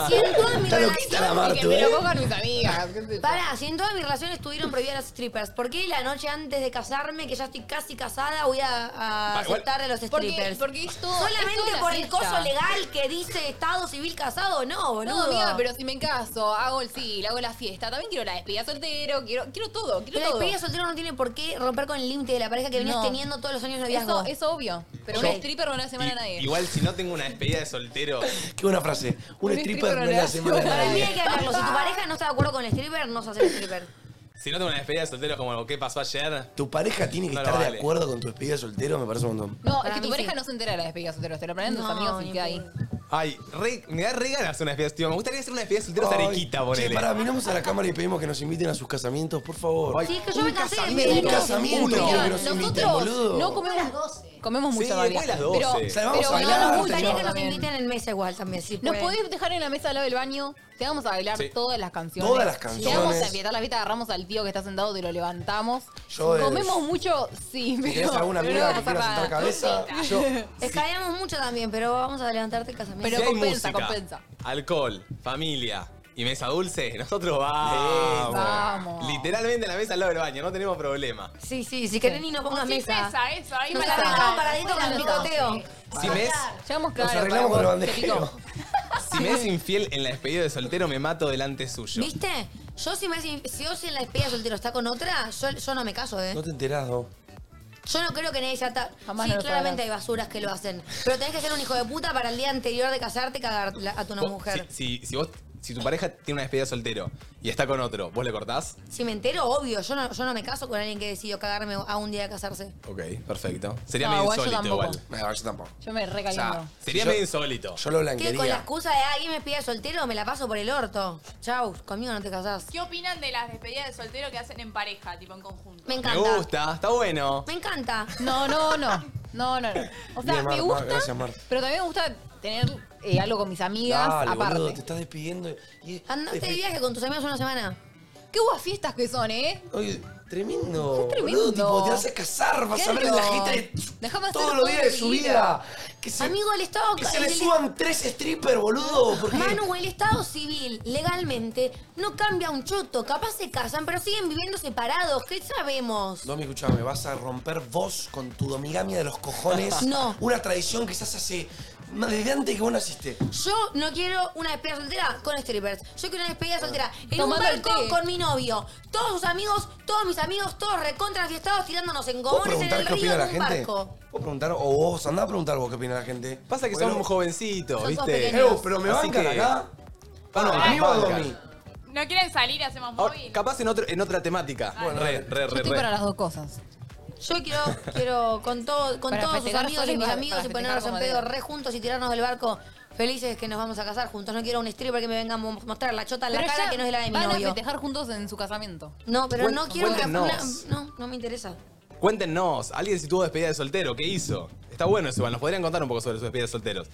D: Si en toda mi
C: Está loquita la
D: relación.
C: Martu, Que me lo ¿eh?
B: cojan mis amigas.
D: Pará, si en todas mis relaciones estuvieron prohibidas las strippers, ¿por qué la noche antes de casarme, que ya estoy casi casada, voy a, a
B: Va, igual-
D: aceptar a los
B: Porque-
D: strippers?
B: porque es todo- es
D: Solamente
B: toda la
D: por el
B: fiesta.
D: coso legal que dice Estado civil casado, no,
B: No,
D: boludo.
B: amiga, pero si me caso, hago el sí, hago la fiesta, también quiero la despedida soltero, quiero, quiero todo, quiero
D: Pero la
B: todo.
D: despedida soltero no tiene por qué romper con el límite de la pareja que venías
B: No.
D: teniendo todos los años de noviazgo.
B: Eso es obvio. Pero
D: Yo-
B: un stripper no le hace mal a nadie.
A: Igual si no tengo una despedida de soltero.
C: Qué buena frase. Un, stripper no le hace mal a
D: Para mí
C: nadie.
D: hay que hablarlo. Si tu pareja no está de acuerdo con el stripper, no se hace el stripper.
A: Si no tengo una despedida de soltero es como qué pasó ayer.
C: Tu pareja tiene que
A: No lo
C: estar
A: vale.
C: de acuerdo con tu despedida de soltero, me parece un montón.
B: No,
D: Para
B: es que tu
D: mí
B: pareja
D: sí.
B: no se entera de la despedida soltero, te lo planean tus
D: No,
B: amigos
D: ni
B: y queda ahí.
A: Ay, re- me da re ganas una despedida, tío. Me gustaría hacer una despedida de soltero
C: Ay,
A: a Arequita, ponele.
C: Che, pará, miramos a la cámara y pedimos que nos inviten a sus casamientos, por favor.
D: Sí, es que yo me cansé de
C: Un
D: pedirlo.
C: casamiento,
D: Uno.
C: quiero que nos
B: Nosotros
C: inviten, boludo.
B: no comemos las 12. Comemos
C: Sí,
B: mucho
C: después de las 12. O sea, vamos a
B: pero
C: bailar,
B: no nos
D: gustaría
B: gustaría
D: que nos inviten en mesa igual también, si
B: Nos
D: pueden.
B: podés dejar en la mesa al lado del baño. Te vamos a bailar
C: Sí.
B: todas las canciones.
C: Todas las canciones.
B: Llegamos a fiesta, la fiesta, agarramos al tío que está sentado, te lo levantamos.
C: Yo, eh,
B: Comemos mucho, sí,
C: Si
B: pero.
C: tenés alguna
B: pero
C: amiga
B: no
C: que
B: pasa
C: quiera sentar
B: nada.
C: cabeza, yo...
D: Escabeamos mucho también, pero vamos a levantarte el casamiento.
A: Si hay música, Alcohol, familia y mesa dulce, nosotros vamos.
D: Vamos.
A: Literalmente en la mesa al lado del baño, no tenemos problema.
D: Sí, sí, si querés ni no pongas
H: O sin
D: mesa.
H: mesa, eso, ahí
D: Nos
H: para-
D: arreglamos paradito con el
H: Bueno,
D: picoteo.
A: Si me es,
B: Llegamos
C: Nos
B: claro.
C: arreglamos con el bandejero.
A: si me es infiel en la despedida de soltero, me mato delante suyo.
D: ¿Viste? Yo si me si yo si en la despedida soltero está con otra, yo, yo no me caso, eh.
C: No te enterás, ¿no?
D: Yo no creo que nadie sea ta-
B: Jamás
D: Sí,
B: no lo
D: claramente
B: sabrás.
D: hay basuras que lo
A: Oh,
D: hacen. Pero tenés que ser un hijo de puta para el día anterior de casarte cagar la- a tu una mujer.
A: Si, si vos si tu pareja tiene una despedida de soltero y está con otro, ¿vos le cortás?
D: Si me entero, obvio. Yo no, yo no me caso con alguien que decidió cagarme a un día de casarse.
A: Ok, perfecto. Sería
D: No,
A: medio
D: igual yo
A: insólito
D: tampoco.
A: igual.
C: No, yo tampoco.
D: Yo me
A: recaliento. sería medio insólito.
C: Yo lo
D: ¿Qué? Con la excusa de alguien me pide soltero, me la paso por el orto. Chau, conmigo no te casás.
H: ¿Qué opinan de las despedidas de soltero que hacen en pareja, tipo en conjunto?
D: Me
A: Me
D: encanta.
A: gusta, está bueno.
D: Me encanta.
B: No, no, no. No, no, no. O sea,
A: Bien,
B: me
A: Marta,
B: gusta,
A: gracias, Marta.
B: pero también me gusta tener eh, algo con mis amigas
C: Dale,
B: aparte.
C: boludo, te estás despidiendo. Y
D: Andate de
C: despe-
D: viaje con tus amigos una semana.
B: Qué guas fiestas que son, ¿eh?
C: Oye, tremendo.
B: tremendo.
C: Boludo, tipo, te vas a casar, vas a ver
B: Claro.
C: la gente de
B: Dejame hacer
C: todos los días de su vida. Que se,
D: Amigo, el Estado...
C: que se le
D: el- el-
C: suban tres strippers, boludo. Porque
D: Manu, el Estado civil, legalmente, no cambia un choto. Capaz se casan, pero siguen viviendo separados. ¿Qué sabemos?
C: Domi, escuchame, vas a romper vos con tu domigamia de los cojones.
D: No.
C: Una tradición que se hace hace más desde antes que vos naciste.
D: Yo no quiero una despedida soltera con strippers. Yo quiero una despedida soltera en
B: Tomando
D: un
B: el
D: balcón
B: té.
D: con mi novio. Todos sus amigos, todos mis amigos, todos recontra fiestados tirándonos en
C: ¿Puedo
D: gomones en
C: preguntar
D: el
C: qué
D: río
C: opina
D: en
C: la
D: un
C: gente?
D: barco.
C: ¿Puedo preguntar? O vos, andá a preguntar vos qué opina la gente.
A: Pasa que
C: Porque
A: son
C: no-
A: jovencitos,
D: Son todos
A: ¿viste?
D: pequeños.
C: Eh, pero me
A: Así
C: bancan
A: que-
C: acá.
A: Ah, no,
C: Amigo
A: bancan.
C: Domi.
H: ¿No quieren salir? Hacemos
A: Ahora,
H: móvil.
A: capaz en, otro- en otra temática.
H: Bueno,
A: re, re, re,
B: Estoy
A: re.
B: para las dos cosas.
D: Yo quiero, quiero con, todo, con
B: Para
D: todos sus
B: festejar
D: amigos
B: solo
D: y
B: y
D: mis
B: para-
D: amigos
B: para
D: y ponernos en
B: festejar
D: pedo
B: como
D: re juntos y tirarnos del barco felices que nos vamos a casar juntos. No quiero un stripper que me venga a mo- mostrar la chota en la
B: Pero
D: cara
B: ya
D: que no es la de mi
B: van a
D: novio.
B: festejar juntos en su casamiento.
D: No, pero
A: Cuen-
D: no quiero una,
A: cuéntenos.
D: una- No, no me interesa.
A: Cuéntenos, alguien si tuvo despedida de soltero, ¿qué hizo? Está bueno eso, igual. Nos podrían contar un poco sobre sus despedidas de solteros.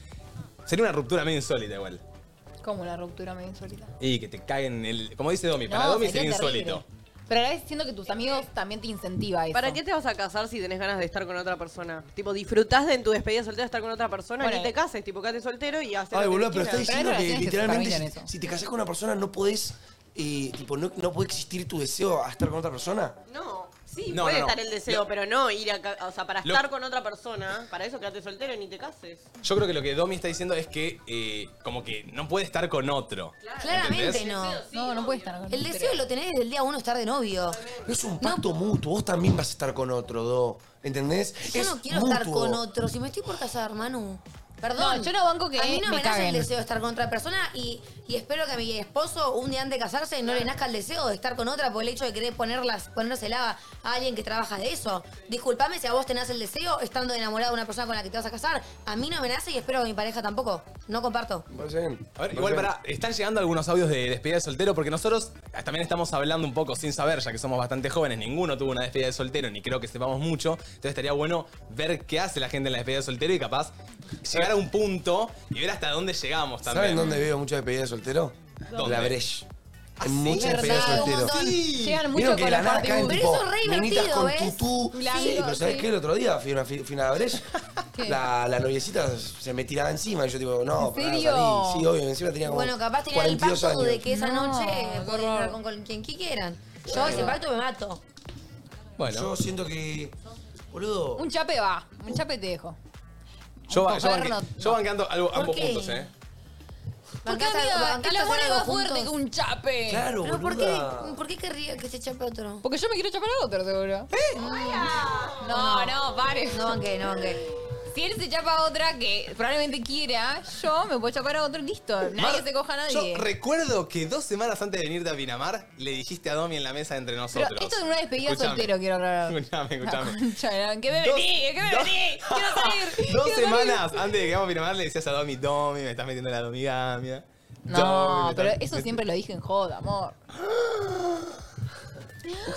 A: Sería una ruptura medio insólita, igual.
B: Como una ruptura medio insólita.
A: Y que te caguen el. Como dice Domi, para
B: No,
A: Domi
B: sería
A: sería
B: terrible.
A: insólito.
B: Pero a la vez siento que tus amigos también te incentiva eso.
I: ¿Para qué te vas a casar si tenés ganas de estar con otra persona? Tipo, disfrutás de en tu despedida soltera estar con otra persona
B: Bueno,
I: y
D: este
I: te cases, tipo, quédate soltero y haces.
C: Ay,
I: lo
C: boludo,
I: que
C: pero estás
I: quieras.
C: diciendo que literalmente si, si te casás con una persona no podés, eh, tipo, no, no puede existir tu deseo a estar con otra persona.
I: No, sí,
C: No,
I: puede
C: no, no.
I: estar el deseo, pero no ir a. ca- O sea, para
A: Lo-
I: estar con otra persona, para eso quédate soltero y ni te cases.
A: Yo creo que lo que Domi está diciendo es que, eh, como que no puede estar con otro.
D: Claramente
A: ¿Entendés?
D: no.
B: ah, No, no puede estar. con-
D: El deseo lo tenés desde el día uno estar de novio.
C: Es un pacto mutuo, vos también vas a estar con otro, Do. ¿Entendés?
D: Yo
C: Es
D: no quiero estar
C: mutuo.
D: con otro. Si me estoy por casar, Manu. Perdón.
B: No, yo no banco que
D: A mí no
B: me
D: me, nace
B: caguen.
D: el deseo de estar con otra persona y, y espero que a mi esposo un día antes de casarse no le nazca el deseo de estar con otra por el hecho de querer ponerlas, ponérsela a alguien que trabaja de eso. Disculpame si a vos te nace el deseo estando enamorado de una persona con la que te vas a casar. A mí no me nace y espero que a mi pareja tampoco. No comparto.
A: A ver, igual para, están llegando algunos audios de despedida de soltero porque nosotros eh, también estamos hablando un poco sin saber, ya que somos bastante jóvenes, ninguno tuvo una despedida de soltero ni creo que sepamos mucho, entonces estaría bueno ver qué hace la gente en la despedida de soltero y capaz llegar a un punto y ver hasta dónde llegamos también.
C: ¿Saben dónde veo mucha despedida de soltero?
A: ¿Dónde?
C: La Breche. Hay
A: sí?
C: mucha despedida
A: Verdad,
C: de
A: un
C: soltero.
A: montón. Sí. Llegan
C: Vieron
A: mucho
C: que
A: con
C: la
A: los
C: nada caen
A: party
C: tipo,
A: boys. Pero eso es re
C: nenitas
A: divertido,
C: con
A: ¿ves?
C: tutú.
A: Blanco,
C: sí, pero ¿sabes
A: sí.
C: qué? El otro día fui a una fi- fui a una Breche.
D: ¿Qué?
C: La, la noviecita se me tiraba encima y yo tipo, no,
D: ¿En
C: pero
D: serio?
C: salí. Sí, obvio, encima tenía como
D: Bueno, capaz tenía el
C: 42
D: pacto
C: años.
D: de que esa
B: No,
D: noche pueden
B: horror.
D: estar con, con quien quieran. Yo ese
C: Bueno.
D: pacto me mato.
A: Bueno.
C: Yo siento que. Boludo.
B: Un chape va, un chape te dejo.
A: Yo,
B: Un
A: ba- yo, banque-
B: cogernos,
A: yo banqueando algo-
B: ¿Por
A: ambos
B: qué?
A: puntos, ¿eh?
B: ¿Por qué,
D: Bancás a-
B: amiga?
D: bancás
B: El
D: a
B: amor
D: hacer
B: es
D: algo
B: más fuerte
D: juntos.
B: que un chape.
C: Claro,
D: Pero ¿por qué,
C: boluda.
D: ¿por qué querría que se chape otro?
B: Porque yo me quiero chapar a otro, seguro. No, ¿Eh? no, pare.
D: No banqué, no banqué.
B: Si él se chapa a otra que probablemente quiera, yo me puedo chapar a otro y listo. Nadie
A: Mar,
B: se coja a nadie.
A: Yo recuerdo que dos semanas antes de venir de Pinamar le dijiste a Domi en la mesa entre nosotros.
B: Pero esto es una despedida
A: Escuchame.
B: soltero, quiero aclarar.
A: Escuchame, escuchame.
B: Escuchame. ¿Qué me vení? ¿Qué me vení? Quiero salir.
A: Dos
B: quiero
A: semanas antes de que vamos a Pinamar le decías a Domi, Domi, me estás metiendo en la domigamia.
B: salir. No, pero eso siempre lo dije en joda, amor.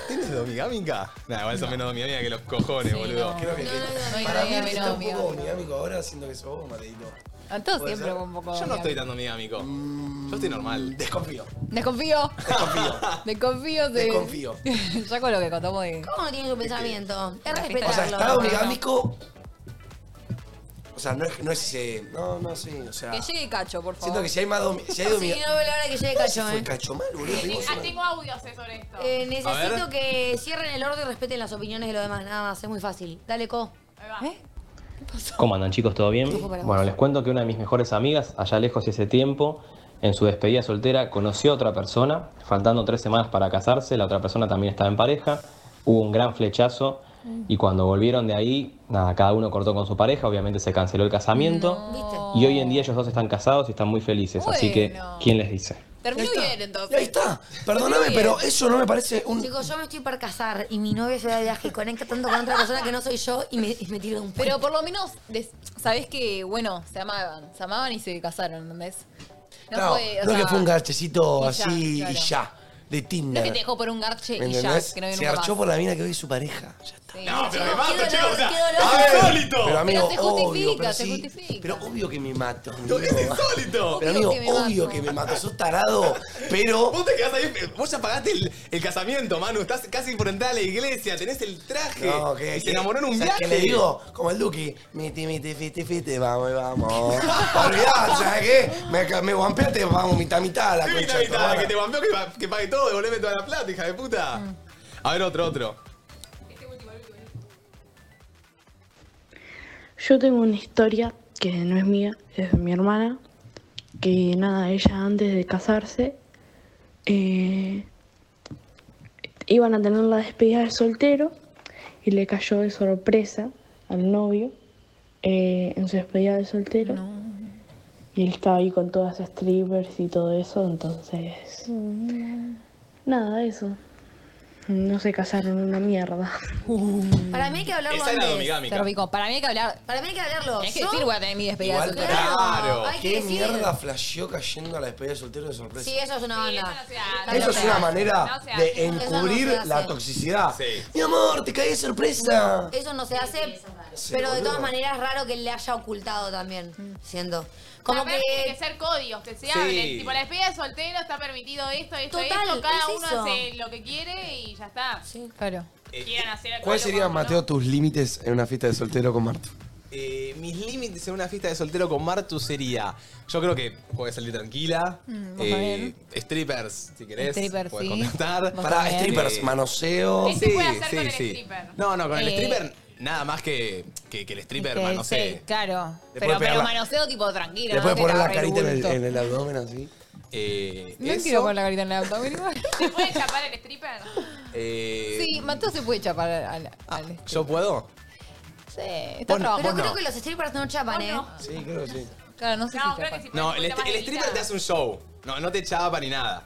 A: ¿Tienes domigámica? Nah, igual son menos domigámica que los cojones, boludo.
C: Creo que-
B: no,
C: Para mí
B: no,
C: que
B: no,
C: está un
B: amigo.
C: poco domigámico ahora, siento que sos vos, Mateito.
B: Entonces
C: Puede
B: siempre
C: ser.
B: fue un poco.
A: Yo no estoy tan domigámico.
C: Mm.
A: Yo estoy normal.
C: Desconfío.
B: Desconfío. Desconfío. Desconfío. de-
C: Desconfío.
B: ya con lo que contamos de.
D: ¿Cómo no tiene su pensamiento? Es
C: O sea,
D: respetarlo.
C: está domigámico. O sea, no es, no es ese. No, no, sí. O sea.
B: Que llegue Cacho, por favor.
C: Siento que si hay más domi, si hay domi-
D: Sí, no veo la hora que llegue Cacho,
C: Fue
D: eh.
C: cacho mal, boludo.
H: Sí,
C: Rimos
H: ah,
C: mal.
H: tengo audios eh, sobre esto.
D: Eh,
C: A
D: necesito
C: ver.
D: que cierren el orden y respeten las opiniones de los demás, nada más, es muy fácil. Dale, Co. ¿Eh?
S: ¿Cómo andan chicos? ¿Todo bien?
D: Tiempo para
S: Bueno,
D: vos.
S: les cuento que una de mis mejores amigas, allá lejos y hace tiempo, en su despedida soltera conoció a otra persona, faltando tres semanas para casarse, la otra persona también estaba en pareja, hubo un gran flechazo
D: Mm.
S: y cuando volvieron de ahí, nada, cada uno cortó con su pareja, obviamente se canceló el casamiento
D: ¿Viste?
S: y hoy en día ellos dos están casados y están muy felices, así que, ¿quién les dice?
D: Termino bien, entonces.
C: Ahí está. Perdóname, pero eso no me parece un.
D: Chicos, yo me estoy para casar y mi novia se va de viaje y conecta tanto con otra persona que no soy yo y me, y me tira un puente.
B: Pero por lo menos, des- sabés que, bueno, se amaban. Se amaban y se casaron, ¿entendés?
C: No, no,
B: fue, o
C: es
B: sea,
C: que fue un garchecito
B: y ya,
C: así
B: claro.
C: y ya. De
B: No
C: Tinder.
B: es que te dejó por un garche
C: ¿Me
B: y ya,
C: entendés?
B: que no vino
C: Se
B: nunca
C: archó
B: más.
C: por la mina que hoy es su pareja. Ya está.
B: No, pero me
D: mato, chicos, o sea,
C: ¡Ah, Pero amigo,
B: se
C: obvio,
B: justifica,
C: pero
B: se
C: sí,
B: justifica.
C: Pero obvio que me mato. No, es insólito.
A: Obvio
C: Pero amigo,
A: que me
C: obvio que me mato. Sos tarado, pero.
A: Vos te quedás ahí, vos ya pagaste el, el casamiento, Manu. Estás casi por entrar a la iglesia, tenés el traje.
C: No, que,
A: y se enamoró en un
C: ¿sabes
A: viaje.
C: qué le digo? Como el Duki. Miti, miti, fiti, fiti, vamos y vamos. Olvidá, ¿sabes qué? Me, ca- me guampeaste, vamos, mitad, mitad a la
A: Sí, mitad,
C: concha. de tu
A: mitad,
C: hermana.
A: que te vampeo que, pa- que pague todo, devolveme toda la plata, hija de puta.
B: Mm.
A: A ver, otro, otro.
T: Yo tengo una historia que no es mía, es de mi hermana, que nada, ella antes de casarse eh, iban a tener la despedida de soltero y le cayó de sorpresa al novio eh, en su despedida de soltero. Y él estaba ahí con todas las strippers y todo eso, entonces nada, eso. No se casaron una mierda.
D: Para mí hay que hablarlo
T: Esa era
D: antes.
T: domigámica.
B: Cervico, Para mí hay que hablar.
D: Para mí hay que hablarlo.
B: Tenés que
D: Yo-
B: decir, voy a tener mi despedida
C: Igual,
B: de soltero.
C: claro.
D: hay que
C: ¿Qué
D: decir.
C: mierda flasheó cayendo a la despedida de soltero de sorpresa?
D: Sí, eso es una banda.
C: Eso es una manera
D: No se hace.
C: de encubrir
D: Eso no se
C: la
D: hace.
C: toxicidad. Mi amor, te caí de sorpresa.
D: Eso no se hace,
C: Sí,
D: pero de
C: boludo.
D: todas maneras es raro que le haya ocultado también, siendo. Como
H: Como que... Tiene que
D: que...
H: ser códigos que se
D: Sí.
H: hablen. Tipo, la despedida de soltero está permitido esto, esto,
D: Total,
H: esto. Cada
D: es
H: uno
D: eso.
H: hace lo que quiere y ya está.
D: Sí,
B: claro.
A: Eh,
H: Quieran hacer
C: ¿Cuáles serían, Mateo, tus límites en una fiesta de soltero con Marta?
A: Eh, mis límites en una fiesta de soltero con Martu sería. Yo creo que puedes salir tranquila.
B: Mm, vos
A: eh, strippers, si querés.
B: Strippers,
A: podés
B: sí.
A: contratar.
B: Vos Pará, también.
C: strippers, manoseo.
A: Sí,
C: ¿Qué se puede hacer
A: sí,
C: con el
A: sí.
C: stripper?
A: No, no, con el
B: Eh,
A: stripper nada más que, que, que el stripper
B: Que
A: manosee.
B: Este, sí, claro.
A: Le
B: Pero,
A: puede pegar
B: pero
A: la-
B: manoseo tipo tranquilo.
A: le
B: no
A: puede
B: te
A: poner la
B: agarre
A: carita en el-
B: bulto.
A: en
C: En el abdomen así.
A: Eh,
B: No
A: eso,
B: quiero poner la carita en el abdomen igual.
H: ¿Se puede chapar el stripper?
A: eh,
B: Sí, Mateo se puede chapar al... al-
A: Ah, ¿Yo puedo?
B: sí, está
A: Vos no,
B: trabajando.
A: vos no.
D: Los strippers no chapan, ¿eh?
C: Sí, creo que sí.
B: Claro, no sé si chapan.
A: No, el, est- el stripper te hace un show. No, no te chapa ni nada.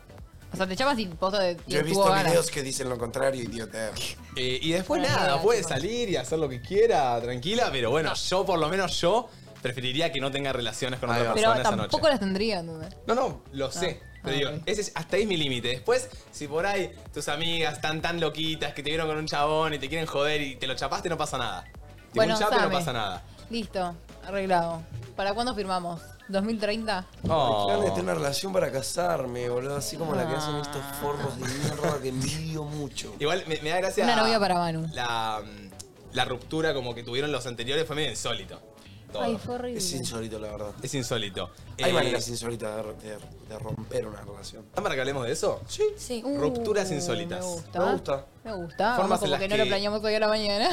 B: O sea, te chapas y vos de...
C: Yo he visto videos que dicen lo contrario, idiota.
A: Eh, y después
B: Pero
A: nada,
B: nada,
A: puede salir y hacer lo que quiera, tranquila, pero bueno, yo por lo menos yo preferiría que no tenga relaciones con otra persona
B: Pero
A: esa noche.
B: tampoco Ah, las tendría, ¿no?
A: No, no, lo sé. Pero digo, ese es- hasta ahí es mi límite. Después, si por ahí tus amigas están tan loquitas que te vieron con un chabón y te quieren joder y te lo chapaste, no pasa nada. Tipo,
B: Bueno,
A: un chape
B: sabe.
A: no pasa nada.
B: Listo, arreglado. ¿Para cuándo firmamos? ¿2030?
A: Oh.
C: Déjame de tener una relación para casarme, boludo. Así como la que hacen estos forros de mierda que envidio mucho.
A: Igual me, me da gracia.
B: Una novia para Manu.
A: La, mm, la ruptura como que tuvieron los anteriores fue medio insólito. Todo.
B: Ay, fue horrible.
C: Es insólito, la verdad.
A: Es insólito.
C: Hay
A: Eh,
C: maneras insólitas de, de- de romper una relación.
A: ¿Están para que hablemos de eso?
C: Sí.
D: Sí.
A: Rupturas insólitas.
B: Me gusta.
A: Me Uh, gusta.
B: Me gusta.
A: Formas
B: Vamos
A: en
B: como
A: las
B: que, no lo
A: que-
B: planeamos hoy a la mañana.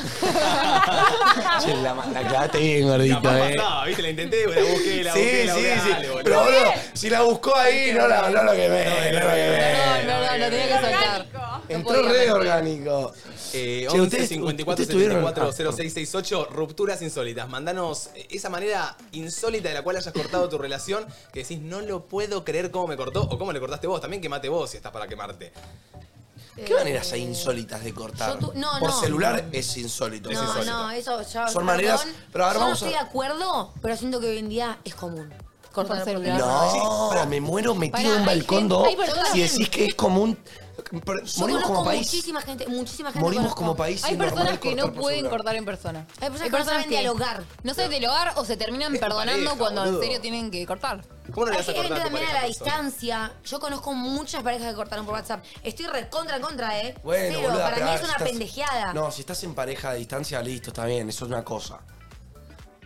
C: Che, la, ma- la cagaste bien, gordito,
A: Capaz
C: eh.
A: pues, pasaba, ¿viste? La intenté, la busqué, la
C: sí,
A: busqué, la
C: sí,
A: busqué.
C: sí.
A: dale, boludo.
C: Pero boludo, si la buscó ahí, no, la, no lo quemé, no lo
A: Eh,
C: quemé.
B: No, no, lo tenía que soltar.
C: Entró re orgánico.
A: Eh,
C: Che,
A: 11
C: ustedes-
A: 54
C: ustedes tuvieron-
A: 74
C: ah,
A: 0668 rupturas insólitas. Mandanos esa manera insólita de la cual hayas cortado tu relación que decís no lo puedo creer cómo me cortó o cómo le cortaste vos. También quemate vos si estás para quemarte.
C: ¿Qué maneras hay insólitas de cortar?
D: Yo tu- no,
C: Por
D: no.
C: celular es insólito.
D: No, no, eso ya.
C: Son maneras- pero ahora
D: yo
C: vamos
D: no
C: a-
D: estoy de acuerdo, pero siento que hoy en día es común. Cortar por celular.
C: No, me muero metido en un balcón do.
D: hay personas-
C: Si decís que es común, pero
D: Yo
C: morimos
D: conozco
C: como país.
D: Muchísima gente, muchísima gente.
C: Morimos
D: conozco.
C: como país.
B: Hay
C: es normal
B: personas que no
C: cortar por
B: pueden
C: celular.
B: cortar en persona.
D: Hay personas que no saben dialogar.
B: No saben dialogar o se terminan
D: Es tu
B: perdonando
D: pareja,
B: cuando
D: boludo.
B: en serio tienen que cortar.
A: ¿Cómo
D: Hay gente también a la distancia. Yo conozco muchas parejas que cortaron por WhatsApp. Estoy recontra en contra, ¿eh?
C: Bueno,
D: Cero.
C: boluda,
D: Para
C: pero
D: mí
C: ah,
D: es una
C: estás-
D: pendejeada.
C: No, si estás en pareja a distancia, listo, está bien, eso es una cosa.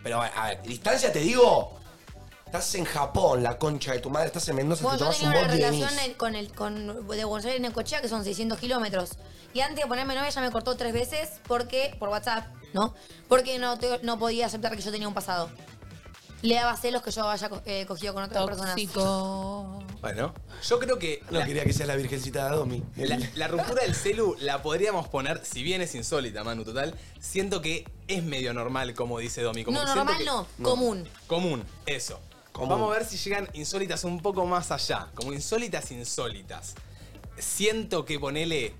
C: Pero a ver, a ver, distancia te digo. Estás en Japón, la concha de tu madre, estás en Mendoza,
D: Bueno,
C: te
D: yo
C: tomas
D: tenía
C: un
D: una
C: bondi y
D: relación
C: venís.
D: en- con el, con, de Buenos Aires en Necochea, que son 600 kilómetros. Y antes de ponerme novia ya me cortó tres veces porque, por WhatsApp, ¿no? Porque no, te- no podía aceptar que yo tenía un pasado. Le daba celos que yo haya co- eh, cogido con otras
B: personas.
A: Bueno, yo creo que.
C: No quería que seas la virgencita de Domi.
A: La, la ruptura del celu la podríamos poner, si bien es insólita, Manu, total, siento que es medio normal, como dice Domi. Como
D: No,
A: que siento
D: normal
A: que-
D: no, común.
A: Común, eso. Vamos a ver si llegan insólitas un poco más allá. Como insólitas, insólitas. Siento que ponele.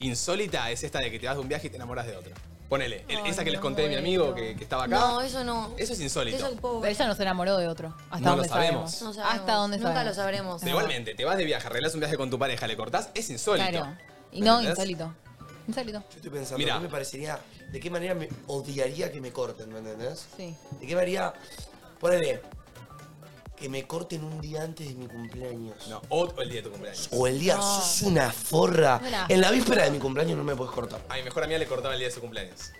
A: Insólita es esta de que te vas de un viaje y te enamoras de otra. Ponele, el-
D: Ay,
A: esa que les
D: me
A: conté de mi amigo que, que estaba acá.
D: No, eso no.
A: Eso es insólito.
D: Eso es pobre.
B: Pero ella no se enamoró de otro. Hasta
A: No lo
B: donde
A: sabemos.
B: sabemos.
D: No sabemos.
B: Hasta donde
D: Nunca
B: sabemos.
D: lo sabremos.
A: Pero igualmente, te vas de viaje, arreglas un viaje con tu pareja, le cortás, es insólito.
B: Claro. Y
A: ¿Me
B: no,
A: entendés?
B: insólito. Insólito.
C: Estoy pensando,
A: Mirá.
C: ¿qué me parecería? ¿De qué manera me odiaría que me corten, ¿me entendés?
B: Sí.
C: ¿De qué manera? Ponele, que me corten un día antes de mi cumpleaños.
A: No, o o el día de tu cumpleaños.
C: O el día,
A: No.
C: sos una forra.
B: Mirá.
C: En la víspera de mi cumpleaños no me puedes cortar.
A: A mi mejor amiga le cortaba el día de su cumpleaños.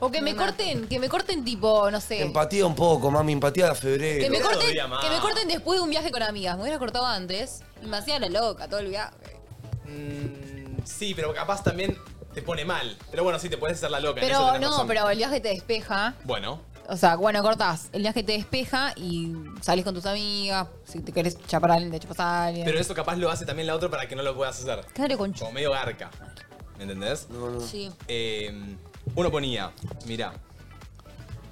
B: O que me corten, que me corten tipo, no sé.
C: Empatía un poco, mami, empatía de febrero.
B: Que me, corten, que me corten después de un viaje con amigas. Me hubiera cortado antes. Y me hacían la loca todo el viaje.
A: Mm, sí, pero capaz también te pone mal. Pero bueno, sí, te puedes hacer la loca. en eso
B: Pero
A: tenés
B: no,
A: razón.
B: pero el viaje te despeja.
A: Bueno,
B: O sea, bueno, cortás. El viaje te despeja y salís con tus amigas. Si te querés chapar a alguien, te chapas a alguien.
A: pero eso capaz lo hace también la otra para que no lo puedas hacer.
B: Claro, con
A: Como medio garca. ¿Me entendés?
B: Sí.
A: Eh, uno ponía, mira,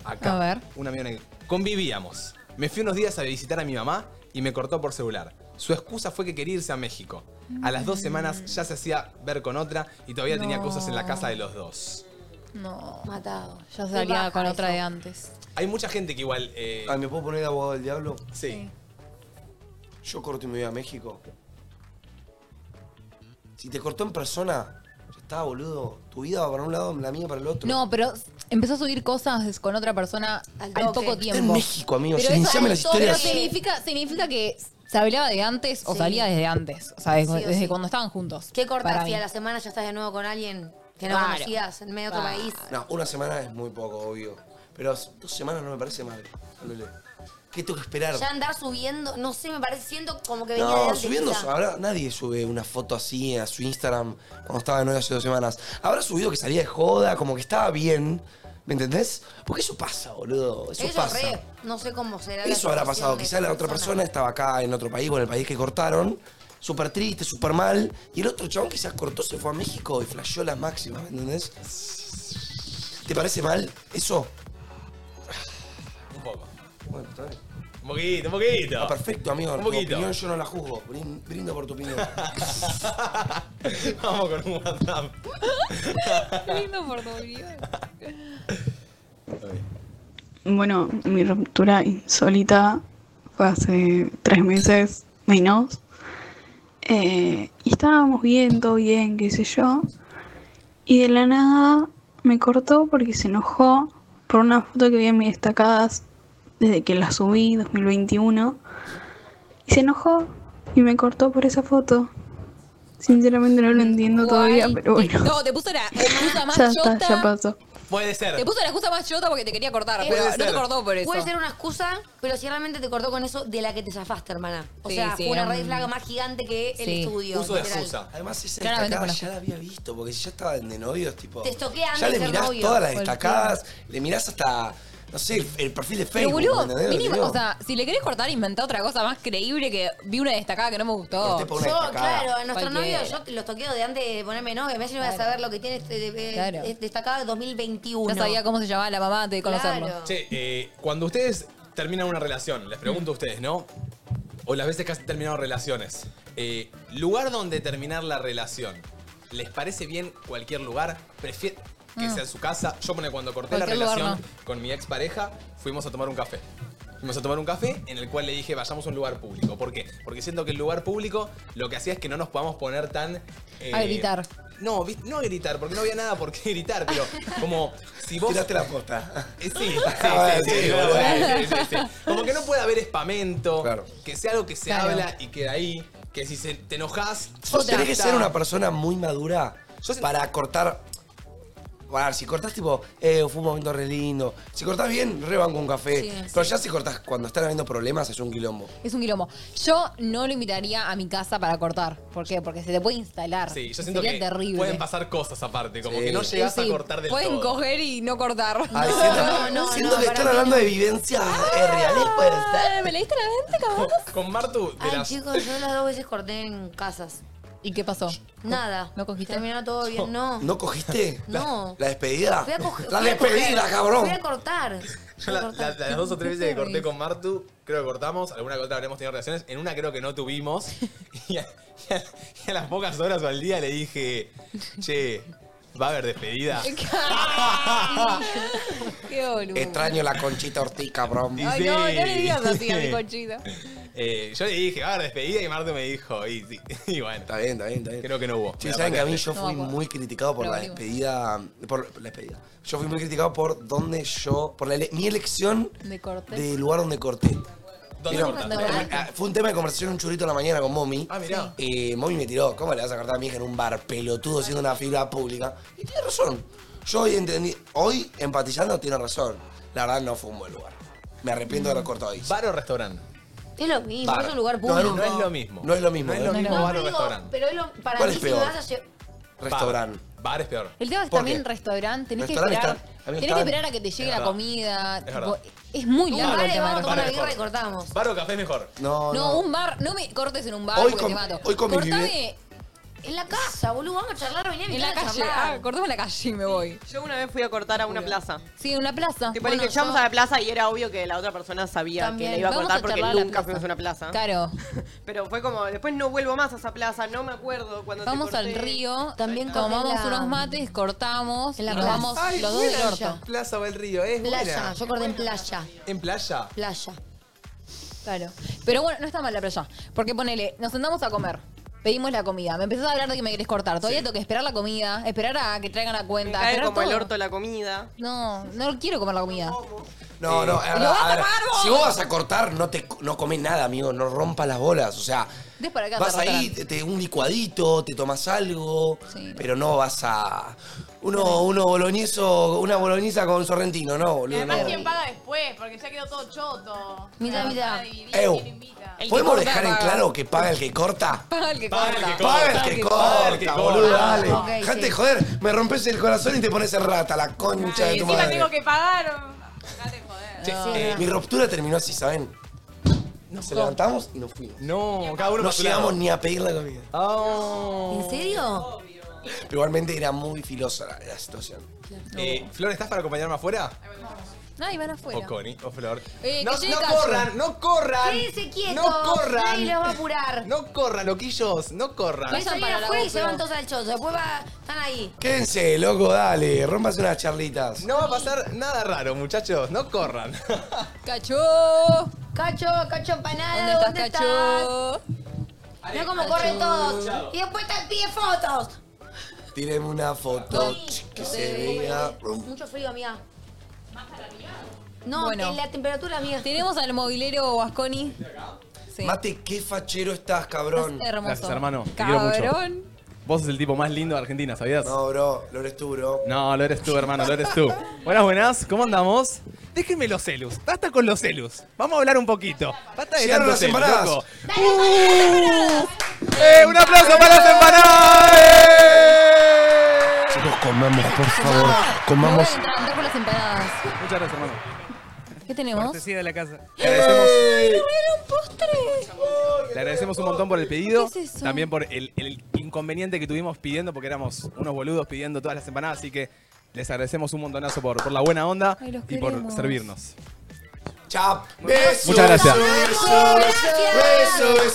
A: acá,
B: A ver.
A: una amiga negra. Convivíamos. Me fui unos días a visitar a mi mamá y me cortó por celular. Su excusa fue que quería irse a México. A las dos semanas ya se hacía ver con otra y todavía tenía
B: No.
A: cosas en la casa de los dos.
B: No.
D: Matado.
B: Yo
D: Qué
B: salía
D: baja
B: con otra
D: eso.
B: de antes.
A: Hay mucha gente que igual. eh,
C: Ay, ¿me puedo poner de abogado del diablo?
A: Sí.
C: Yo corto y me voy a México. Si te cortó en persona, ya está, boludo. Tu vida va para un lado, la mía para el otro.
B: No, pero empezó a subir cosas con otra persona al, poco tiempo.
C: Está en México, amigo.
B: Pero, eso-
C: Silenciame las
B: pero
C: historias.
B: significa, significa que se hablaba de antes o salía desde antes. O sea,
D: Sí,
B: desde,
D: o
B: desde
D: sí.
B: cuando estaban juntos.
D: ¿Qué
B: Para
D: cortas
B: mí.
D: si a la semana ya estás de nuevo con alguien que no
B: Claro.
D: conocías en medio de otro
B: Claro.
D: país?
C: No, una semana es muy poco, obvio. Pero dos semanas no me parece mal. Lole. ¿Qué tengo que esperar?
D: Ya andar subiendo, no sé, me parece, siento como que venía de
C: No,
D: antes.
C: subiendo,
D: quizá.
C: habrá, nadie sube una foto así a su Instagram cuando estaba de novia hace dos semanas. Habrá subido que salía de joda, como que estaba bien. ¿Me entendés? Porque eso pasa, boludo. Eso,
D: Eso,
C: pasa.
D: re, no sé cómo será. la
C: Eso habrá
D: situación
C: pasado.
D: de
C: Quizá la
D: esa
C: otra persona estaba acá en otro país o en el país que cortaron. Súper triste, súper mal. Y el otro chabón quizás cortó, se fue a México y flasheó las máximas, ¿me entendés? ¿Te parece mal eso?
A: Un poco.
C: Bueno, está bien.
A: Un poquito, un poquito.
C: Ah, perfecto, amigo.
A: Un
C: Tu
A: poquito.
C: opinión yo no la juzgo. Brin- Brindo por tu opinión.
A: Vamos con un WhatsApp.
B: Lindo por tu vida.
O: Bueno, mi ruptura insólita fue hace tres meses menos. Eh, y estábamos bien, todo bien, qué sé yo. Y de la nada me cortó porque se enojó por una foto que vi en mis destacadas desde que la subí, 2021. Y se enojó y me cortó por esa foto. Sinceramente no lo entiendo todavía, pero bueno.
B: No, te puso la excusa más
O: Ya está,
B: chota.
O: ya pasó.
A: Puede ser.
B: Te puso la excusa más chota porque te quería cortar.
D: Eh,
B: pero
D: puede
B: no te
D: ser.
B: cortó por eso.
D: Puede ser una excusa, pero si realmente te cortó con eso, de la que te zafaste, hermana. O
B: Sí,
D: sea,
B: sí,
D: fue una
B: era un-
D: red flag más gigante que el
B: Sí.
D: estudio.
C: Uso de
D: literal.
C: excusa. Además, esa
D: Claramente
C: destacada
D: conozco.
C: ya la había visto, porque si ya estaban de novios, tipo.
D: Te estoquea antes
C: Ya
D: de
C: le
D: ser
C: mirás
D: novio.
C: todas las
D: Cualquiera.
C: destacadas, le mirás hasta, no sé, el, el perfil de
B: Pero
C: Facebook.
B: boludo,
C: ¿entendés lo que
B: mínimo,
C: digo?
B: o sea, si le querés cortar, inventá otra cosa más creíble que vi una destacada que no me gustó.
C: Corté por una
D: Yo, claro, a nuestro
B: Cualquiera.
D: novio, yo te- los toqueo de antes de ponerme novia. A veces no voy a saber lo que tiene este, eh,
B: Claro.
D: es destacado de 2021.
B: No sabía cómo se llamaba la mamá antes de conocerlo.
A: Che, eh, cuando ustedes terminan una relación, les pregunto a
B: Mm.
A: ustedes, ¿no? O las veces que han terminado relaciones. eh, lugar donde terminar la relación. ¿Les parece bien cualquier lugar? Prefieren que
B: Mm.
A: sea en su casa. Yo pone cuando corté la
B: Cualquier lugar,
A: relación con mi expareja, fuimos a tomar un café. Fuimos a tomar un café en el cual le dije, vayamos a un lugar público. ¿Por qué? Porque siento que el lugar público lo que hacía es que no nos podamos poner tan... eh,
B: A gritar.
A: No, vi- no a gritar, porque no había nada por qué gritar, pero como si vos...
C: Tiraste la posta.
A: Eh, Sí, sí,
C: Ah,
A: sí,
C: sí,
A: sí,
C: boludo.
A: sí, sí, sí, sí. Como que no puede haber espamento, que sea algo que se
C: Claro.
A: habla y queda ahí, que si se- te enojas,
C: Vos tenés que
A: está.
C: ser una persona muy madura para cortar. Bueno, si cortás tipo, eh, fue un momento re lindo. Si cortás bien, rebanco un café.
B: Sí,
C: Pero ya si cortás cuando están habiendo problemas, es un quilombo.
B: Es un quilombo. Yo no lo invitaría a mi casa para cortar. ¿Por qué? Porque se te puede instalar.
A: Sí, yo siento
B: Sería
A: que
B: terrible.
A: pueden pasar cosas aparte, como
C: Sí.
A: que no llegas
B: Sí,
A: a cortar del
B: Pueden
A: todo.
B: coger y no cortar.
C: Ay, siento, siento Ah, que están hablando de vivencias eh, reales, pues.
B: Ay, Ah, ¿Me leíste la mente, cabrón?
A: Con Martu, de
D: Ay,
A: las-
D: chicos, yo las dos veces corté en casas.
B: ¿Y qué pasó?
D: Nada. ¿No cogiste? Terminó todo bien, no.
C: ¿No cogiste?
D: No.
C: La despedida.
D: Fui a coger-
C: La
D: fui a coger-
C: despedida, cabrón.
D: Fui a cortar.
A: Yo la- la- las dos o tres veces que corté con Martu, creo que cortamos. Alguna que otra habremos tenido relaciones. En una creo que no tuvimos. Y a, y a- y a las pocas horas o al día le dije, che, va a haber despedida.
B: Qué boludo.
C: Extraño la conchita Ortiz, cabrón.
B: Ay, no, no le digas así a mi conchita.
A: Eh, yo le dije, va a haber despedida y Martu me dijo, y, sí. Y bueno.
C: Está bien, está bien, está bien.
A: Creo que no hubo.
C: Sí,
A: Me
C: saben que a mí
A: aparte-
C: yo fui muy criticado por
A: Pero
C: la
A: volvimos.
C: despedida. Por la despedida. Yo fui muy criticado por donde yo. Por la ele- mi elección
B: De corte.
C: del lugar donde corté.
B: ¿Dónde
C: Pero,
B: cortaste?
C: eh, ah, Fue un tema de conversación en un churrito a la mañana con Momi. Ah,
A: mirá.
C: Momi me tiró, ¿cómo le vas a cortar a mi hija en un bar pelotudo siendo una figura pública? Y tiene razón. Yo hoy entendí, hoy empatizando tiene razón. La verdad no fue un buen lugar. Me arrepiento de haber cortado ahí.
A: ¿Bar o restaurante?
D: Es lo mismo,
C: Bar.
D: es un lugar
C: No, no,
D: público.
C: no es lo
A: mismo.
C: No es lo mismo.
A: No es lo mismo bar o
D: digo,
A: restaurante.
D: Pero es lo, para
A: ¿Cuál
D: mí
A: es
D: si
A: peor?
D: vas a lle-
A: Restaurante. Bar es peor.
B: El tema es que
A: ¿Por
B: también
A: qué?
B: restaurante, tenés que
A: Restaurante
B: esperar.
A: está- a mí
B: Tenés
A: está-
B: que esperar a que te
A: Es
B: llegue la
A: verdad.
B: comida. tipo,
A: verdad.
B: es muy
D: Un
B: largo
D: bar
B: el
D: y
B: tema
D: vamos a
B: del
D: tomar una
B: restaurante.
D: birra y cortamos.
A: Bar o café es mejor.
C: No,
B: No, un bar, no me cortes en un bar
A: Hoy
B: porque
A: con-
B: te mato.
A: hoy con mi
B: Cortame
A: vive-
D: En la casa, boludo, vamos a charlar, vení a mi
B: en la
D: casa a
B: calle.
D: charlar.
B: Ah, cortame en la calle y me voy.
I: Yo una vez fui a cortar a una plaza.
B: Sí, en una plaza.
I: Tipo,
B: Ah, Bueno,
I: le dije, "Ya vamos
B: yo-
I: a la plaza y era obvio que la otra persona sabía
B: También.
I: que le iba a
B: Vamos
I: cortar
B: a
I: porque
B: charlar a la
I: nunca
B: plaza.
I: fuimos a una plaza.
B: Claro.
I: Pero fue como, después no vuelvo más a esa plaza, no me acuerdo cuando te
B: Vamos al
I: corté.
B: río, también
I: está.
B: tomamos
I: En la-
B: unos mates, cortamos
I: la
B: y nos
I: plaza.
B: vamos
A: Ay,
B: los dos del
A: buena
B: orto.
A: Plaza o el río, ¿eh?
D: Playa, yo corté en playa.
A: ¿En playa?
D: Playa.
B: Claro. Pero bueno, no está mal la playa. Porque ponele, nos sentamos a comer. Pedimos la comida. Me empezás a hablar de que me querés cortar. Todavía tengo que esperar la comida, esperar a que traigan la cuenta.
I: Cae
B: esperar
I: como el
B: todo.
I: orto la comida.
B: No, no quiero comer la comida.
C: No, no, a ver,
B: vas a
C: a ver,
B: tomar vos!
C: si vos vas a cortar, no te no comés nada, amigo, no rompas las bolas. O sea,
B: Des para acá.
C: vas
B: para
C: ahí,
B: restaurante.
C: te, te- un licuadito, te tomas algo, pero no vas a. Uno, uno boloñeso, una boloñesa con sorrentino,
H: Y
C: no, boludo.
H: además,
C: No.
H: ¿quién paga después? Porque ya quedó todo choto.
D: Mirá,
H: Claro,
D: mirá.
H: para dividir,
C: Ew.
H: ¿quién invita?
C: ¿Podemos dejar en claro que paga el que corta?
B: Paga el que
C: corta. Paga el que corta, boludo, dale.
H: Ok,
C: Dejate
H: sí.
C: joder, me rompes el corazón y te pones en rata, la concha de
H: Y
C: tu
H: encima
C: madre.
H: tengo que pagar.
C: Eh, mi ruptura terminó así, ¿saben? Nos levantamos y nos fuimos.
A: No, cada uno
C: No
A: por su lado.
C: llegamos ni a pedir la comida.
D: ¿En serio?
C: Pero Igualmente era muy filosa la, la situación.
A: Eh, Flor, ¿estás para acompañarme afuera?
B: Nadie van afuera.
A: O Connie, o Flor.
B: Eh,
A: no
B: que llegue
A: no
B: Cacho.
A: corran, no corran.
D: Quédense quietos,
A: No corran.
D: nadie los va a apurar.
A: No corran, loquillos, no corran.
D: Vayan para afuera y se van todos al choto. Después va, están ahí.
C: Quédense, loco, dale, rompas unas charlitas.
A: No va a pasar nada raro, muchachos, no corran.
B: Cacho.
D: Cacho,
B: ¿Dónde
D: cacho empanado.
B: estás,
D: Ah, ¿Dónde estás?
B: Cacho?
D: Mirá cómo corren todos. Y después te pide fotos.
C: Tíreme una foto ch, que se vea.
D: Mucho frío, amiga. No,
B: Bueno.
D: que la temperatura, amiga.
B: Tenemos al movilero Vasconi. Sí.
C: Mate, qué fachero estás, cabrón.
B: Es hermoso.
A: Gracias, hermano. Te quiero mucho.
B: Cabrón.
A: Vos sos el tipo más lindo de Argentina, ¿sabías?
C: No, bro, lo eres tú, bro.
A: No, lo eres tú, hermano, lo eres tú. Buenas, buenas, ¿cómo andamos? Déjenme los celus, basta con los celus. Vamos a hablar un poquito. Basta de
C: Llegaron
A: tanto
C: las
A: celu,
C: empanadas.
A: loco. ¡Eh, un aplauso para las empanadas!
C: Chicos, comamos, por favor. Comamos.
B: Entrar, entrar por las empanadas.
U: Muchas gracias, hermano.
B: ¿Qué tenemos?
U: Cortesía de la casa.
A: Le agradecemos,
B: ¡Era un postre!
A: le agradecemos un montón por el pedido.
B: ¿Qué es eso?
A: También por el, el inconveniente que tuvimos pidiendo, porque éramos unos boludos pidiendo todas las empanadas. Así que les agradecemos un montonazo por, por la buena onda
B: Ay, los
A: y por
B: queremos.
A: servirnos.
C: Chap, beso.
A: Muchas gracias.
C: Beso, beso,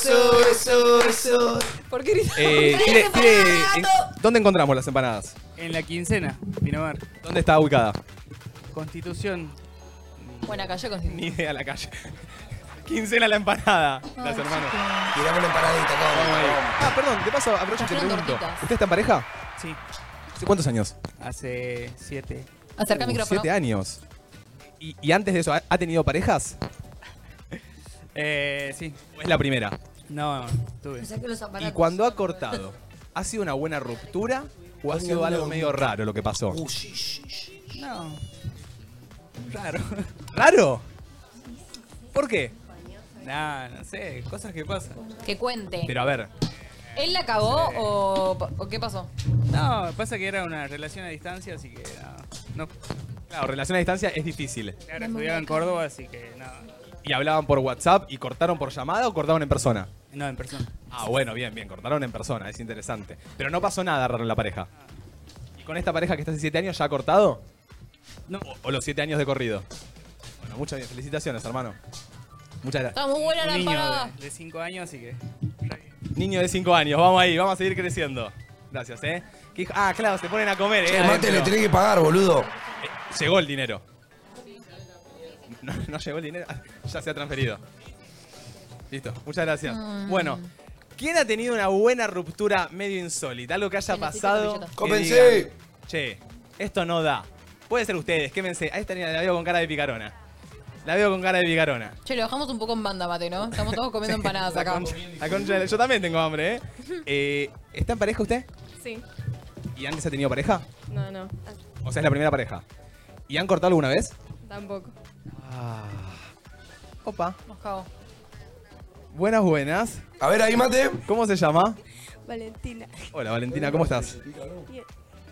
C: beso, beso, beso.
B: ¿Por qué gritas?
A: Eh, tire- tire- en- ¿Dónde encontramos las empanadas?
U: En la quincena, Pinamar.
A: ¿Dónde está ubicada?
U: Constitución.
B: Buena calle con
A: Ni idea la calle. Quincena la empanada. Las hermanos.
C: Tirame una empanadita, cabrón.
A: Ah, perdón, de paso, aprovecho y te
U: Trajeron
A: pregunto.
U: tortitas.
A: ¿Usted está en pareja?
U: Sí.
A: ¿Hace cuántos años?
U: Hace siete.
B: Acerca el
A: Uh,
B: micrófono.
A: Siete años. ¿Y, y antes de eso, ¿ha, ha tenido parejas?
U: Eh, sí.
A: ¿O es la primera?
U: No, tuve.
A: Y cuando ha cortado, ¿ha sido una buena ruptura o ha sido algo medio raro lo que pasó?
U: No. Raro.
A: ¿Raro? ¿Por qué?
U: No, no sé. Cosas que pasan.
B: Que cuente.
A: Pero a ver,
B: ¿Él la cagó
U: Sí.
B: o, o qué pasó?
U: No, pasa que era una relación a distancia, así que no. no.
A: claro, relación a distancia es difícil.
U: Claro, estudiaba en Córdoba, así que no.
A: ¿Y hablaban por WhatsApp y cortaron por llamada o cortaron en persona?
U: No, en persona.
A: Ah, bueno, bien, bien, cortaron en persona, es interesante. Pero no pasó nada raro en la pareja. ¿Y con esta pareja que está hace siete años ya ha cortado?
U: Ah. No.
A: ¿O los siete años de corrido? Bueno, muchas bien. Felicitaciones, hermano. Muchas gracias.
B: Está muy buena la
U: Un niño
B: empanada.
U: de- de 5 años, así que.
A: Niño de 5 años, vamos ahí, vamos a seguir creciendo. Gracias, ¿eh? ¿Qué hijo- Ah, claro, se ponen a comer, ¿eh?
C: Che, mate,
A: Adentro. Eh,
C: le tenés que pagar, boludo.
A: Llegó el dinero. No, no llegó el dinero, Ah, ya se ha transferido. Listo, muchas gracias.
C: Mm.
A: Bueno, ¿quién ha tenido una buena ruptura medio insólita? Algo que haya pasado. que
C: Cópense.
A: digan, Che, esto no da. Puede ser ustedes, quémense. Ahí está, la veo con cara de picarona. La veo con cara de picarona.
B: Che, lo dejamos un poco en banda, mate, ¿no? Estamos todos comiendo empanadas
A: La
B: acá.
A: concha- la concha de- yo también tengo hambre, ¿eh? Eh, ¿Está en pareja usted?
J: Sí,
A: ¿Y antes ha tenido pareja?
J: no, no,
A: O sea, es la primera pareja. ¿Y han cortado alguna vez?
J: tampoco.
A: Opa.
B: Moscado.
A: Buenas, buenas.
C: A ver, ahí mate.
A: ¿Cómo se llama?
J: Valentina.
A: Hola, Valentina, ¿cómo estás?
J: Bien.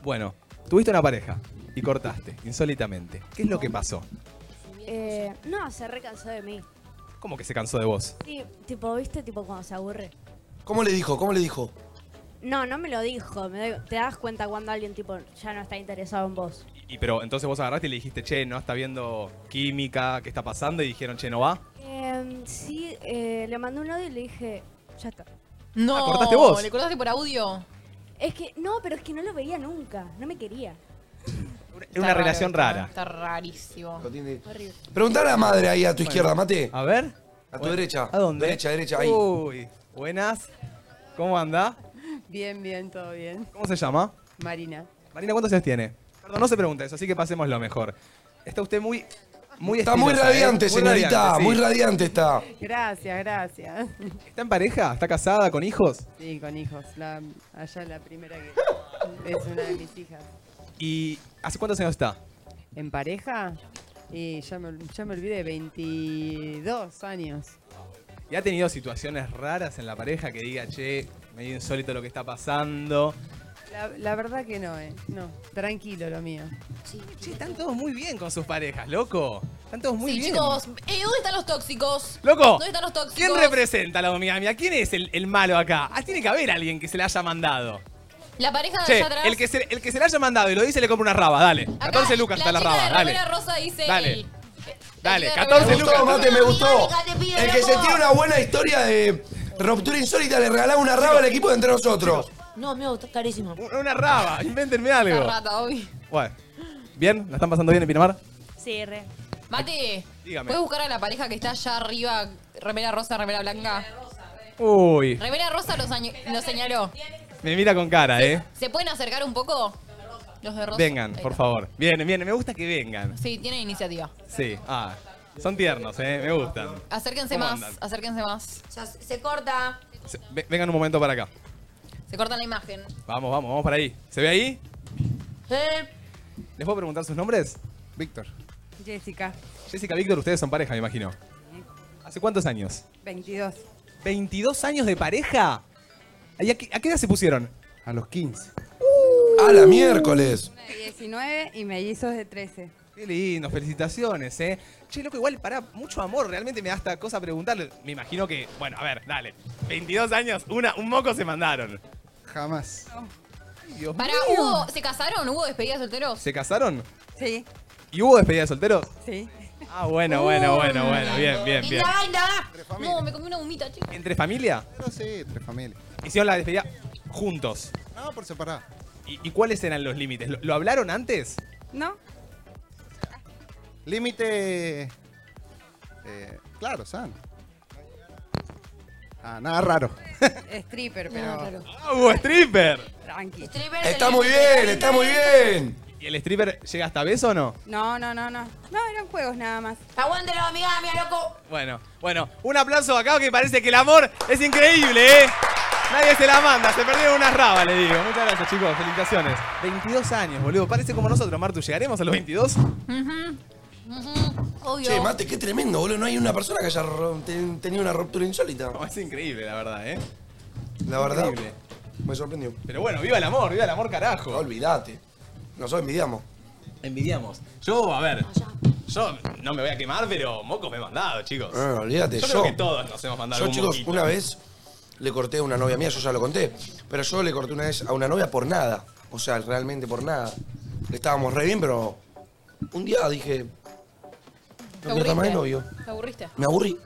A: Bueno, tuviste una pareja y cortaste, insólitamente. ¿Qué es lo que pasó?
J: Eh, no, se recansó de mí.
A: ¿Cómo que se cansó de vos?
J: Sí, tipo, ¿viste? Tipo cuando se aburre.
C: ¿Cómo le dijo? ¿Cómo le dijo?
J: No, no me lo dijo. me doy- te das cuenta cuando alguien, tipo, ya no está interesado en vos.
A: Y pero entonces vos agarraste y le dijiste, che, no está viendo química, ¿qué está pasando? Y dijeron, che, no va.
J: Em, sí, eh, le mandé un audio y le dije, ya está.
B: No,
A: Ah, ¿cortaste vos?
B: ¿le cortaste por audio?
J: Es que, no, pero es que no lo veía nunca. No me quería.
A: Era una relación rara.
B: Ah, Está rarísimo.
J: Horrible.
C: Preguntale a la madre ahí a tu
A: Bueno.
C: izquierda, mate.
A: A ver.
C: A tu
A: Bueno,
C: derecha.
A: ¿A dónde? Uh,
C: Derecha, derecha, ahí.
A: Uy, buenas. ¿Cómo anda?
V: Bien, bien, todo bien.
A: ¿Cómo se llama?
V: Marina.
A: Marina, ¿cuántos años tiene? Perdón, no se pregunta eso, así que pasemos lo mejor. Está usted muy. muy
C: Está muy
A: estilosa, ¿eh?
C: radiante,
A: Muy
C: señorita.
A: radiante, sí.
C: Muy radiante está.
V: Gracias, gracias.
A: ¿Está en pareja? ¿Está casada? ¿Con hijos?
V: Sí, con hijos. La, allá la primera que es una de mis hijas.
A: ¿Y hace cuántos años está?
V: ¿En pareja? Y ya me, ya me olvidé, 22 años.
A: ¿Y ha tenido situaciones raras en la pareja que diga, che, medio insólito lo que está pasando?
V: La, la verdad que no, eh. No, tranquilo lo mío.
A: Che, están todos muy bien con sus parejas, loco. Están todos muy
B: sí,
A: bien.
B: chicos, eh, ¿dónde están los tóxicos?
A: Loco,
B: ¿Dónde están los tóxicos?
A: ¿Quién representa la momigamia? ¿Quién es el, el malo acá? Ah, tiene que haber alguien que se la haya mandado.
B: La pareja de
A: Che,
B: allá Ah, atrás.
A: el que, se, el que se la haya mandado y lo dice le compra una raba, dale. 14 lucas está la
B: chica
A: raba,
B: de
A: dale.
B: remera rosa dice
A: Dale.
B: él.
A: Dale,
B: chica de
A: 14
C: Me gustó,
A: lucas.
C: mate, me gustó.
B: te pido,
C: El que se
B: loco.
C: tiene una buena historia de ruptura insólita le regalaba una raba al equipo de entre nosotros.
D: No, amigo, está carísimo.
A: Una raba, invéntenme algo.
B: La rata, obvio.
A: Bueno, ¿bien? ¿La están pasando bien en Pinamar?
J: Sí, re.
B: Mate,
A: Dígame.
B: ¿puedes buscar a la pareja que está allá arriba, remera rosa, remera blanca?
A: Uy,
B: Remera rosa lo, sañ- lo señaló.
A: me mira con cara, ¿eh?
B: ¿Se pueden acercar un poco? Los de rosa.
A: Vengan,
B: Ahí
A: por
B: está.
A: favor. Vienen, vienen, me gusta que vengan.
B: Sí, tienen iniciativa.
A: Sí, ah, son tiernos, ¿eh? Me gustan.
B: Acérquense
A: ¿Cómo
B: más,
A: andan?
B: acérquense más.
D: se corta.
A: Se- ve- Vengan un momento para acá.
B: Se corta la imagen.
A: Vamos, vamos, vamos para ahí. ¿Se ve ahí?
B: Eh,
A: ¿Les puedo preguntar sus nombres? Víctor.
V: Jessica,
A: Jessica, Víctor, ustedes son pareja, me imagino. ¿Hace cuántos años?
V: 22.
A: ¿22 años de pareja? ¿Y a, qué, a qué edad se pusieron? A los 15.
C: A la miércoles.
V: 19 y mellizos de 13.
A: Qué lindo, felicitaciones, eh. Che, loco, igual para mucho amor, realmente me da esta cosa preguntarle. Me imagino que, bueno, a ver, dale. 22 años, una, un moco se mandaron. Jamás.
B: Para, ¿hubo, ¿se casaron? ¿Hubo despedida de solteros?
A: ¿Se casaron?
V: Sí,
A: ¿Y hubo despedida de solteros?
V: sí.
A: Ah, bueno, bueno, bueno, bueno, bien, bien, bien.
B: Indaga, indaga. No, me comí una gomita, chica.
A: ¿Entre familia?
W: Pero sí, tres familias.
A: Hicieron la despedida juntos.
W: No, por separado.
A: ¿Y, y cuáles eran los límites? ¿Lo, lo hablaron antes?
V: ¿No?
W: Límite. eh, claro, sano. Ah, nada raro.
V: Stripper, pero.
A: ¡Ah, hubo stripper!
V: Tranqui.
C: Está muy bien, está muy bien.
A: ¿Y el stripper llega hasta beso o no?
V: No, no, no, no. No, eran juegos nada más.
D: Aguántelo, amiga, amiga, loco.
A: Bueno, bueno, un aplauso acá que parece que el amor es increíble, ¿eh? Nadie se la manda, se perdieron una raba, le digo. Muchas gracias, chicos, felicitaciones. 22 años, boludo, parece como nosotros, Martu. ¿Llegaremos a los 22?
B: Obvio.
C: Che, mate, qué tremendo, boludo. No hay una persona que haya ro- ten- tenido una ruptura insólita.
A: es increíble, la verdad, ¿eh?
C: La verdad.
A: Increíble.
C: Me sorprendió.
A: Pero bueno, viva el amor, viva el amor, carajo.
C: olvídate. Nosotros envidiamos.
A: Envidiamos. Yo, a ver, yo no me voy a quemar, pero mocos me he mandado, chicos.
C: Ah, olvídate,
A: yo, creo
C: yo-
A: que todos nos hemos mandado
C: Yo,
A: algún
C: chicos,
A: moquito.
C: una vez le corté a una novia mía, yo ya lo conté. Pero yo le corté una vez a una novia por nada. O sea, realmente por nada. Estábamos re bien, pero un día dije, No quiero tomar de novio.
B: ¿Te aburriste?
C: Me aburrí.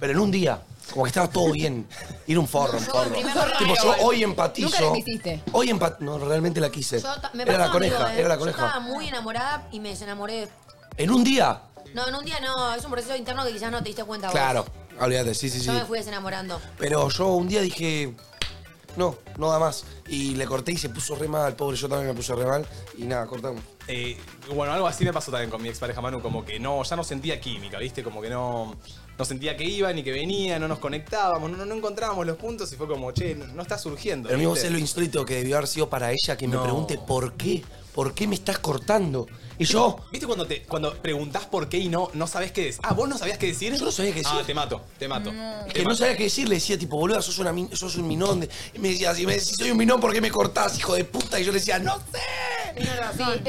C: Pero en un día, como que estaba todo bien. Ir un forro, un forro. Tipo, yo hoy
D: Nunca la
C: empatizo.
D: quisiste.
C: Hoy empatizo. No, realmente la quise.
D: Yo ta- me
C: Era
D: pasó
C: la
D: contigo,
C: coneja,
D: eh.
C: era la
D: Yo estaba
C: coneja.
D: muy enamorada y me desenamoré.
C: En un día.
D: No, en un día no, es un proceso interno que quizás no te diste cuenta vos.
C: Claro, olvídate, sí, sí, sí.
D: Yo me fui desenamorando.
C: Pero yo un día dije, no, no da más. Y le corté y se puso re mal, pobre, yo también me puse re mal. Y nada, cortamos.
A: Eh, bueno, algo así me pasó también con mi expareja Manu, como que no, ya no sentía química, ¿viste? Como que no, no sentía que iba ni que venía, no nos conectábamos, no, no encontrábamos los puntos y fue como, che, no, no está surgiendo.
C: El mismo
A: ¿viste?
C: celo insólito que debió haber sido para ella que me
A: No.
C: pregunte por qué, por qué me estás cortando. Y yo,
A: ¿Viste cuando te cuando preguntás por qué y no, no sabes qué es? Ah, vos no sabías qué decir. Yo
C: no sabía qué decir.
A: Ah, te mato, te mato.
C: Es que no sabía qué decir, le decía tipo, boludo, sos, una min- sos un minón. de-". Y me decía, si me decís soy un minón, ¿por qué me cortás, hijo de puta? Y yo le decía, no sé.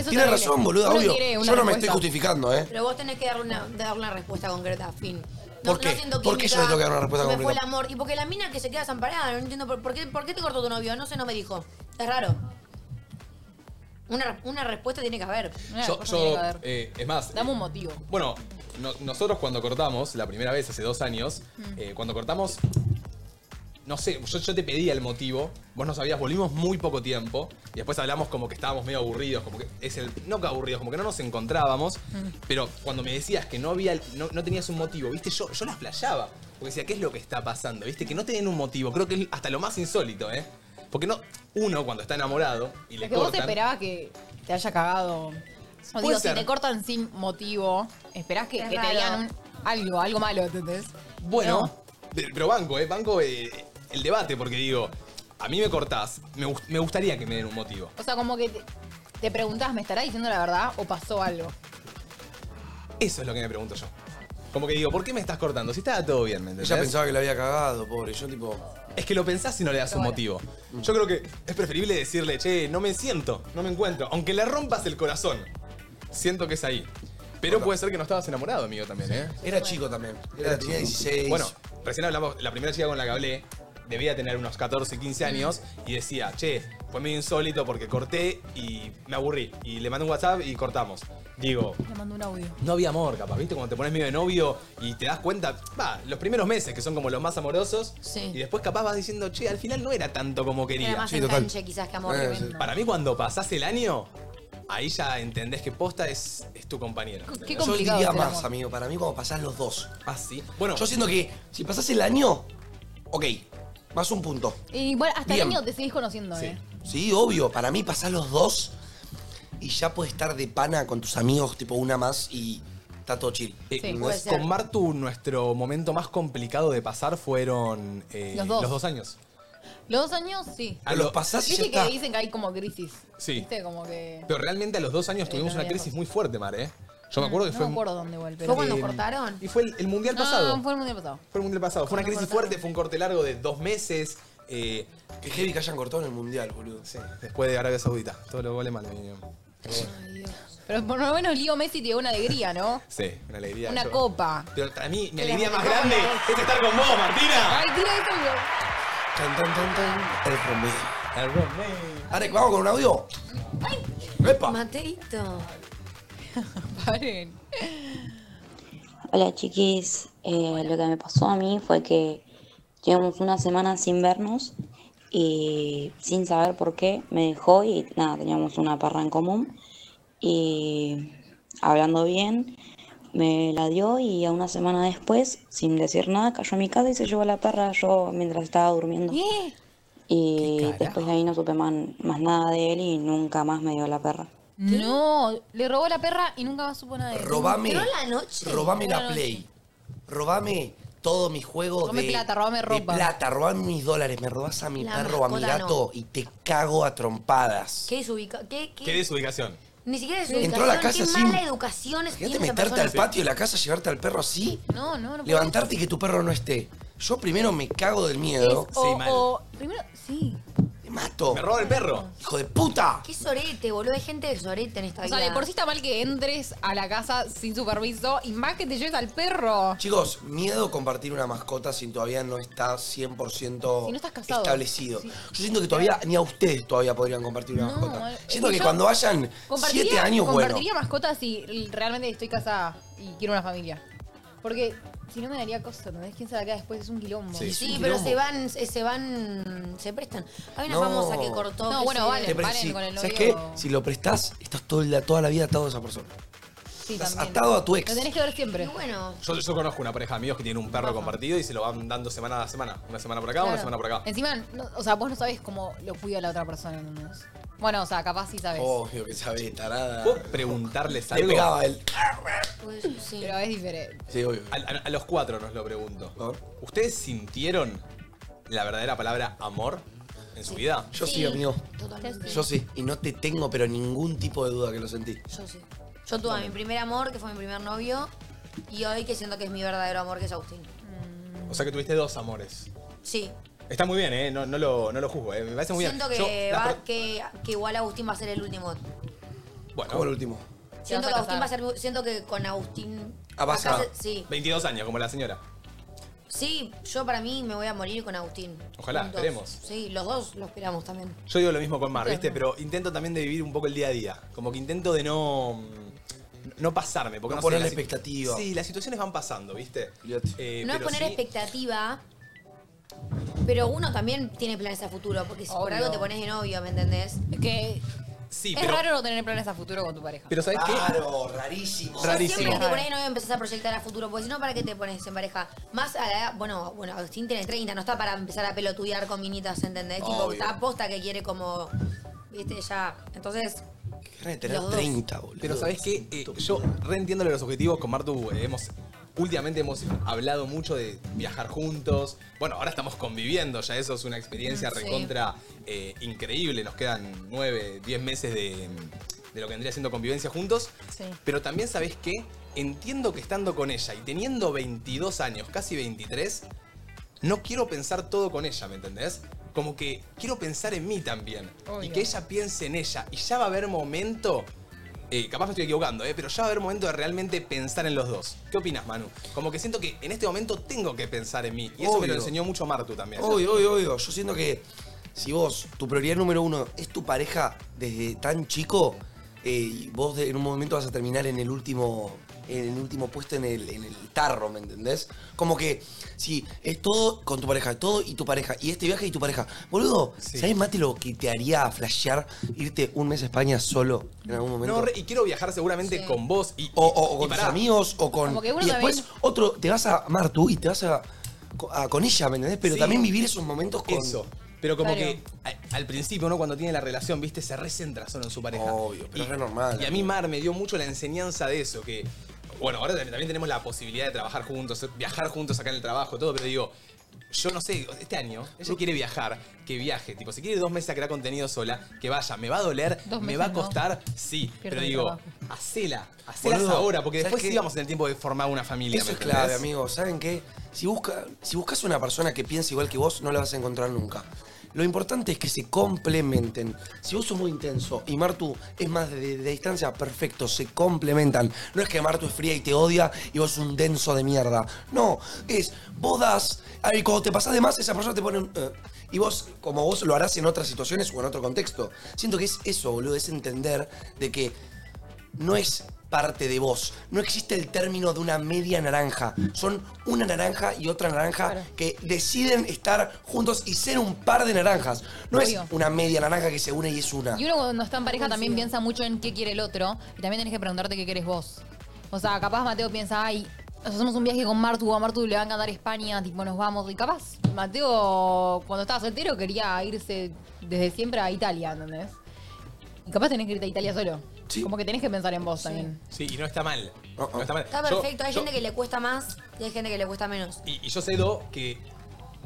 C: Tienes razón, boludo, obvio. Yo no me estoy justificando, ¿eh?
D: Pero vos tenés que dar una, dar una respuesta concreta, fin.
C: ¿Por qué? ¿Por qué yo le tengo que dar una respuesta
D: Me fue el
C: concreta?
D: amor. Y porque la mina que se queda desamparada, no entiendo por, por qué, por qué te cortó tu novio, no sé, no me dijo. Es raro. Una, una respuesta tiene que haber.
A: Yo, yo eh, es más,
B: Dame un motivo.
A: Bueno, no- nosotros cuando cortamos, la primera vez hace dos años, eh, cuando cortamos, no sé, yo, yo te pedía el motivo, vos no sabías, volvimos muy poco tiempo, y después hablamos como que estábamos medio aburridos, como que es el, no que aburridos, como que no nos encontrábamos, pero cuando me decías que no había, no, no tenías un motivo, viste, yo, yo las playaba, porque decía, ¿qué es lo que está pasando? Viste, que no tienen un motivo, creo que es hasta lo más insólito, ¿eh? Porque no, uno cuando está enamorado y le
B: Es que vos te
A: cortan...
B: esperabas que te haya cagado. O
A: Puede
B: digo,
A: ser.
B: si te cortan sin motivo, esperás que,
D: Es
B: que te
D: raro.
B: digan un- algo, algo malo, ¿entendés?
A: Bueno, pe- pero banco, ¿eh? Banco eh, el debate, porque digo, a mí me cortás, me, gust- me gustaría que me den un motivo.
B: O sea, como que te, te preguntás, ¿me estará diciendo la verdad o pasó algo?
A: Eso es lo que me pregunto yo. Como que digo, ¿por qué me estás cortando? Si estaba todo bien, ¿me entendés?
C: Ella pensaba que la había cagado, pobre. Yo tipo...
A: Es que lo pensás y no le das un motivo. Yo creo que es preferible decirle, che, no me siento, no me encuentro. Aunque le rompas el corazón, siento que es ahí. Pero puede ser que no estabas enamorado, amigo, también, ¿eh?
C: Era chico también. Era, tenía 16.
A: Bueno, recién hablamos, la primera chica con la que hablé debía tener unos 14, 15 años y decía, che, fue medio insólito porque corté y me aburrí. Y le mandé un WhatsApp y cortamos. Digo,
B: Le mando un audio.
A: no había amor, capaz, ¿viste? Cuando te pones medio de novio y te das cuenta, va, los primeros meses que son como los más amorosos y después capaz vas diciendo, che, al final no era tanto como quería.
D: Era más enganche quizás que amor.
A: Eh,
D: tremendo.
A: Para mí cuando pasás el año, ahí ya entendés que posta es, es tu compañero.
B: Qué
C: Yo
B: complicado
C: diría
B: es el
C: más,
B: amor.
C: amigo. Para mí, cuando pasás los dos.
A: Ah, sí. Bueno.
C: Yo siento que si pasás el año, ok, vas un punto.
B: Y bueno, hasta
C: Bien.
B: el niño te seguís conociendo, ¿eh?
C: Sí, obvio. Para mí, pasás los dos y ya puedes estar de pana con tus amigos, tipo una más y está todo chill.
A: Eh,
B: Sí,
A: nos-
B: puede ser.
A: con Martu, nuestro momento más complicado de pasar fueron eh,
B: Los dos.
A: años.
B: Los dos años, sí.
A: A los pasás y
B: Viste
A: ya
B: que
A: está.
B: dicen que hay como crisis.
A: Sí.
B: Viste, como que...
A: Pero realmente a los dos años
B: Eh,
A: tuvimos
B: los
A: una
B: viejos.
A: crisis muy fuerte, Mar, ¿eh? Yo me acuerdo que
B: no
A: fue.
B: me acuerdo dónde igual, pero...
A: ¿Fue cuando Eh, cortaron? Y fue el, el mundial pasado.
B: No, fue el mundial pasado.
A: Fue el mundial pasado. Fue una
B: Cuando
A: crisis
B: cortaron.
A: fuerte, fue un corte largo de dos meses. eh,
C: Que heavy que hayan cortado en el mundial, boludo.
A: Sí. después de Arabia Saudita. Todos los goles mal vinieron. Pero bueno,
B: Pero por lo menos Leo Messi te dio una alegría, ¿no?
A: Sí, una alegría.
B: una
A: Yo-
B: copa.
A: Pero para mí, mi
B: Te la
A: alegría más
B: mandamos.
A: grande es estar con vos, Martina.
B: Ay, tira esto, Leo.
C: Tan, tan, tan, tan. El promedio.
A: El promedio.
C: Arek, vamos con un audio. ¡Epa!
D: Mateito.
B: Paren.
K: Hola chiquis, Eh, lo que me pasó a mí fue que llevamos una semana sin vernos y sin saber por qué me dejó y nada, teníamos una parra en común y hablando bien me la dio y a una semana después, sin decir nada, cayó a mi casa y se llevó la perra yo mientras estaba durmiendo. Y después de ahí no supe man- más nada de él y nunca más me dio la perra.
B: No, le robó la perra y nunca más supo nada de él.
C: Robame.
B: Pero la noche.
C: Robame
B: Pero
C: la
B: noche.
C: Play. Robame todos mis juegos
B: Robame
C: de...
B: plata, robame
C: de
B: ropa.
C: plata, robame mis dólares. Me robás a mi
D: La
C: perro o a mi
D: mascota
C: gato
D: no.
C: y te cago a trompadas.
D: Qué desubica... Qué, qué-
A: Qué desubicación.
D: Ni siquiera desubicación.
C: Entró a la
D: qué
C: casa sin-
D: mala educación es
C: Fíjate meterte al patio de la casa, llevarte al perro así,
B: No, no, no.
C: levantarte y que tu perro no esté. Yo primero me cago del miedo.
B: O, o- primero, sí.
C: Mato.
A: Me roba el perro.
C: ¡Hijo de puta!
D: Qué sorete, boludo. Hay gente de sorete en esta
B: O
D: vida.
B: sea, de por sí está mal que entres a la casa sin su permiso y más que te lleves al perro.
C: Chicos, miedo compartir una mascota si todavía no está 100%
B: Si no estás casado.
C: establecido. Yo siento que todavía, ni a ustedes todavía podrían compartir una mascota.
B: es
C: Siento
B: que
C: que
B: yo
C: cuando vayan
B: eh, Compartiría-
C: 7 años, bueno.
B: Compartiría mascotas si realmente estoy casada y quiero una familia. Porque si no me daría cosa, ¿no ves? ¿Quién se la queda después? Es un quilombo.
D: Sí, pero se van, se se van, se prestan. Hay una famosa que cortó.
B: No,
D: que
B: bueno,
D: se-
B: vale.
C: Te pre-
B: Valen
C: si-
B: con el
C: ¿Sabes qué?
B: novio.
C: Si lo prestás, estás todo el- toda la vida atado a esa persona.
B: Sí,
C: Estás
B: también.
C: atado a tu ex.
B: Lo tenés que ver siempre.
D: bueno.
A: Yo, yo conozco una pareja de amigos que tiene un perro compartido y se lo van dando semana a semana. Una semana por acá, una semana por acá.
B: Encima, no- o sea, vos no sabés cómo lo cuida la otra persona. ¿no? Bueno, o sea, capaz sí sabés.
C: Obvio que sabés, tarada.
A: ¿Puedo preguntarles
C: Le
A: algo?
C: pegaba el.
D: Pues
B: Pero es diferente.
C: Sí, obvio.
A: A, a- a los cuatro nos lo pregunto.
C: ¿Ah?
A: ¿Ustedes sintieron la verdadera palabra amor en su vida?
C: Yo sí, amigo.
D: Totalmente.
C: Yo sí. Y no te tengo, pero ningún tipo de duda que lo sentí.
D: Yo sí. Yo tuve a mi primer amor, que fue mi primer novio, y hoy que siento que es mi verdadero amor, que es Agustín.
A: O sea que tuviste dos amores.
D: Sí.
A: Está muy bien, ¿eh? No, no lo, no lo juzgo, ¿eh? Me parece muy
D: siento
A: bien.
D: Que,
A: Yo, la
D: va- que, que igual Agustín va a ser el último.
A: pro- bueno, ¿Cómo
C: el último?
D: Siento
B: a
D: que Agustín
B: casar.
D: va a ser. Siento que con Agustín.
A: Ah, vas
D: acá
A: a-
D: se- Sí.
A: 22 años, como la señora.
D: Sí, yo para mí me voy a morir con Agustín.
A: Ojalá, esperemos.
D: Sí, los dos lo esperamos también.
A: Yo digo lo mismo con Mar, ¿viste? Pero intento también de vivir un poco el día a día. Como que intento de no. No pasarme, porque
C: No
A: no, sé,
C: ponerle
A: la situ-
C: expectativa.
A: Sí, las situaciones van pasando, ¿viste? Eh,
D: no es
A: pero
D: poner
A: sí-
D: expectativa, pero uno también tiene planes a futuro, porque si por
B: Obvio.
D: algo te pones de novio, ¿me entendés?
B: Que
A: Sí,
B: es
A: pero-
B: raro no tener planes a futuro con tu pareja.
A: Pero ¿sabes qué?
C: Claro, rarísimo.
D: Yo Siempre
A: Rarísimo.
D: que te pones de novio empezás a proyectar a futuro, porque si no, ¿para qué te pones en pareja? Más a la edad, bueno, bueno, Agustín tiene 30, no está para empezar a pelotudear con minitas, ¿entendés? Tipo,
C: Obvio.
D: está aposta que quiere como, viste, ya. Entonces,
C: Querés tener
D: Los dos.
C: 30, boludo.
A: Pero ¿sabes qué? Eh, yo reentiendo los objetivos con Martu. eh, hemos, últimamente hemos hablado mucho de viajar juntos. Bueno, ahora estamos conviviendo, ya eso es una experiencia
S: Mm, sí.
A: recontra eh, increíble. Nos quedan nueve, diez meses de, de lo que vendría siendo convivencia juntos.
B: Sí.
A: Pero también, ¿sabes qué? Entiendo que estando con ella y teniendo 22 años, casi 23, no quiero pensar todo con ella, ¿me entendés? Como que quiero pensar en mí también. Y
S: Obvio.
A: que ella piense en ella. Y ya va a haber momento. eh, capaz me estoy equivocando, eh, pero ya va a haber momento de realmente pensar en los dos. ¿Qué opinas, Manu? Como que siento que en este momento tengo que pensar en mí. Y eso me
C: Obvio.
A: lo enseñó mucho Martu también.
C: Obvio, obvio, obvio. Yo siento que si vos, tu prioridad número uno es tu pareja desde tan chico, eh, y vos de- en un momento vas a terminar en el último, en el último puesto en el, en el tarro, ¿me entendés? Como que si es todo con tu pareja, todo y tu pareja, y este viaje y tu pareja. Boludo, ¿sabés, Mati, lo que te haría flashear irte un mes a España solo en algún momento?
A: No, re- y quiero viajar seguramente con vos y,
C: o, o- o
A: y
C: con tus
A: pará.
C: amigos o con
A: Como que uno
C: y después
A: también-
C: otro te vas a amar tú y te vas a, a- con ella ¿me entendés? pero
A: Sí.
C: también vivir esos momentos con
A: Eso. Pero como
C: Claro.
A: que a- al principio uno cuando tiene la relación, viste, se recentra solo en su pareja. Obvio,
C: pero es re normal.
A: Y a mí Mar me dio mucho la enseñanza de eso, que bueno, ahora también también tenemos la posibilidad de trabajar juntos, viajar juntos acá en el trabajo, todo, pero digo, yo no sé, este año ella quiere viajar, que viaje, tipo, si quiere ir dos meses a crear contenido sola, que vaya, me va a doler,
S: Dos
A: me
S: meses
A: va a
S: no.
A: costar, sí, pero
S: mi
A: digo,
S: trabajo.
A: hacela, hacela
C: Boludo,
A: ahora, porque
C: ¿sabes
A: después
C: qué?
A: íbamos en el tiempo de formar una familia.
C: Eso
A: ¿me
C: es clave,
A: entendés?
C: amigo. ¿Saben qué? Si, busca, si buscas una persona que piense igual que vos, no la vas a encontrar nunca. Lo importante es que se complementen. Si vos sos muy intenso y Martu es más de, de distancia, perfecto, se complementan. No es que Martu es fría y te odia y vos sos un denso de mierda. No, es vos das, ah, y cuando te pasás de más, esa persona te pone un... eh. y vos, como vos lo harás en otras situaciones o en otro contexto. Siento que es eso, boludo, es entender de que no es parte de vos. No existe el término de una media naranja. Son una naranja y otra naranja que deciden estar juntos y ser un par de naranjas. No
B: Obvio.
C: es una media naranja que se une y es una.
B: Y uno cuando está en pareja también piensa mucho en qué quiere el otro y también tenés que preguntarte qué querés vos. O sea, capaz Mateo piensa, ay, nos hacemos un viaje con Martu, a Martu le va a encantar España, tipo, nos vamos. Y capaz Mateo, cuando estaba soltero, quería irse desde siempre a Italia, ¿entendés? Y capaz tenés que irte a Italia solo. Como que tenés que pensar en vos también.
A: Sí, y no está mal.
C: Oh,
A: No está mal.
D: está
A: Yo-
D: perfecto. Hay
A: yo-
D: gente que le cuesta más y hay gente que le cuesta menos.
A: Y, y yo sé, Do, que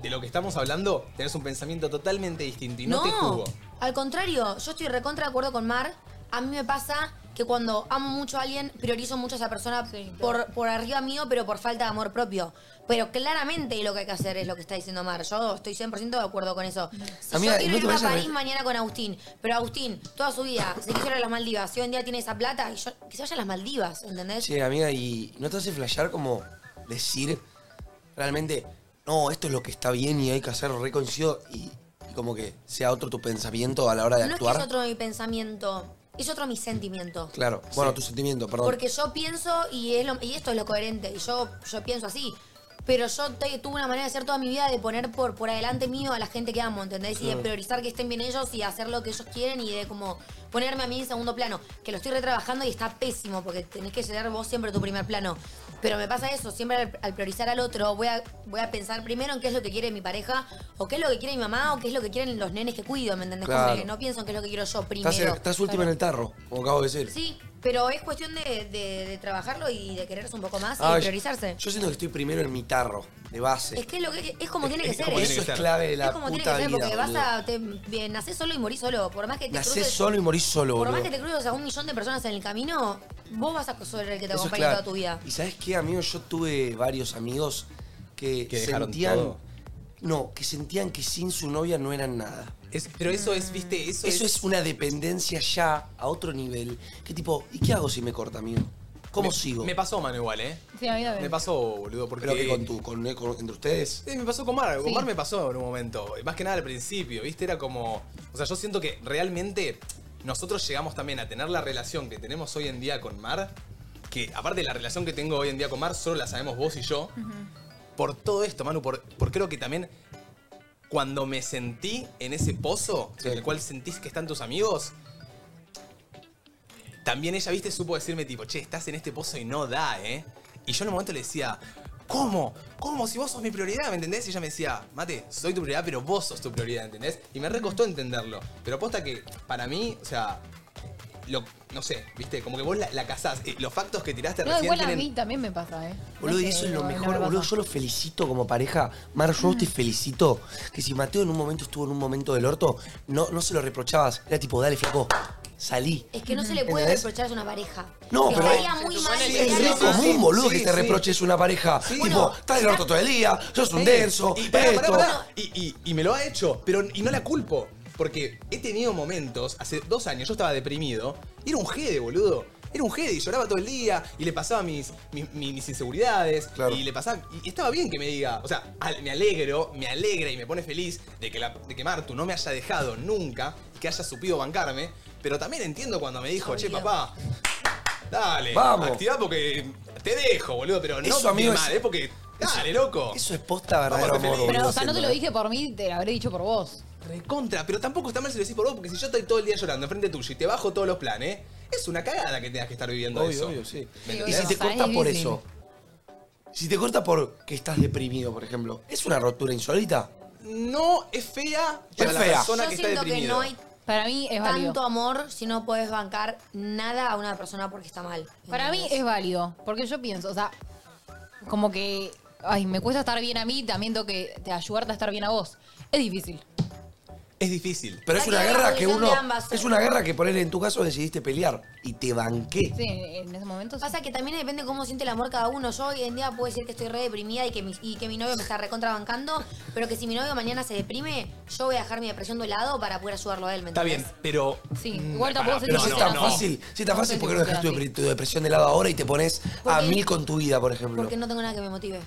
A: de lo que estamos hablando tenés un pensamiento totalmente distinto y no,
D: No.
A: te juzgo.
D: Al contrario, yo estoy recontra de acuerdo con Mar. A mí me pasa que cuando amo mucho a alguien, priorizo mucho a esa persona por, por arriba mío, pero por falta de amor propio. Pero claramente lo que hay que hacer es lo que está diciendo Mar. Yo estoy 100% de acuerdo con eso. Si
C: Amiga,
D: yo
C: y no
D: quiero irme a
C: te vayas a
D: París
C: re-
D: mañana con Agustín, pero Agustín, toda su vida, se quiso ir a las Maldivas, y hoy en día tiene esa plata, y yo, que se vaya a las Maldivas, ¿entendés?
C: Che, amiga, ¿y no te hace flashear como decir realmente, no, esto es lo que está bien y hay que hacer reconcido y, y como que sea otro tu pensamiento a la hora de
D: no es que
C: actuar?
D: es otro mi pensamiento. es otro mi sentimiento.
C: Claro. Bueno, tu sentimiento, perdón.
D: Porque yo pienso, y, es lo- y esto es lo coherente, y yo, yo pienso así. Pero yo te- tuve una manera de hacer toda mi vida de poner por, por adelante mío a la gente que amo, ¿entendés? Y de
F: Claro.
D: priorizar que estén bien ellos y hacer lo que ellos quieren y de como ponerme a mí en segundo plano. Que lo estoy retrabajando y está pésimo porque tenés que llegar vos siempre a tu primer plano. Pero me pasa eso, siempre al, al priorizar al otro voy a, voy a pensar primero en qué es lo que quiere mi pareja o qué es lo que quiere mi mamá o qué es lo que quieren los nenes que cuido, ¿me entendés? Como
C: Claro.
D: que no pienso en qué es lo que quiero yo primero.
C: Estás, en- estás última en el tarro, como acabo de decir.
D: Sí, pero es cuestión de, de- de trabajarlo y de quererse un poco más y
C: Ay,
D: de priorizarse.
C: Ah, Yo siento que estoy primero en mi tarro, de base.
D: Es que es, lo que, es como tiene que
C: Es
D: ser.
C: como
D: ¿eh?
C: tiene que Eso es ser. clave de la
D: Es como tiene
C: puta
D: que ser, porque
C: vida,
D: vas a. Te, bien, nacés solo y morís solo. Por más que te
C: Nacés
D: cruces-
C: solo y morís solo,
D: Por
C: boludo.
D: más que te cruces a un millón de personas en el camino, vos vas a ser el que te
C: Eso es
D: acompañe
C: clave.
D: toda tu vida.
C: ¿Y sabes qué, amigo? Yo tuve varios amigos que,
A: Que dejaron
C: sentían.
A: todo.
C: No, que sentían que sin su novia no eran nada.
A: pero eso es, viste, eso,
C: Eso es una dependencia ya a otro nivel. Que tipo, ¿y qué hago si me corta, amigo? ¿Cómo sigo?
A: Me pasó, Manu, igual, ¿eh?
B: Sí, a mí también.
A: Me pasó, boludo, porque...
C: Creo que con tu, con, con- entre ustedes.
A: Sí, me pasó con Mar. Con
C: Sí.
A: Mar me pasó en un momento. Más que nada al principio, ¿viste? Era como. O sea, yo siento que realmente nosotros llegamos también a tener la relación que tenemos hoy en día con Mar. Que aparte de la relación que tengo hoy en día con Mar, solo la sabemos vos y yo. Por todo esto, Manu, por, por creo que también cuando me sentí en ese pozo en el cual sentís que están tus amigos, también ella, viste, supo decirme tipo, che, estás en este pozo y no da, ¿eh? Y yo en un momento le decía, ¿cómo? ¿Cómo? Si vos sos mi prioridad, ¿me entendés? Y ella me decía, mate, soy tu prioridad, pero vos sos tu prioridad, ¿entendés? Y me recostó entenderlo. Pero posta que, para mí, o sea, lo- no sé, viste, como que vos la, la cazás. Eh, los factos que tiraste
B: No,
A: recién
B: igual a
A: tienen...
B: mí también me pasa, ¿eh?
C: Boludo, y
B: No sé,
C: eso es lo
B: no, no
C: mejor,
B: me
C: boludo.
B: pasa.
C: Yo los felicito como pareja. Mar, yo
A: Mm.
C: te felicito. Que si Mateo en un momento estuvo en un momento del orto, no, no se lo reprochabas. Era tipo, dale, flaco, salí.
D: Es que no se le puede
C: ¿Entendés?
D: reprochar a una pareja.
C: No, pero-
D: Estaría muy mal.
C: Sí,
D: que
C: es
D: sea
C: re
D: lo-
C: común, boludo, que
A: sí,
C: te
A: sí.
C: reproches una pareja. tipo, estás del orto todo el día, sos un
A: Eh,
C: denso,
A: Y, pará, pará,
C: esto.
A: pará. Y- y- y me lo ha hecho, pero y no la culpo. Porque he tenido momentos, hace dos años yo estaba deprimido, y era un jede, boludo. Era un jede y lloraba todo el día y le pasaba mis, mis, mis- mis inseguridades. Y le pasaba. Y estaba bien que me diga. O sea, al- me alegro, me alegra y me pone feliz de que, la, de que Martu no me haya dejado nunca y que haya supido bancarme. Pero también entiendo cuando me dijo, che, papá, dale,
C: Vamos.
A: activá porque te dejo, boludo. Pero no
C: Eso,
A: te
C: amigo,
A: mal,
C: es-
A: eh, porque. Dale, loco.
C: Eso es posta verdadero
A: Vamos a ser
C: amor,
A: felices.
B: Pero, o sea, no te lo dije por mí, te lo habré dicho por vos.
A: Recontra, pero tampoco está mal si lo decís por vos, porque si yo estoy todo el día llorando enfrente tuyo y te bajo todos los planes, es una cagada que tengas que estar viviendo
C: Obvio,
A: eso.
C: obvio, sí.
A: ¿Me
C: Y
A: entendés?
C: si te cortas por eso, si te cortas por que estás deprimido, por ejemplo, ¿es una rotura insólita?
A: No es fea
C: para la fea. persona
D: Yo
C: que está
D: siento que
C: deprimido.
D: no hay
B: Para mí es válido.
D: tanto amor si no podés bancar nada a una persona porque está mal.
B: Para mí es válido, porque yo pienso, o sea, como que, ay, me cuesta estar bien a mí, también tengo que te ayudarte a estar bien a vos. Es difícil.
A: Es difícil.
C: Pero es
B: Hay
C: una
B: que ver la
C: guerra que
B: posición
C: uno.
B: de ambas.
C: Es una guerra que poner en tu caso decidiste pelear y te banqué.
B: Sí, en ese momento.
D: Pasa que también depende cómo siente el amor cada uno. Yo hoy en día puedo decir que estoy re deprimida y que mi, y que mi novio me está recontrabancando, pero que si mi novio mañana se deprime, yo voy a dejar mi depresión de lado para poder ayudarlo a él, ¿me
A: Está bien,
D: entendés?
A: pero. mm,
B: Sí, igual tampoco
A: se
C: Pero si es tan fácil, si es tan
D: No
C: fácil,
D: sé
C: ¿por qué
D: si
C: no dejas tu,
D: funciona
C: depre- tu depresión de lado ahora y te pones a
D: Porque-
C: mil con tu vida, por ejemplo?
D: Porque no tengo nada que me motive.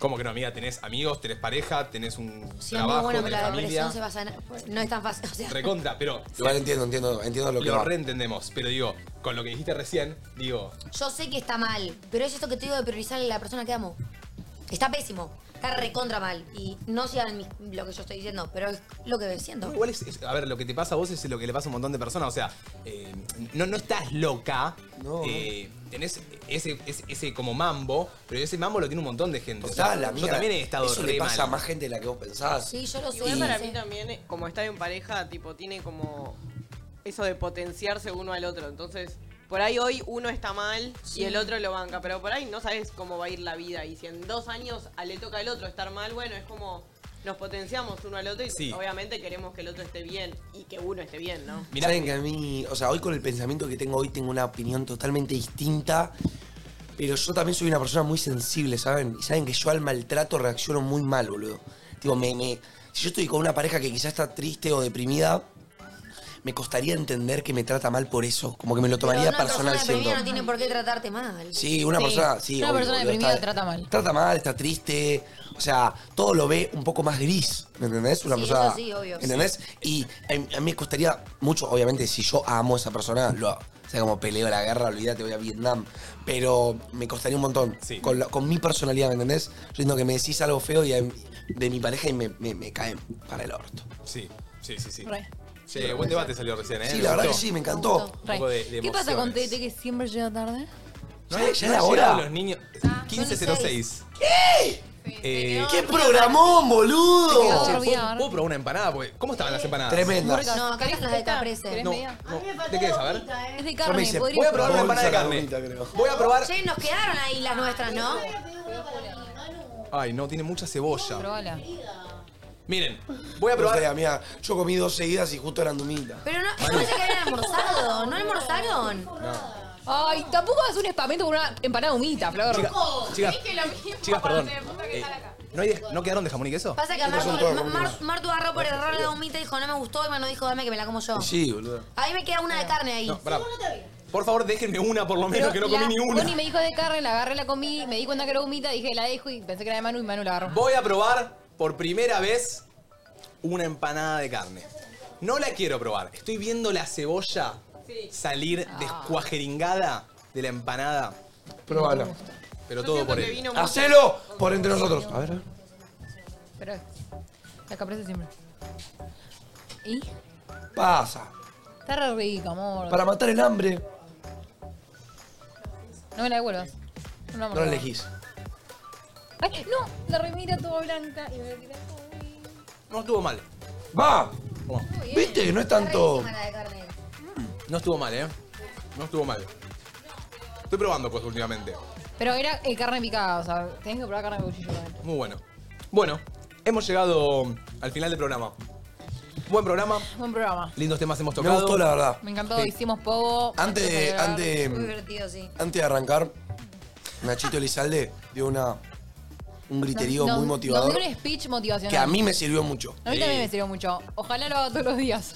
A: ¿Cómo que no, amiga? Tenés amigos, tenés pareja, tenés un
D: Si no,
A: trabajo,
D: bueno, pero
A: tenés
D: la
A: familia.
D: depresión se basa en... No es tan fácil, o sea...
A: Recontra, pero.
C: Igual entiendo, entiendo, entiendo lo que va.
A: reentendemos, pero digo, con lo que dijiste recién, digo,
D: Yo sé que está mal, pero es esto que te digo de priorizar a la persona que amo. Está pésimo, está recontra mal. Y no sean mis- lo que yo estoy diciendo, pero es lo que siento.
A: No, igual es, es- A ver, lo que te pasa a vos es lo que le pasa a un montón de personas. O sea, eh, no, no estás loca. eh, tenés ese, ese, ese como mambo, pero ese mambo lo tiene un montón de gente. O sea,
C: Total,
A: yo
C: amiga,
A: también he estado
C: eso
A: re
C: le pasa
A: mal.
C: a más gente de la que vos pensás.
I: Igual
C: Y-
I: para mí también, eh, como estar en pareja, tipo, tiene como eso de potenciarse uno al otro. Entonces, por ahí hoy uno está mal
L: Sí.
I: y el otro lo banca, pero por ahí no sabes cómo va a ir la vida. Y si en dos años a- le toca al otro estar mal, bueno, es como nos potenciamos uno al otro y
C: Sí.
I: obviamente queremos que el otro esté bien y que uno esté bien, ¿no?
C: Saben que a mí, o sea, hoy con el pensamiento que tengo hoy tengo una opinión totalmente distinta, pero yo también soy una persona muy sensible, ¿saben? Y saben que yo al maltrato reacciono muy mal, boludo. Tipo, me, me- si yo estoy con una pareja que quizás está triste o deprimida, me costaría entender que me trata mal por eso. Como que me lo
D: Pero
C: tomaría
D: una
C: personal
D: persona
C: siendo.
D: deprimida no tiene por qué tratarte mal.
C: Sí, una persona. Sí,
B: una
C: obvio,
B: persona
C: boludo,
B: deprimida
C: está-
B: trata mal.
C: Trata mal, está triste. O sea, todo lo ve un poco más gris. ¿Me entendés? Una
B: Sí,
C: persona.
B: eso sí, obvio.
C: ¿Entendés? Y a mí, a mí me costaría mucho, obviamente, si yo amo a esa persona, lo. O sea, como peleo la guerra, olvídate, voy a Vietnam. Pero me costaría un montón. Con, la- con mi personalidad, ¿me entendés? Yo siento que me decís algo feo y a- de mi pareja y me, me, me cae para el orto.
A: Sí, sí, sí, sí.
B: Re.
A: Che, buen debate salió recién, ¿eh?
C: Sí,
A: Me
C: la verdad
A: gustó.
C: que sí, me encantó.
A: Un poco de- de
B: ¿Qué pasa con
A: emociones.
B: Tete que siempre llega tarde?
A: No,
C: Ya- ya era
A: no llegaron
C: hora.
A: los niños. 1506.
C: ¿Qué?
A: Eh,
B: Ah,
C: ¡Qué programón,
A: Che,
C: boludo!
A: ¿puedo- ¿Puedo probar una empanada? Porque- ¿Cómo estaban las empanadas?
C: Tremendas.
D: No, acá están las de Caprese.
A: No, ¿De qué es? A ver.
B: Es de
A: Yo me
B: carne,
A: hice-
B: podría
A: voy a probar una
C: Vamos a
A: empanada de
C: la
A: carne.
C: gomita, creo.
A: Voy a probar.
D: Che, nos quedaron ahí las nuestras, ¿no?
A: Ay, no, tiene mucha cebolla.
B: Probala.
A: Miren, voy a probar.
C: mira, yo comí dos seguidas y justo eran dumitas.
D: Pero no, yo pensé que habían almorzado. ¿No almorzaron?
B: Ay, tampoco hagas un espamento con una empanada humita, Flor.
A: Chicas, chicas, chicas, perdón. Eh, ¿no, hay de- ¿No quedaron de jamón y queso?
D: Pasa que a Martu, Mar- Mar- Martu agarró por error la humita y dijo, no me gustó, y Manu dijo, dame que me la como yo.
A: Sí, boludo.
D: Ahí me queda una de carne ahí.
A: Eh, No, pará. Por favor, déjenme una por lo menos, que no
B: la-
A: comí ni una.
B: Connie me dijo de carne, la agarré, la comí, me di cuenta que era humita, dije la dejo y pensé que era de Manu y Manu la agarró.
A: Voy a probar por primera vez una empanada de carne. No la quiero probar. Estoy viendo la cebolla salir descuajeringada de la empanada.
C: Probala.
A: Pero todo por él.
C: ¡Hacelo! Por entre nosotros. A ver,
B: Pero la caprese siempre. ¿Y?
C: pasa.
B: Está re rica, amor.
C: Para matar el hambre,
B: No me la devuelvas. No, la
C: no la elegís.
B: Ay, no, la remira toda blanca y me la tiré.
A: No estuvo mal.
C: ¡Va!
B: bien.
C: ¿Viste? que No es tanto.
A: No estuvo mal, ¿eh? No estuvo mal. Estoy probando cosas últimamente.
B: Pero era eh, carne picada, o sea, tenés que probar carne de cuchillo. también.
A: Muy bueno. Bueno, hemos llegado al final del programa. Buen programa,
B: Buen programa.
A: lindos temas hemos
C: Me
A: tocado.
C: gustó, la verdad.
B: Me encantó,
A: Sí.
B: hicimos pogo. Este,
C: Antes
B: empezó
C: de-
B: a llorar.
C: antes- Muy
D: divertido, sí.
C: Antes de arrancar, Nachito Elizalde dio una, un griterío
B: Nos-
C: muy
B: nos-
C: motivador
B: Nos dio un speech motivacional.
C: que a mí me sirvió mucho.
B: A mí también me sirvió mucho. Ojalá lo haga todos los días.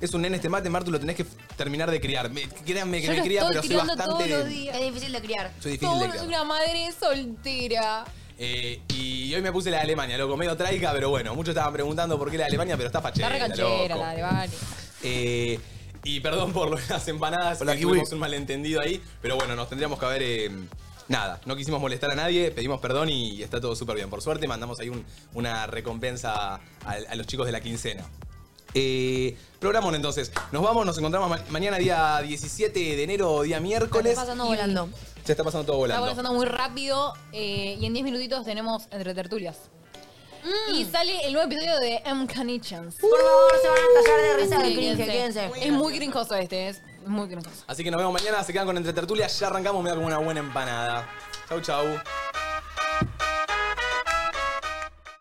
A: Es un nene este mate, Martu, lo tenés que terminar de criar. Me- créanme que
B: Yo
A: me
B: lo
A: cría,
B: estoy
A: pero soy
B: criando
A: bastante.
B: todos los días.
D: Es difícil de criar.
A: Soy difícil
B: Todo
A: de
B: es
A: criar.
B: una madre soltera.
A: Eh, y hoy me puse la de Alemania, loco, medio traica, pero bueno, muchos estaban preguntando por qué la de Alemania, pero está fachera.
B: Está recanchera,
A: loco.
B: dale, vale.
A: Eh, y perdón por lo de las empanadas, que tuvimos un malentendido ahí, pero bueno, nos tendríamos que haber... eh, nada, no quisimos molestar a nadie, pedimos perdón y, y está todo súper bien. Por suerte mandamos ahí un- una recompensa a, a los chicos de la quincena. Eh, programón entonces, nos vamos, nos encontramos ma- mañana día 17 de enero, día miércoles.
D: Está pasando volando.
A: Se está pasando todo
B: Está
A: volando.
B: avanzando muy rápido eh, y en 10 minutitos tenemos entre tertulias.
D: Mm.
B: Y sale el nuevo episodio de M. Canichans.
D: Por favor, se van a estallar de risa de cringe, quédense.
B: Es muy gringoso este, es muy gringoso.
A: Así que nos vemos mañana, se quedan con Entre Tertulias, ya arrancamos, me da como una buena empanada. Chau, chau.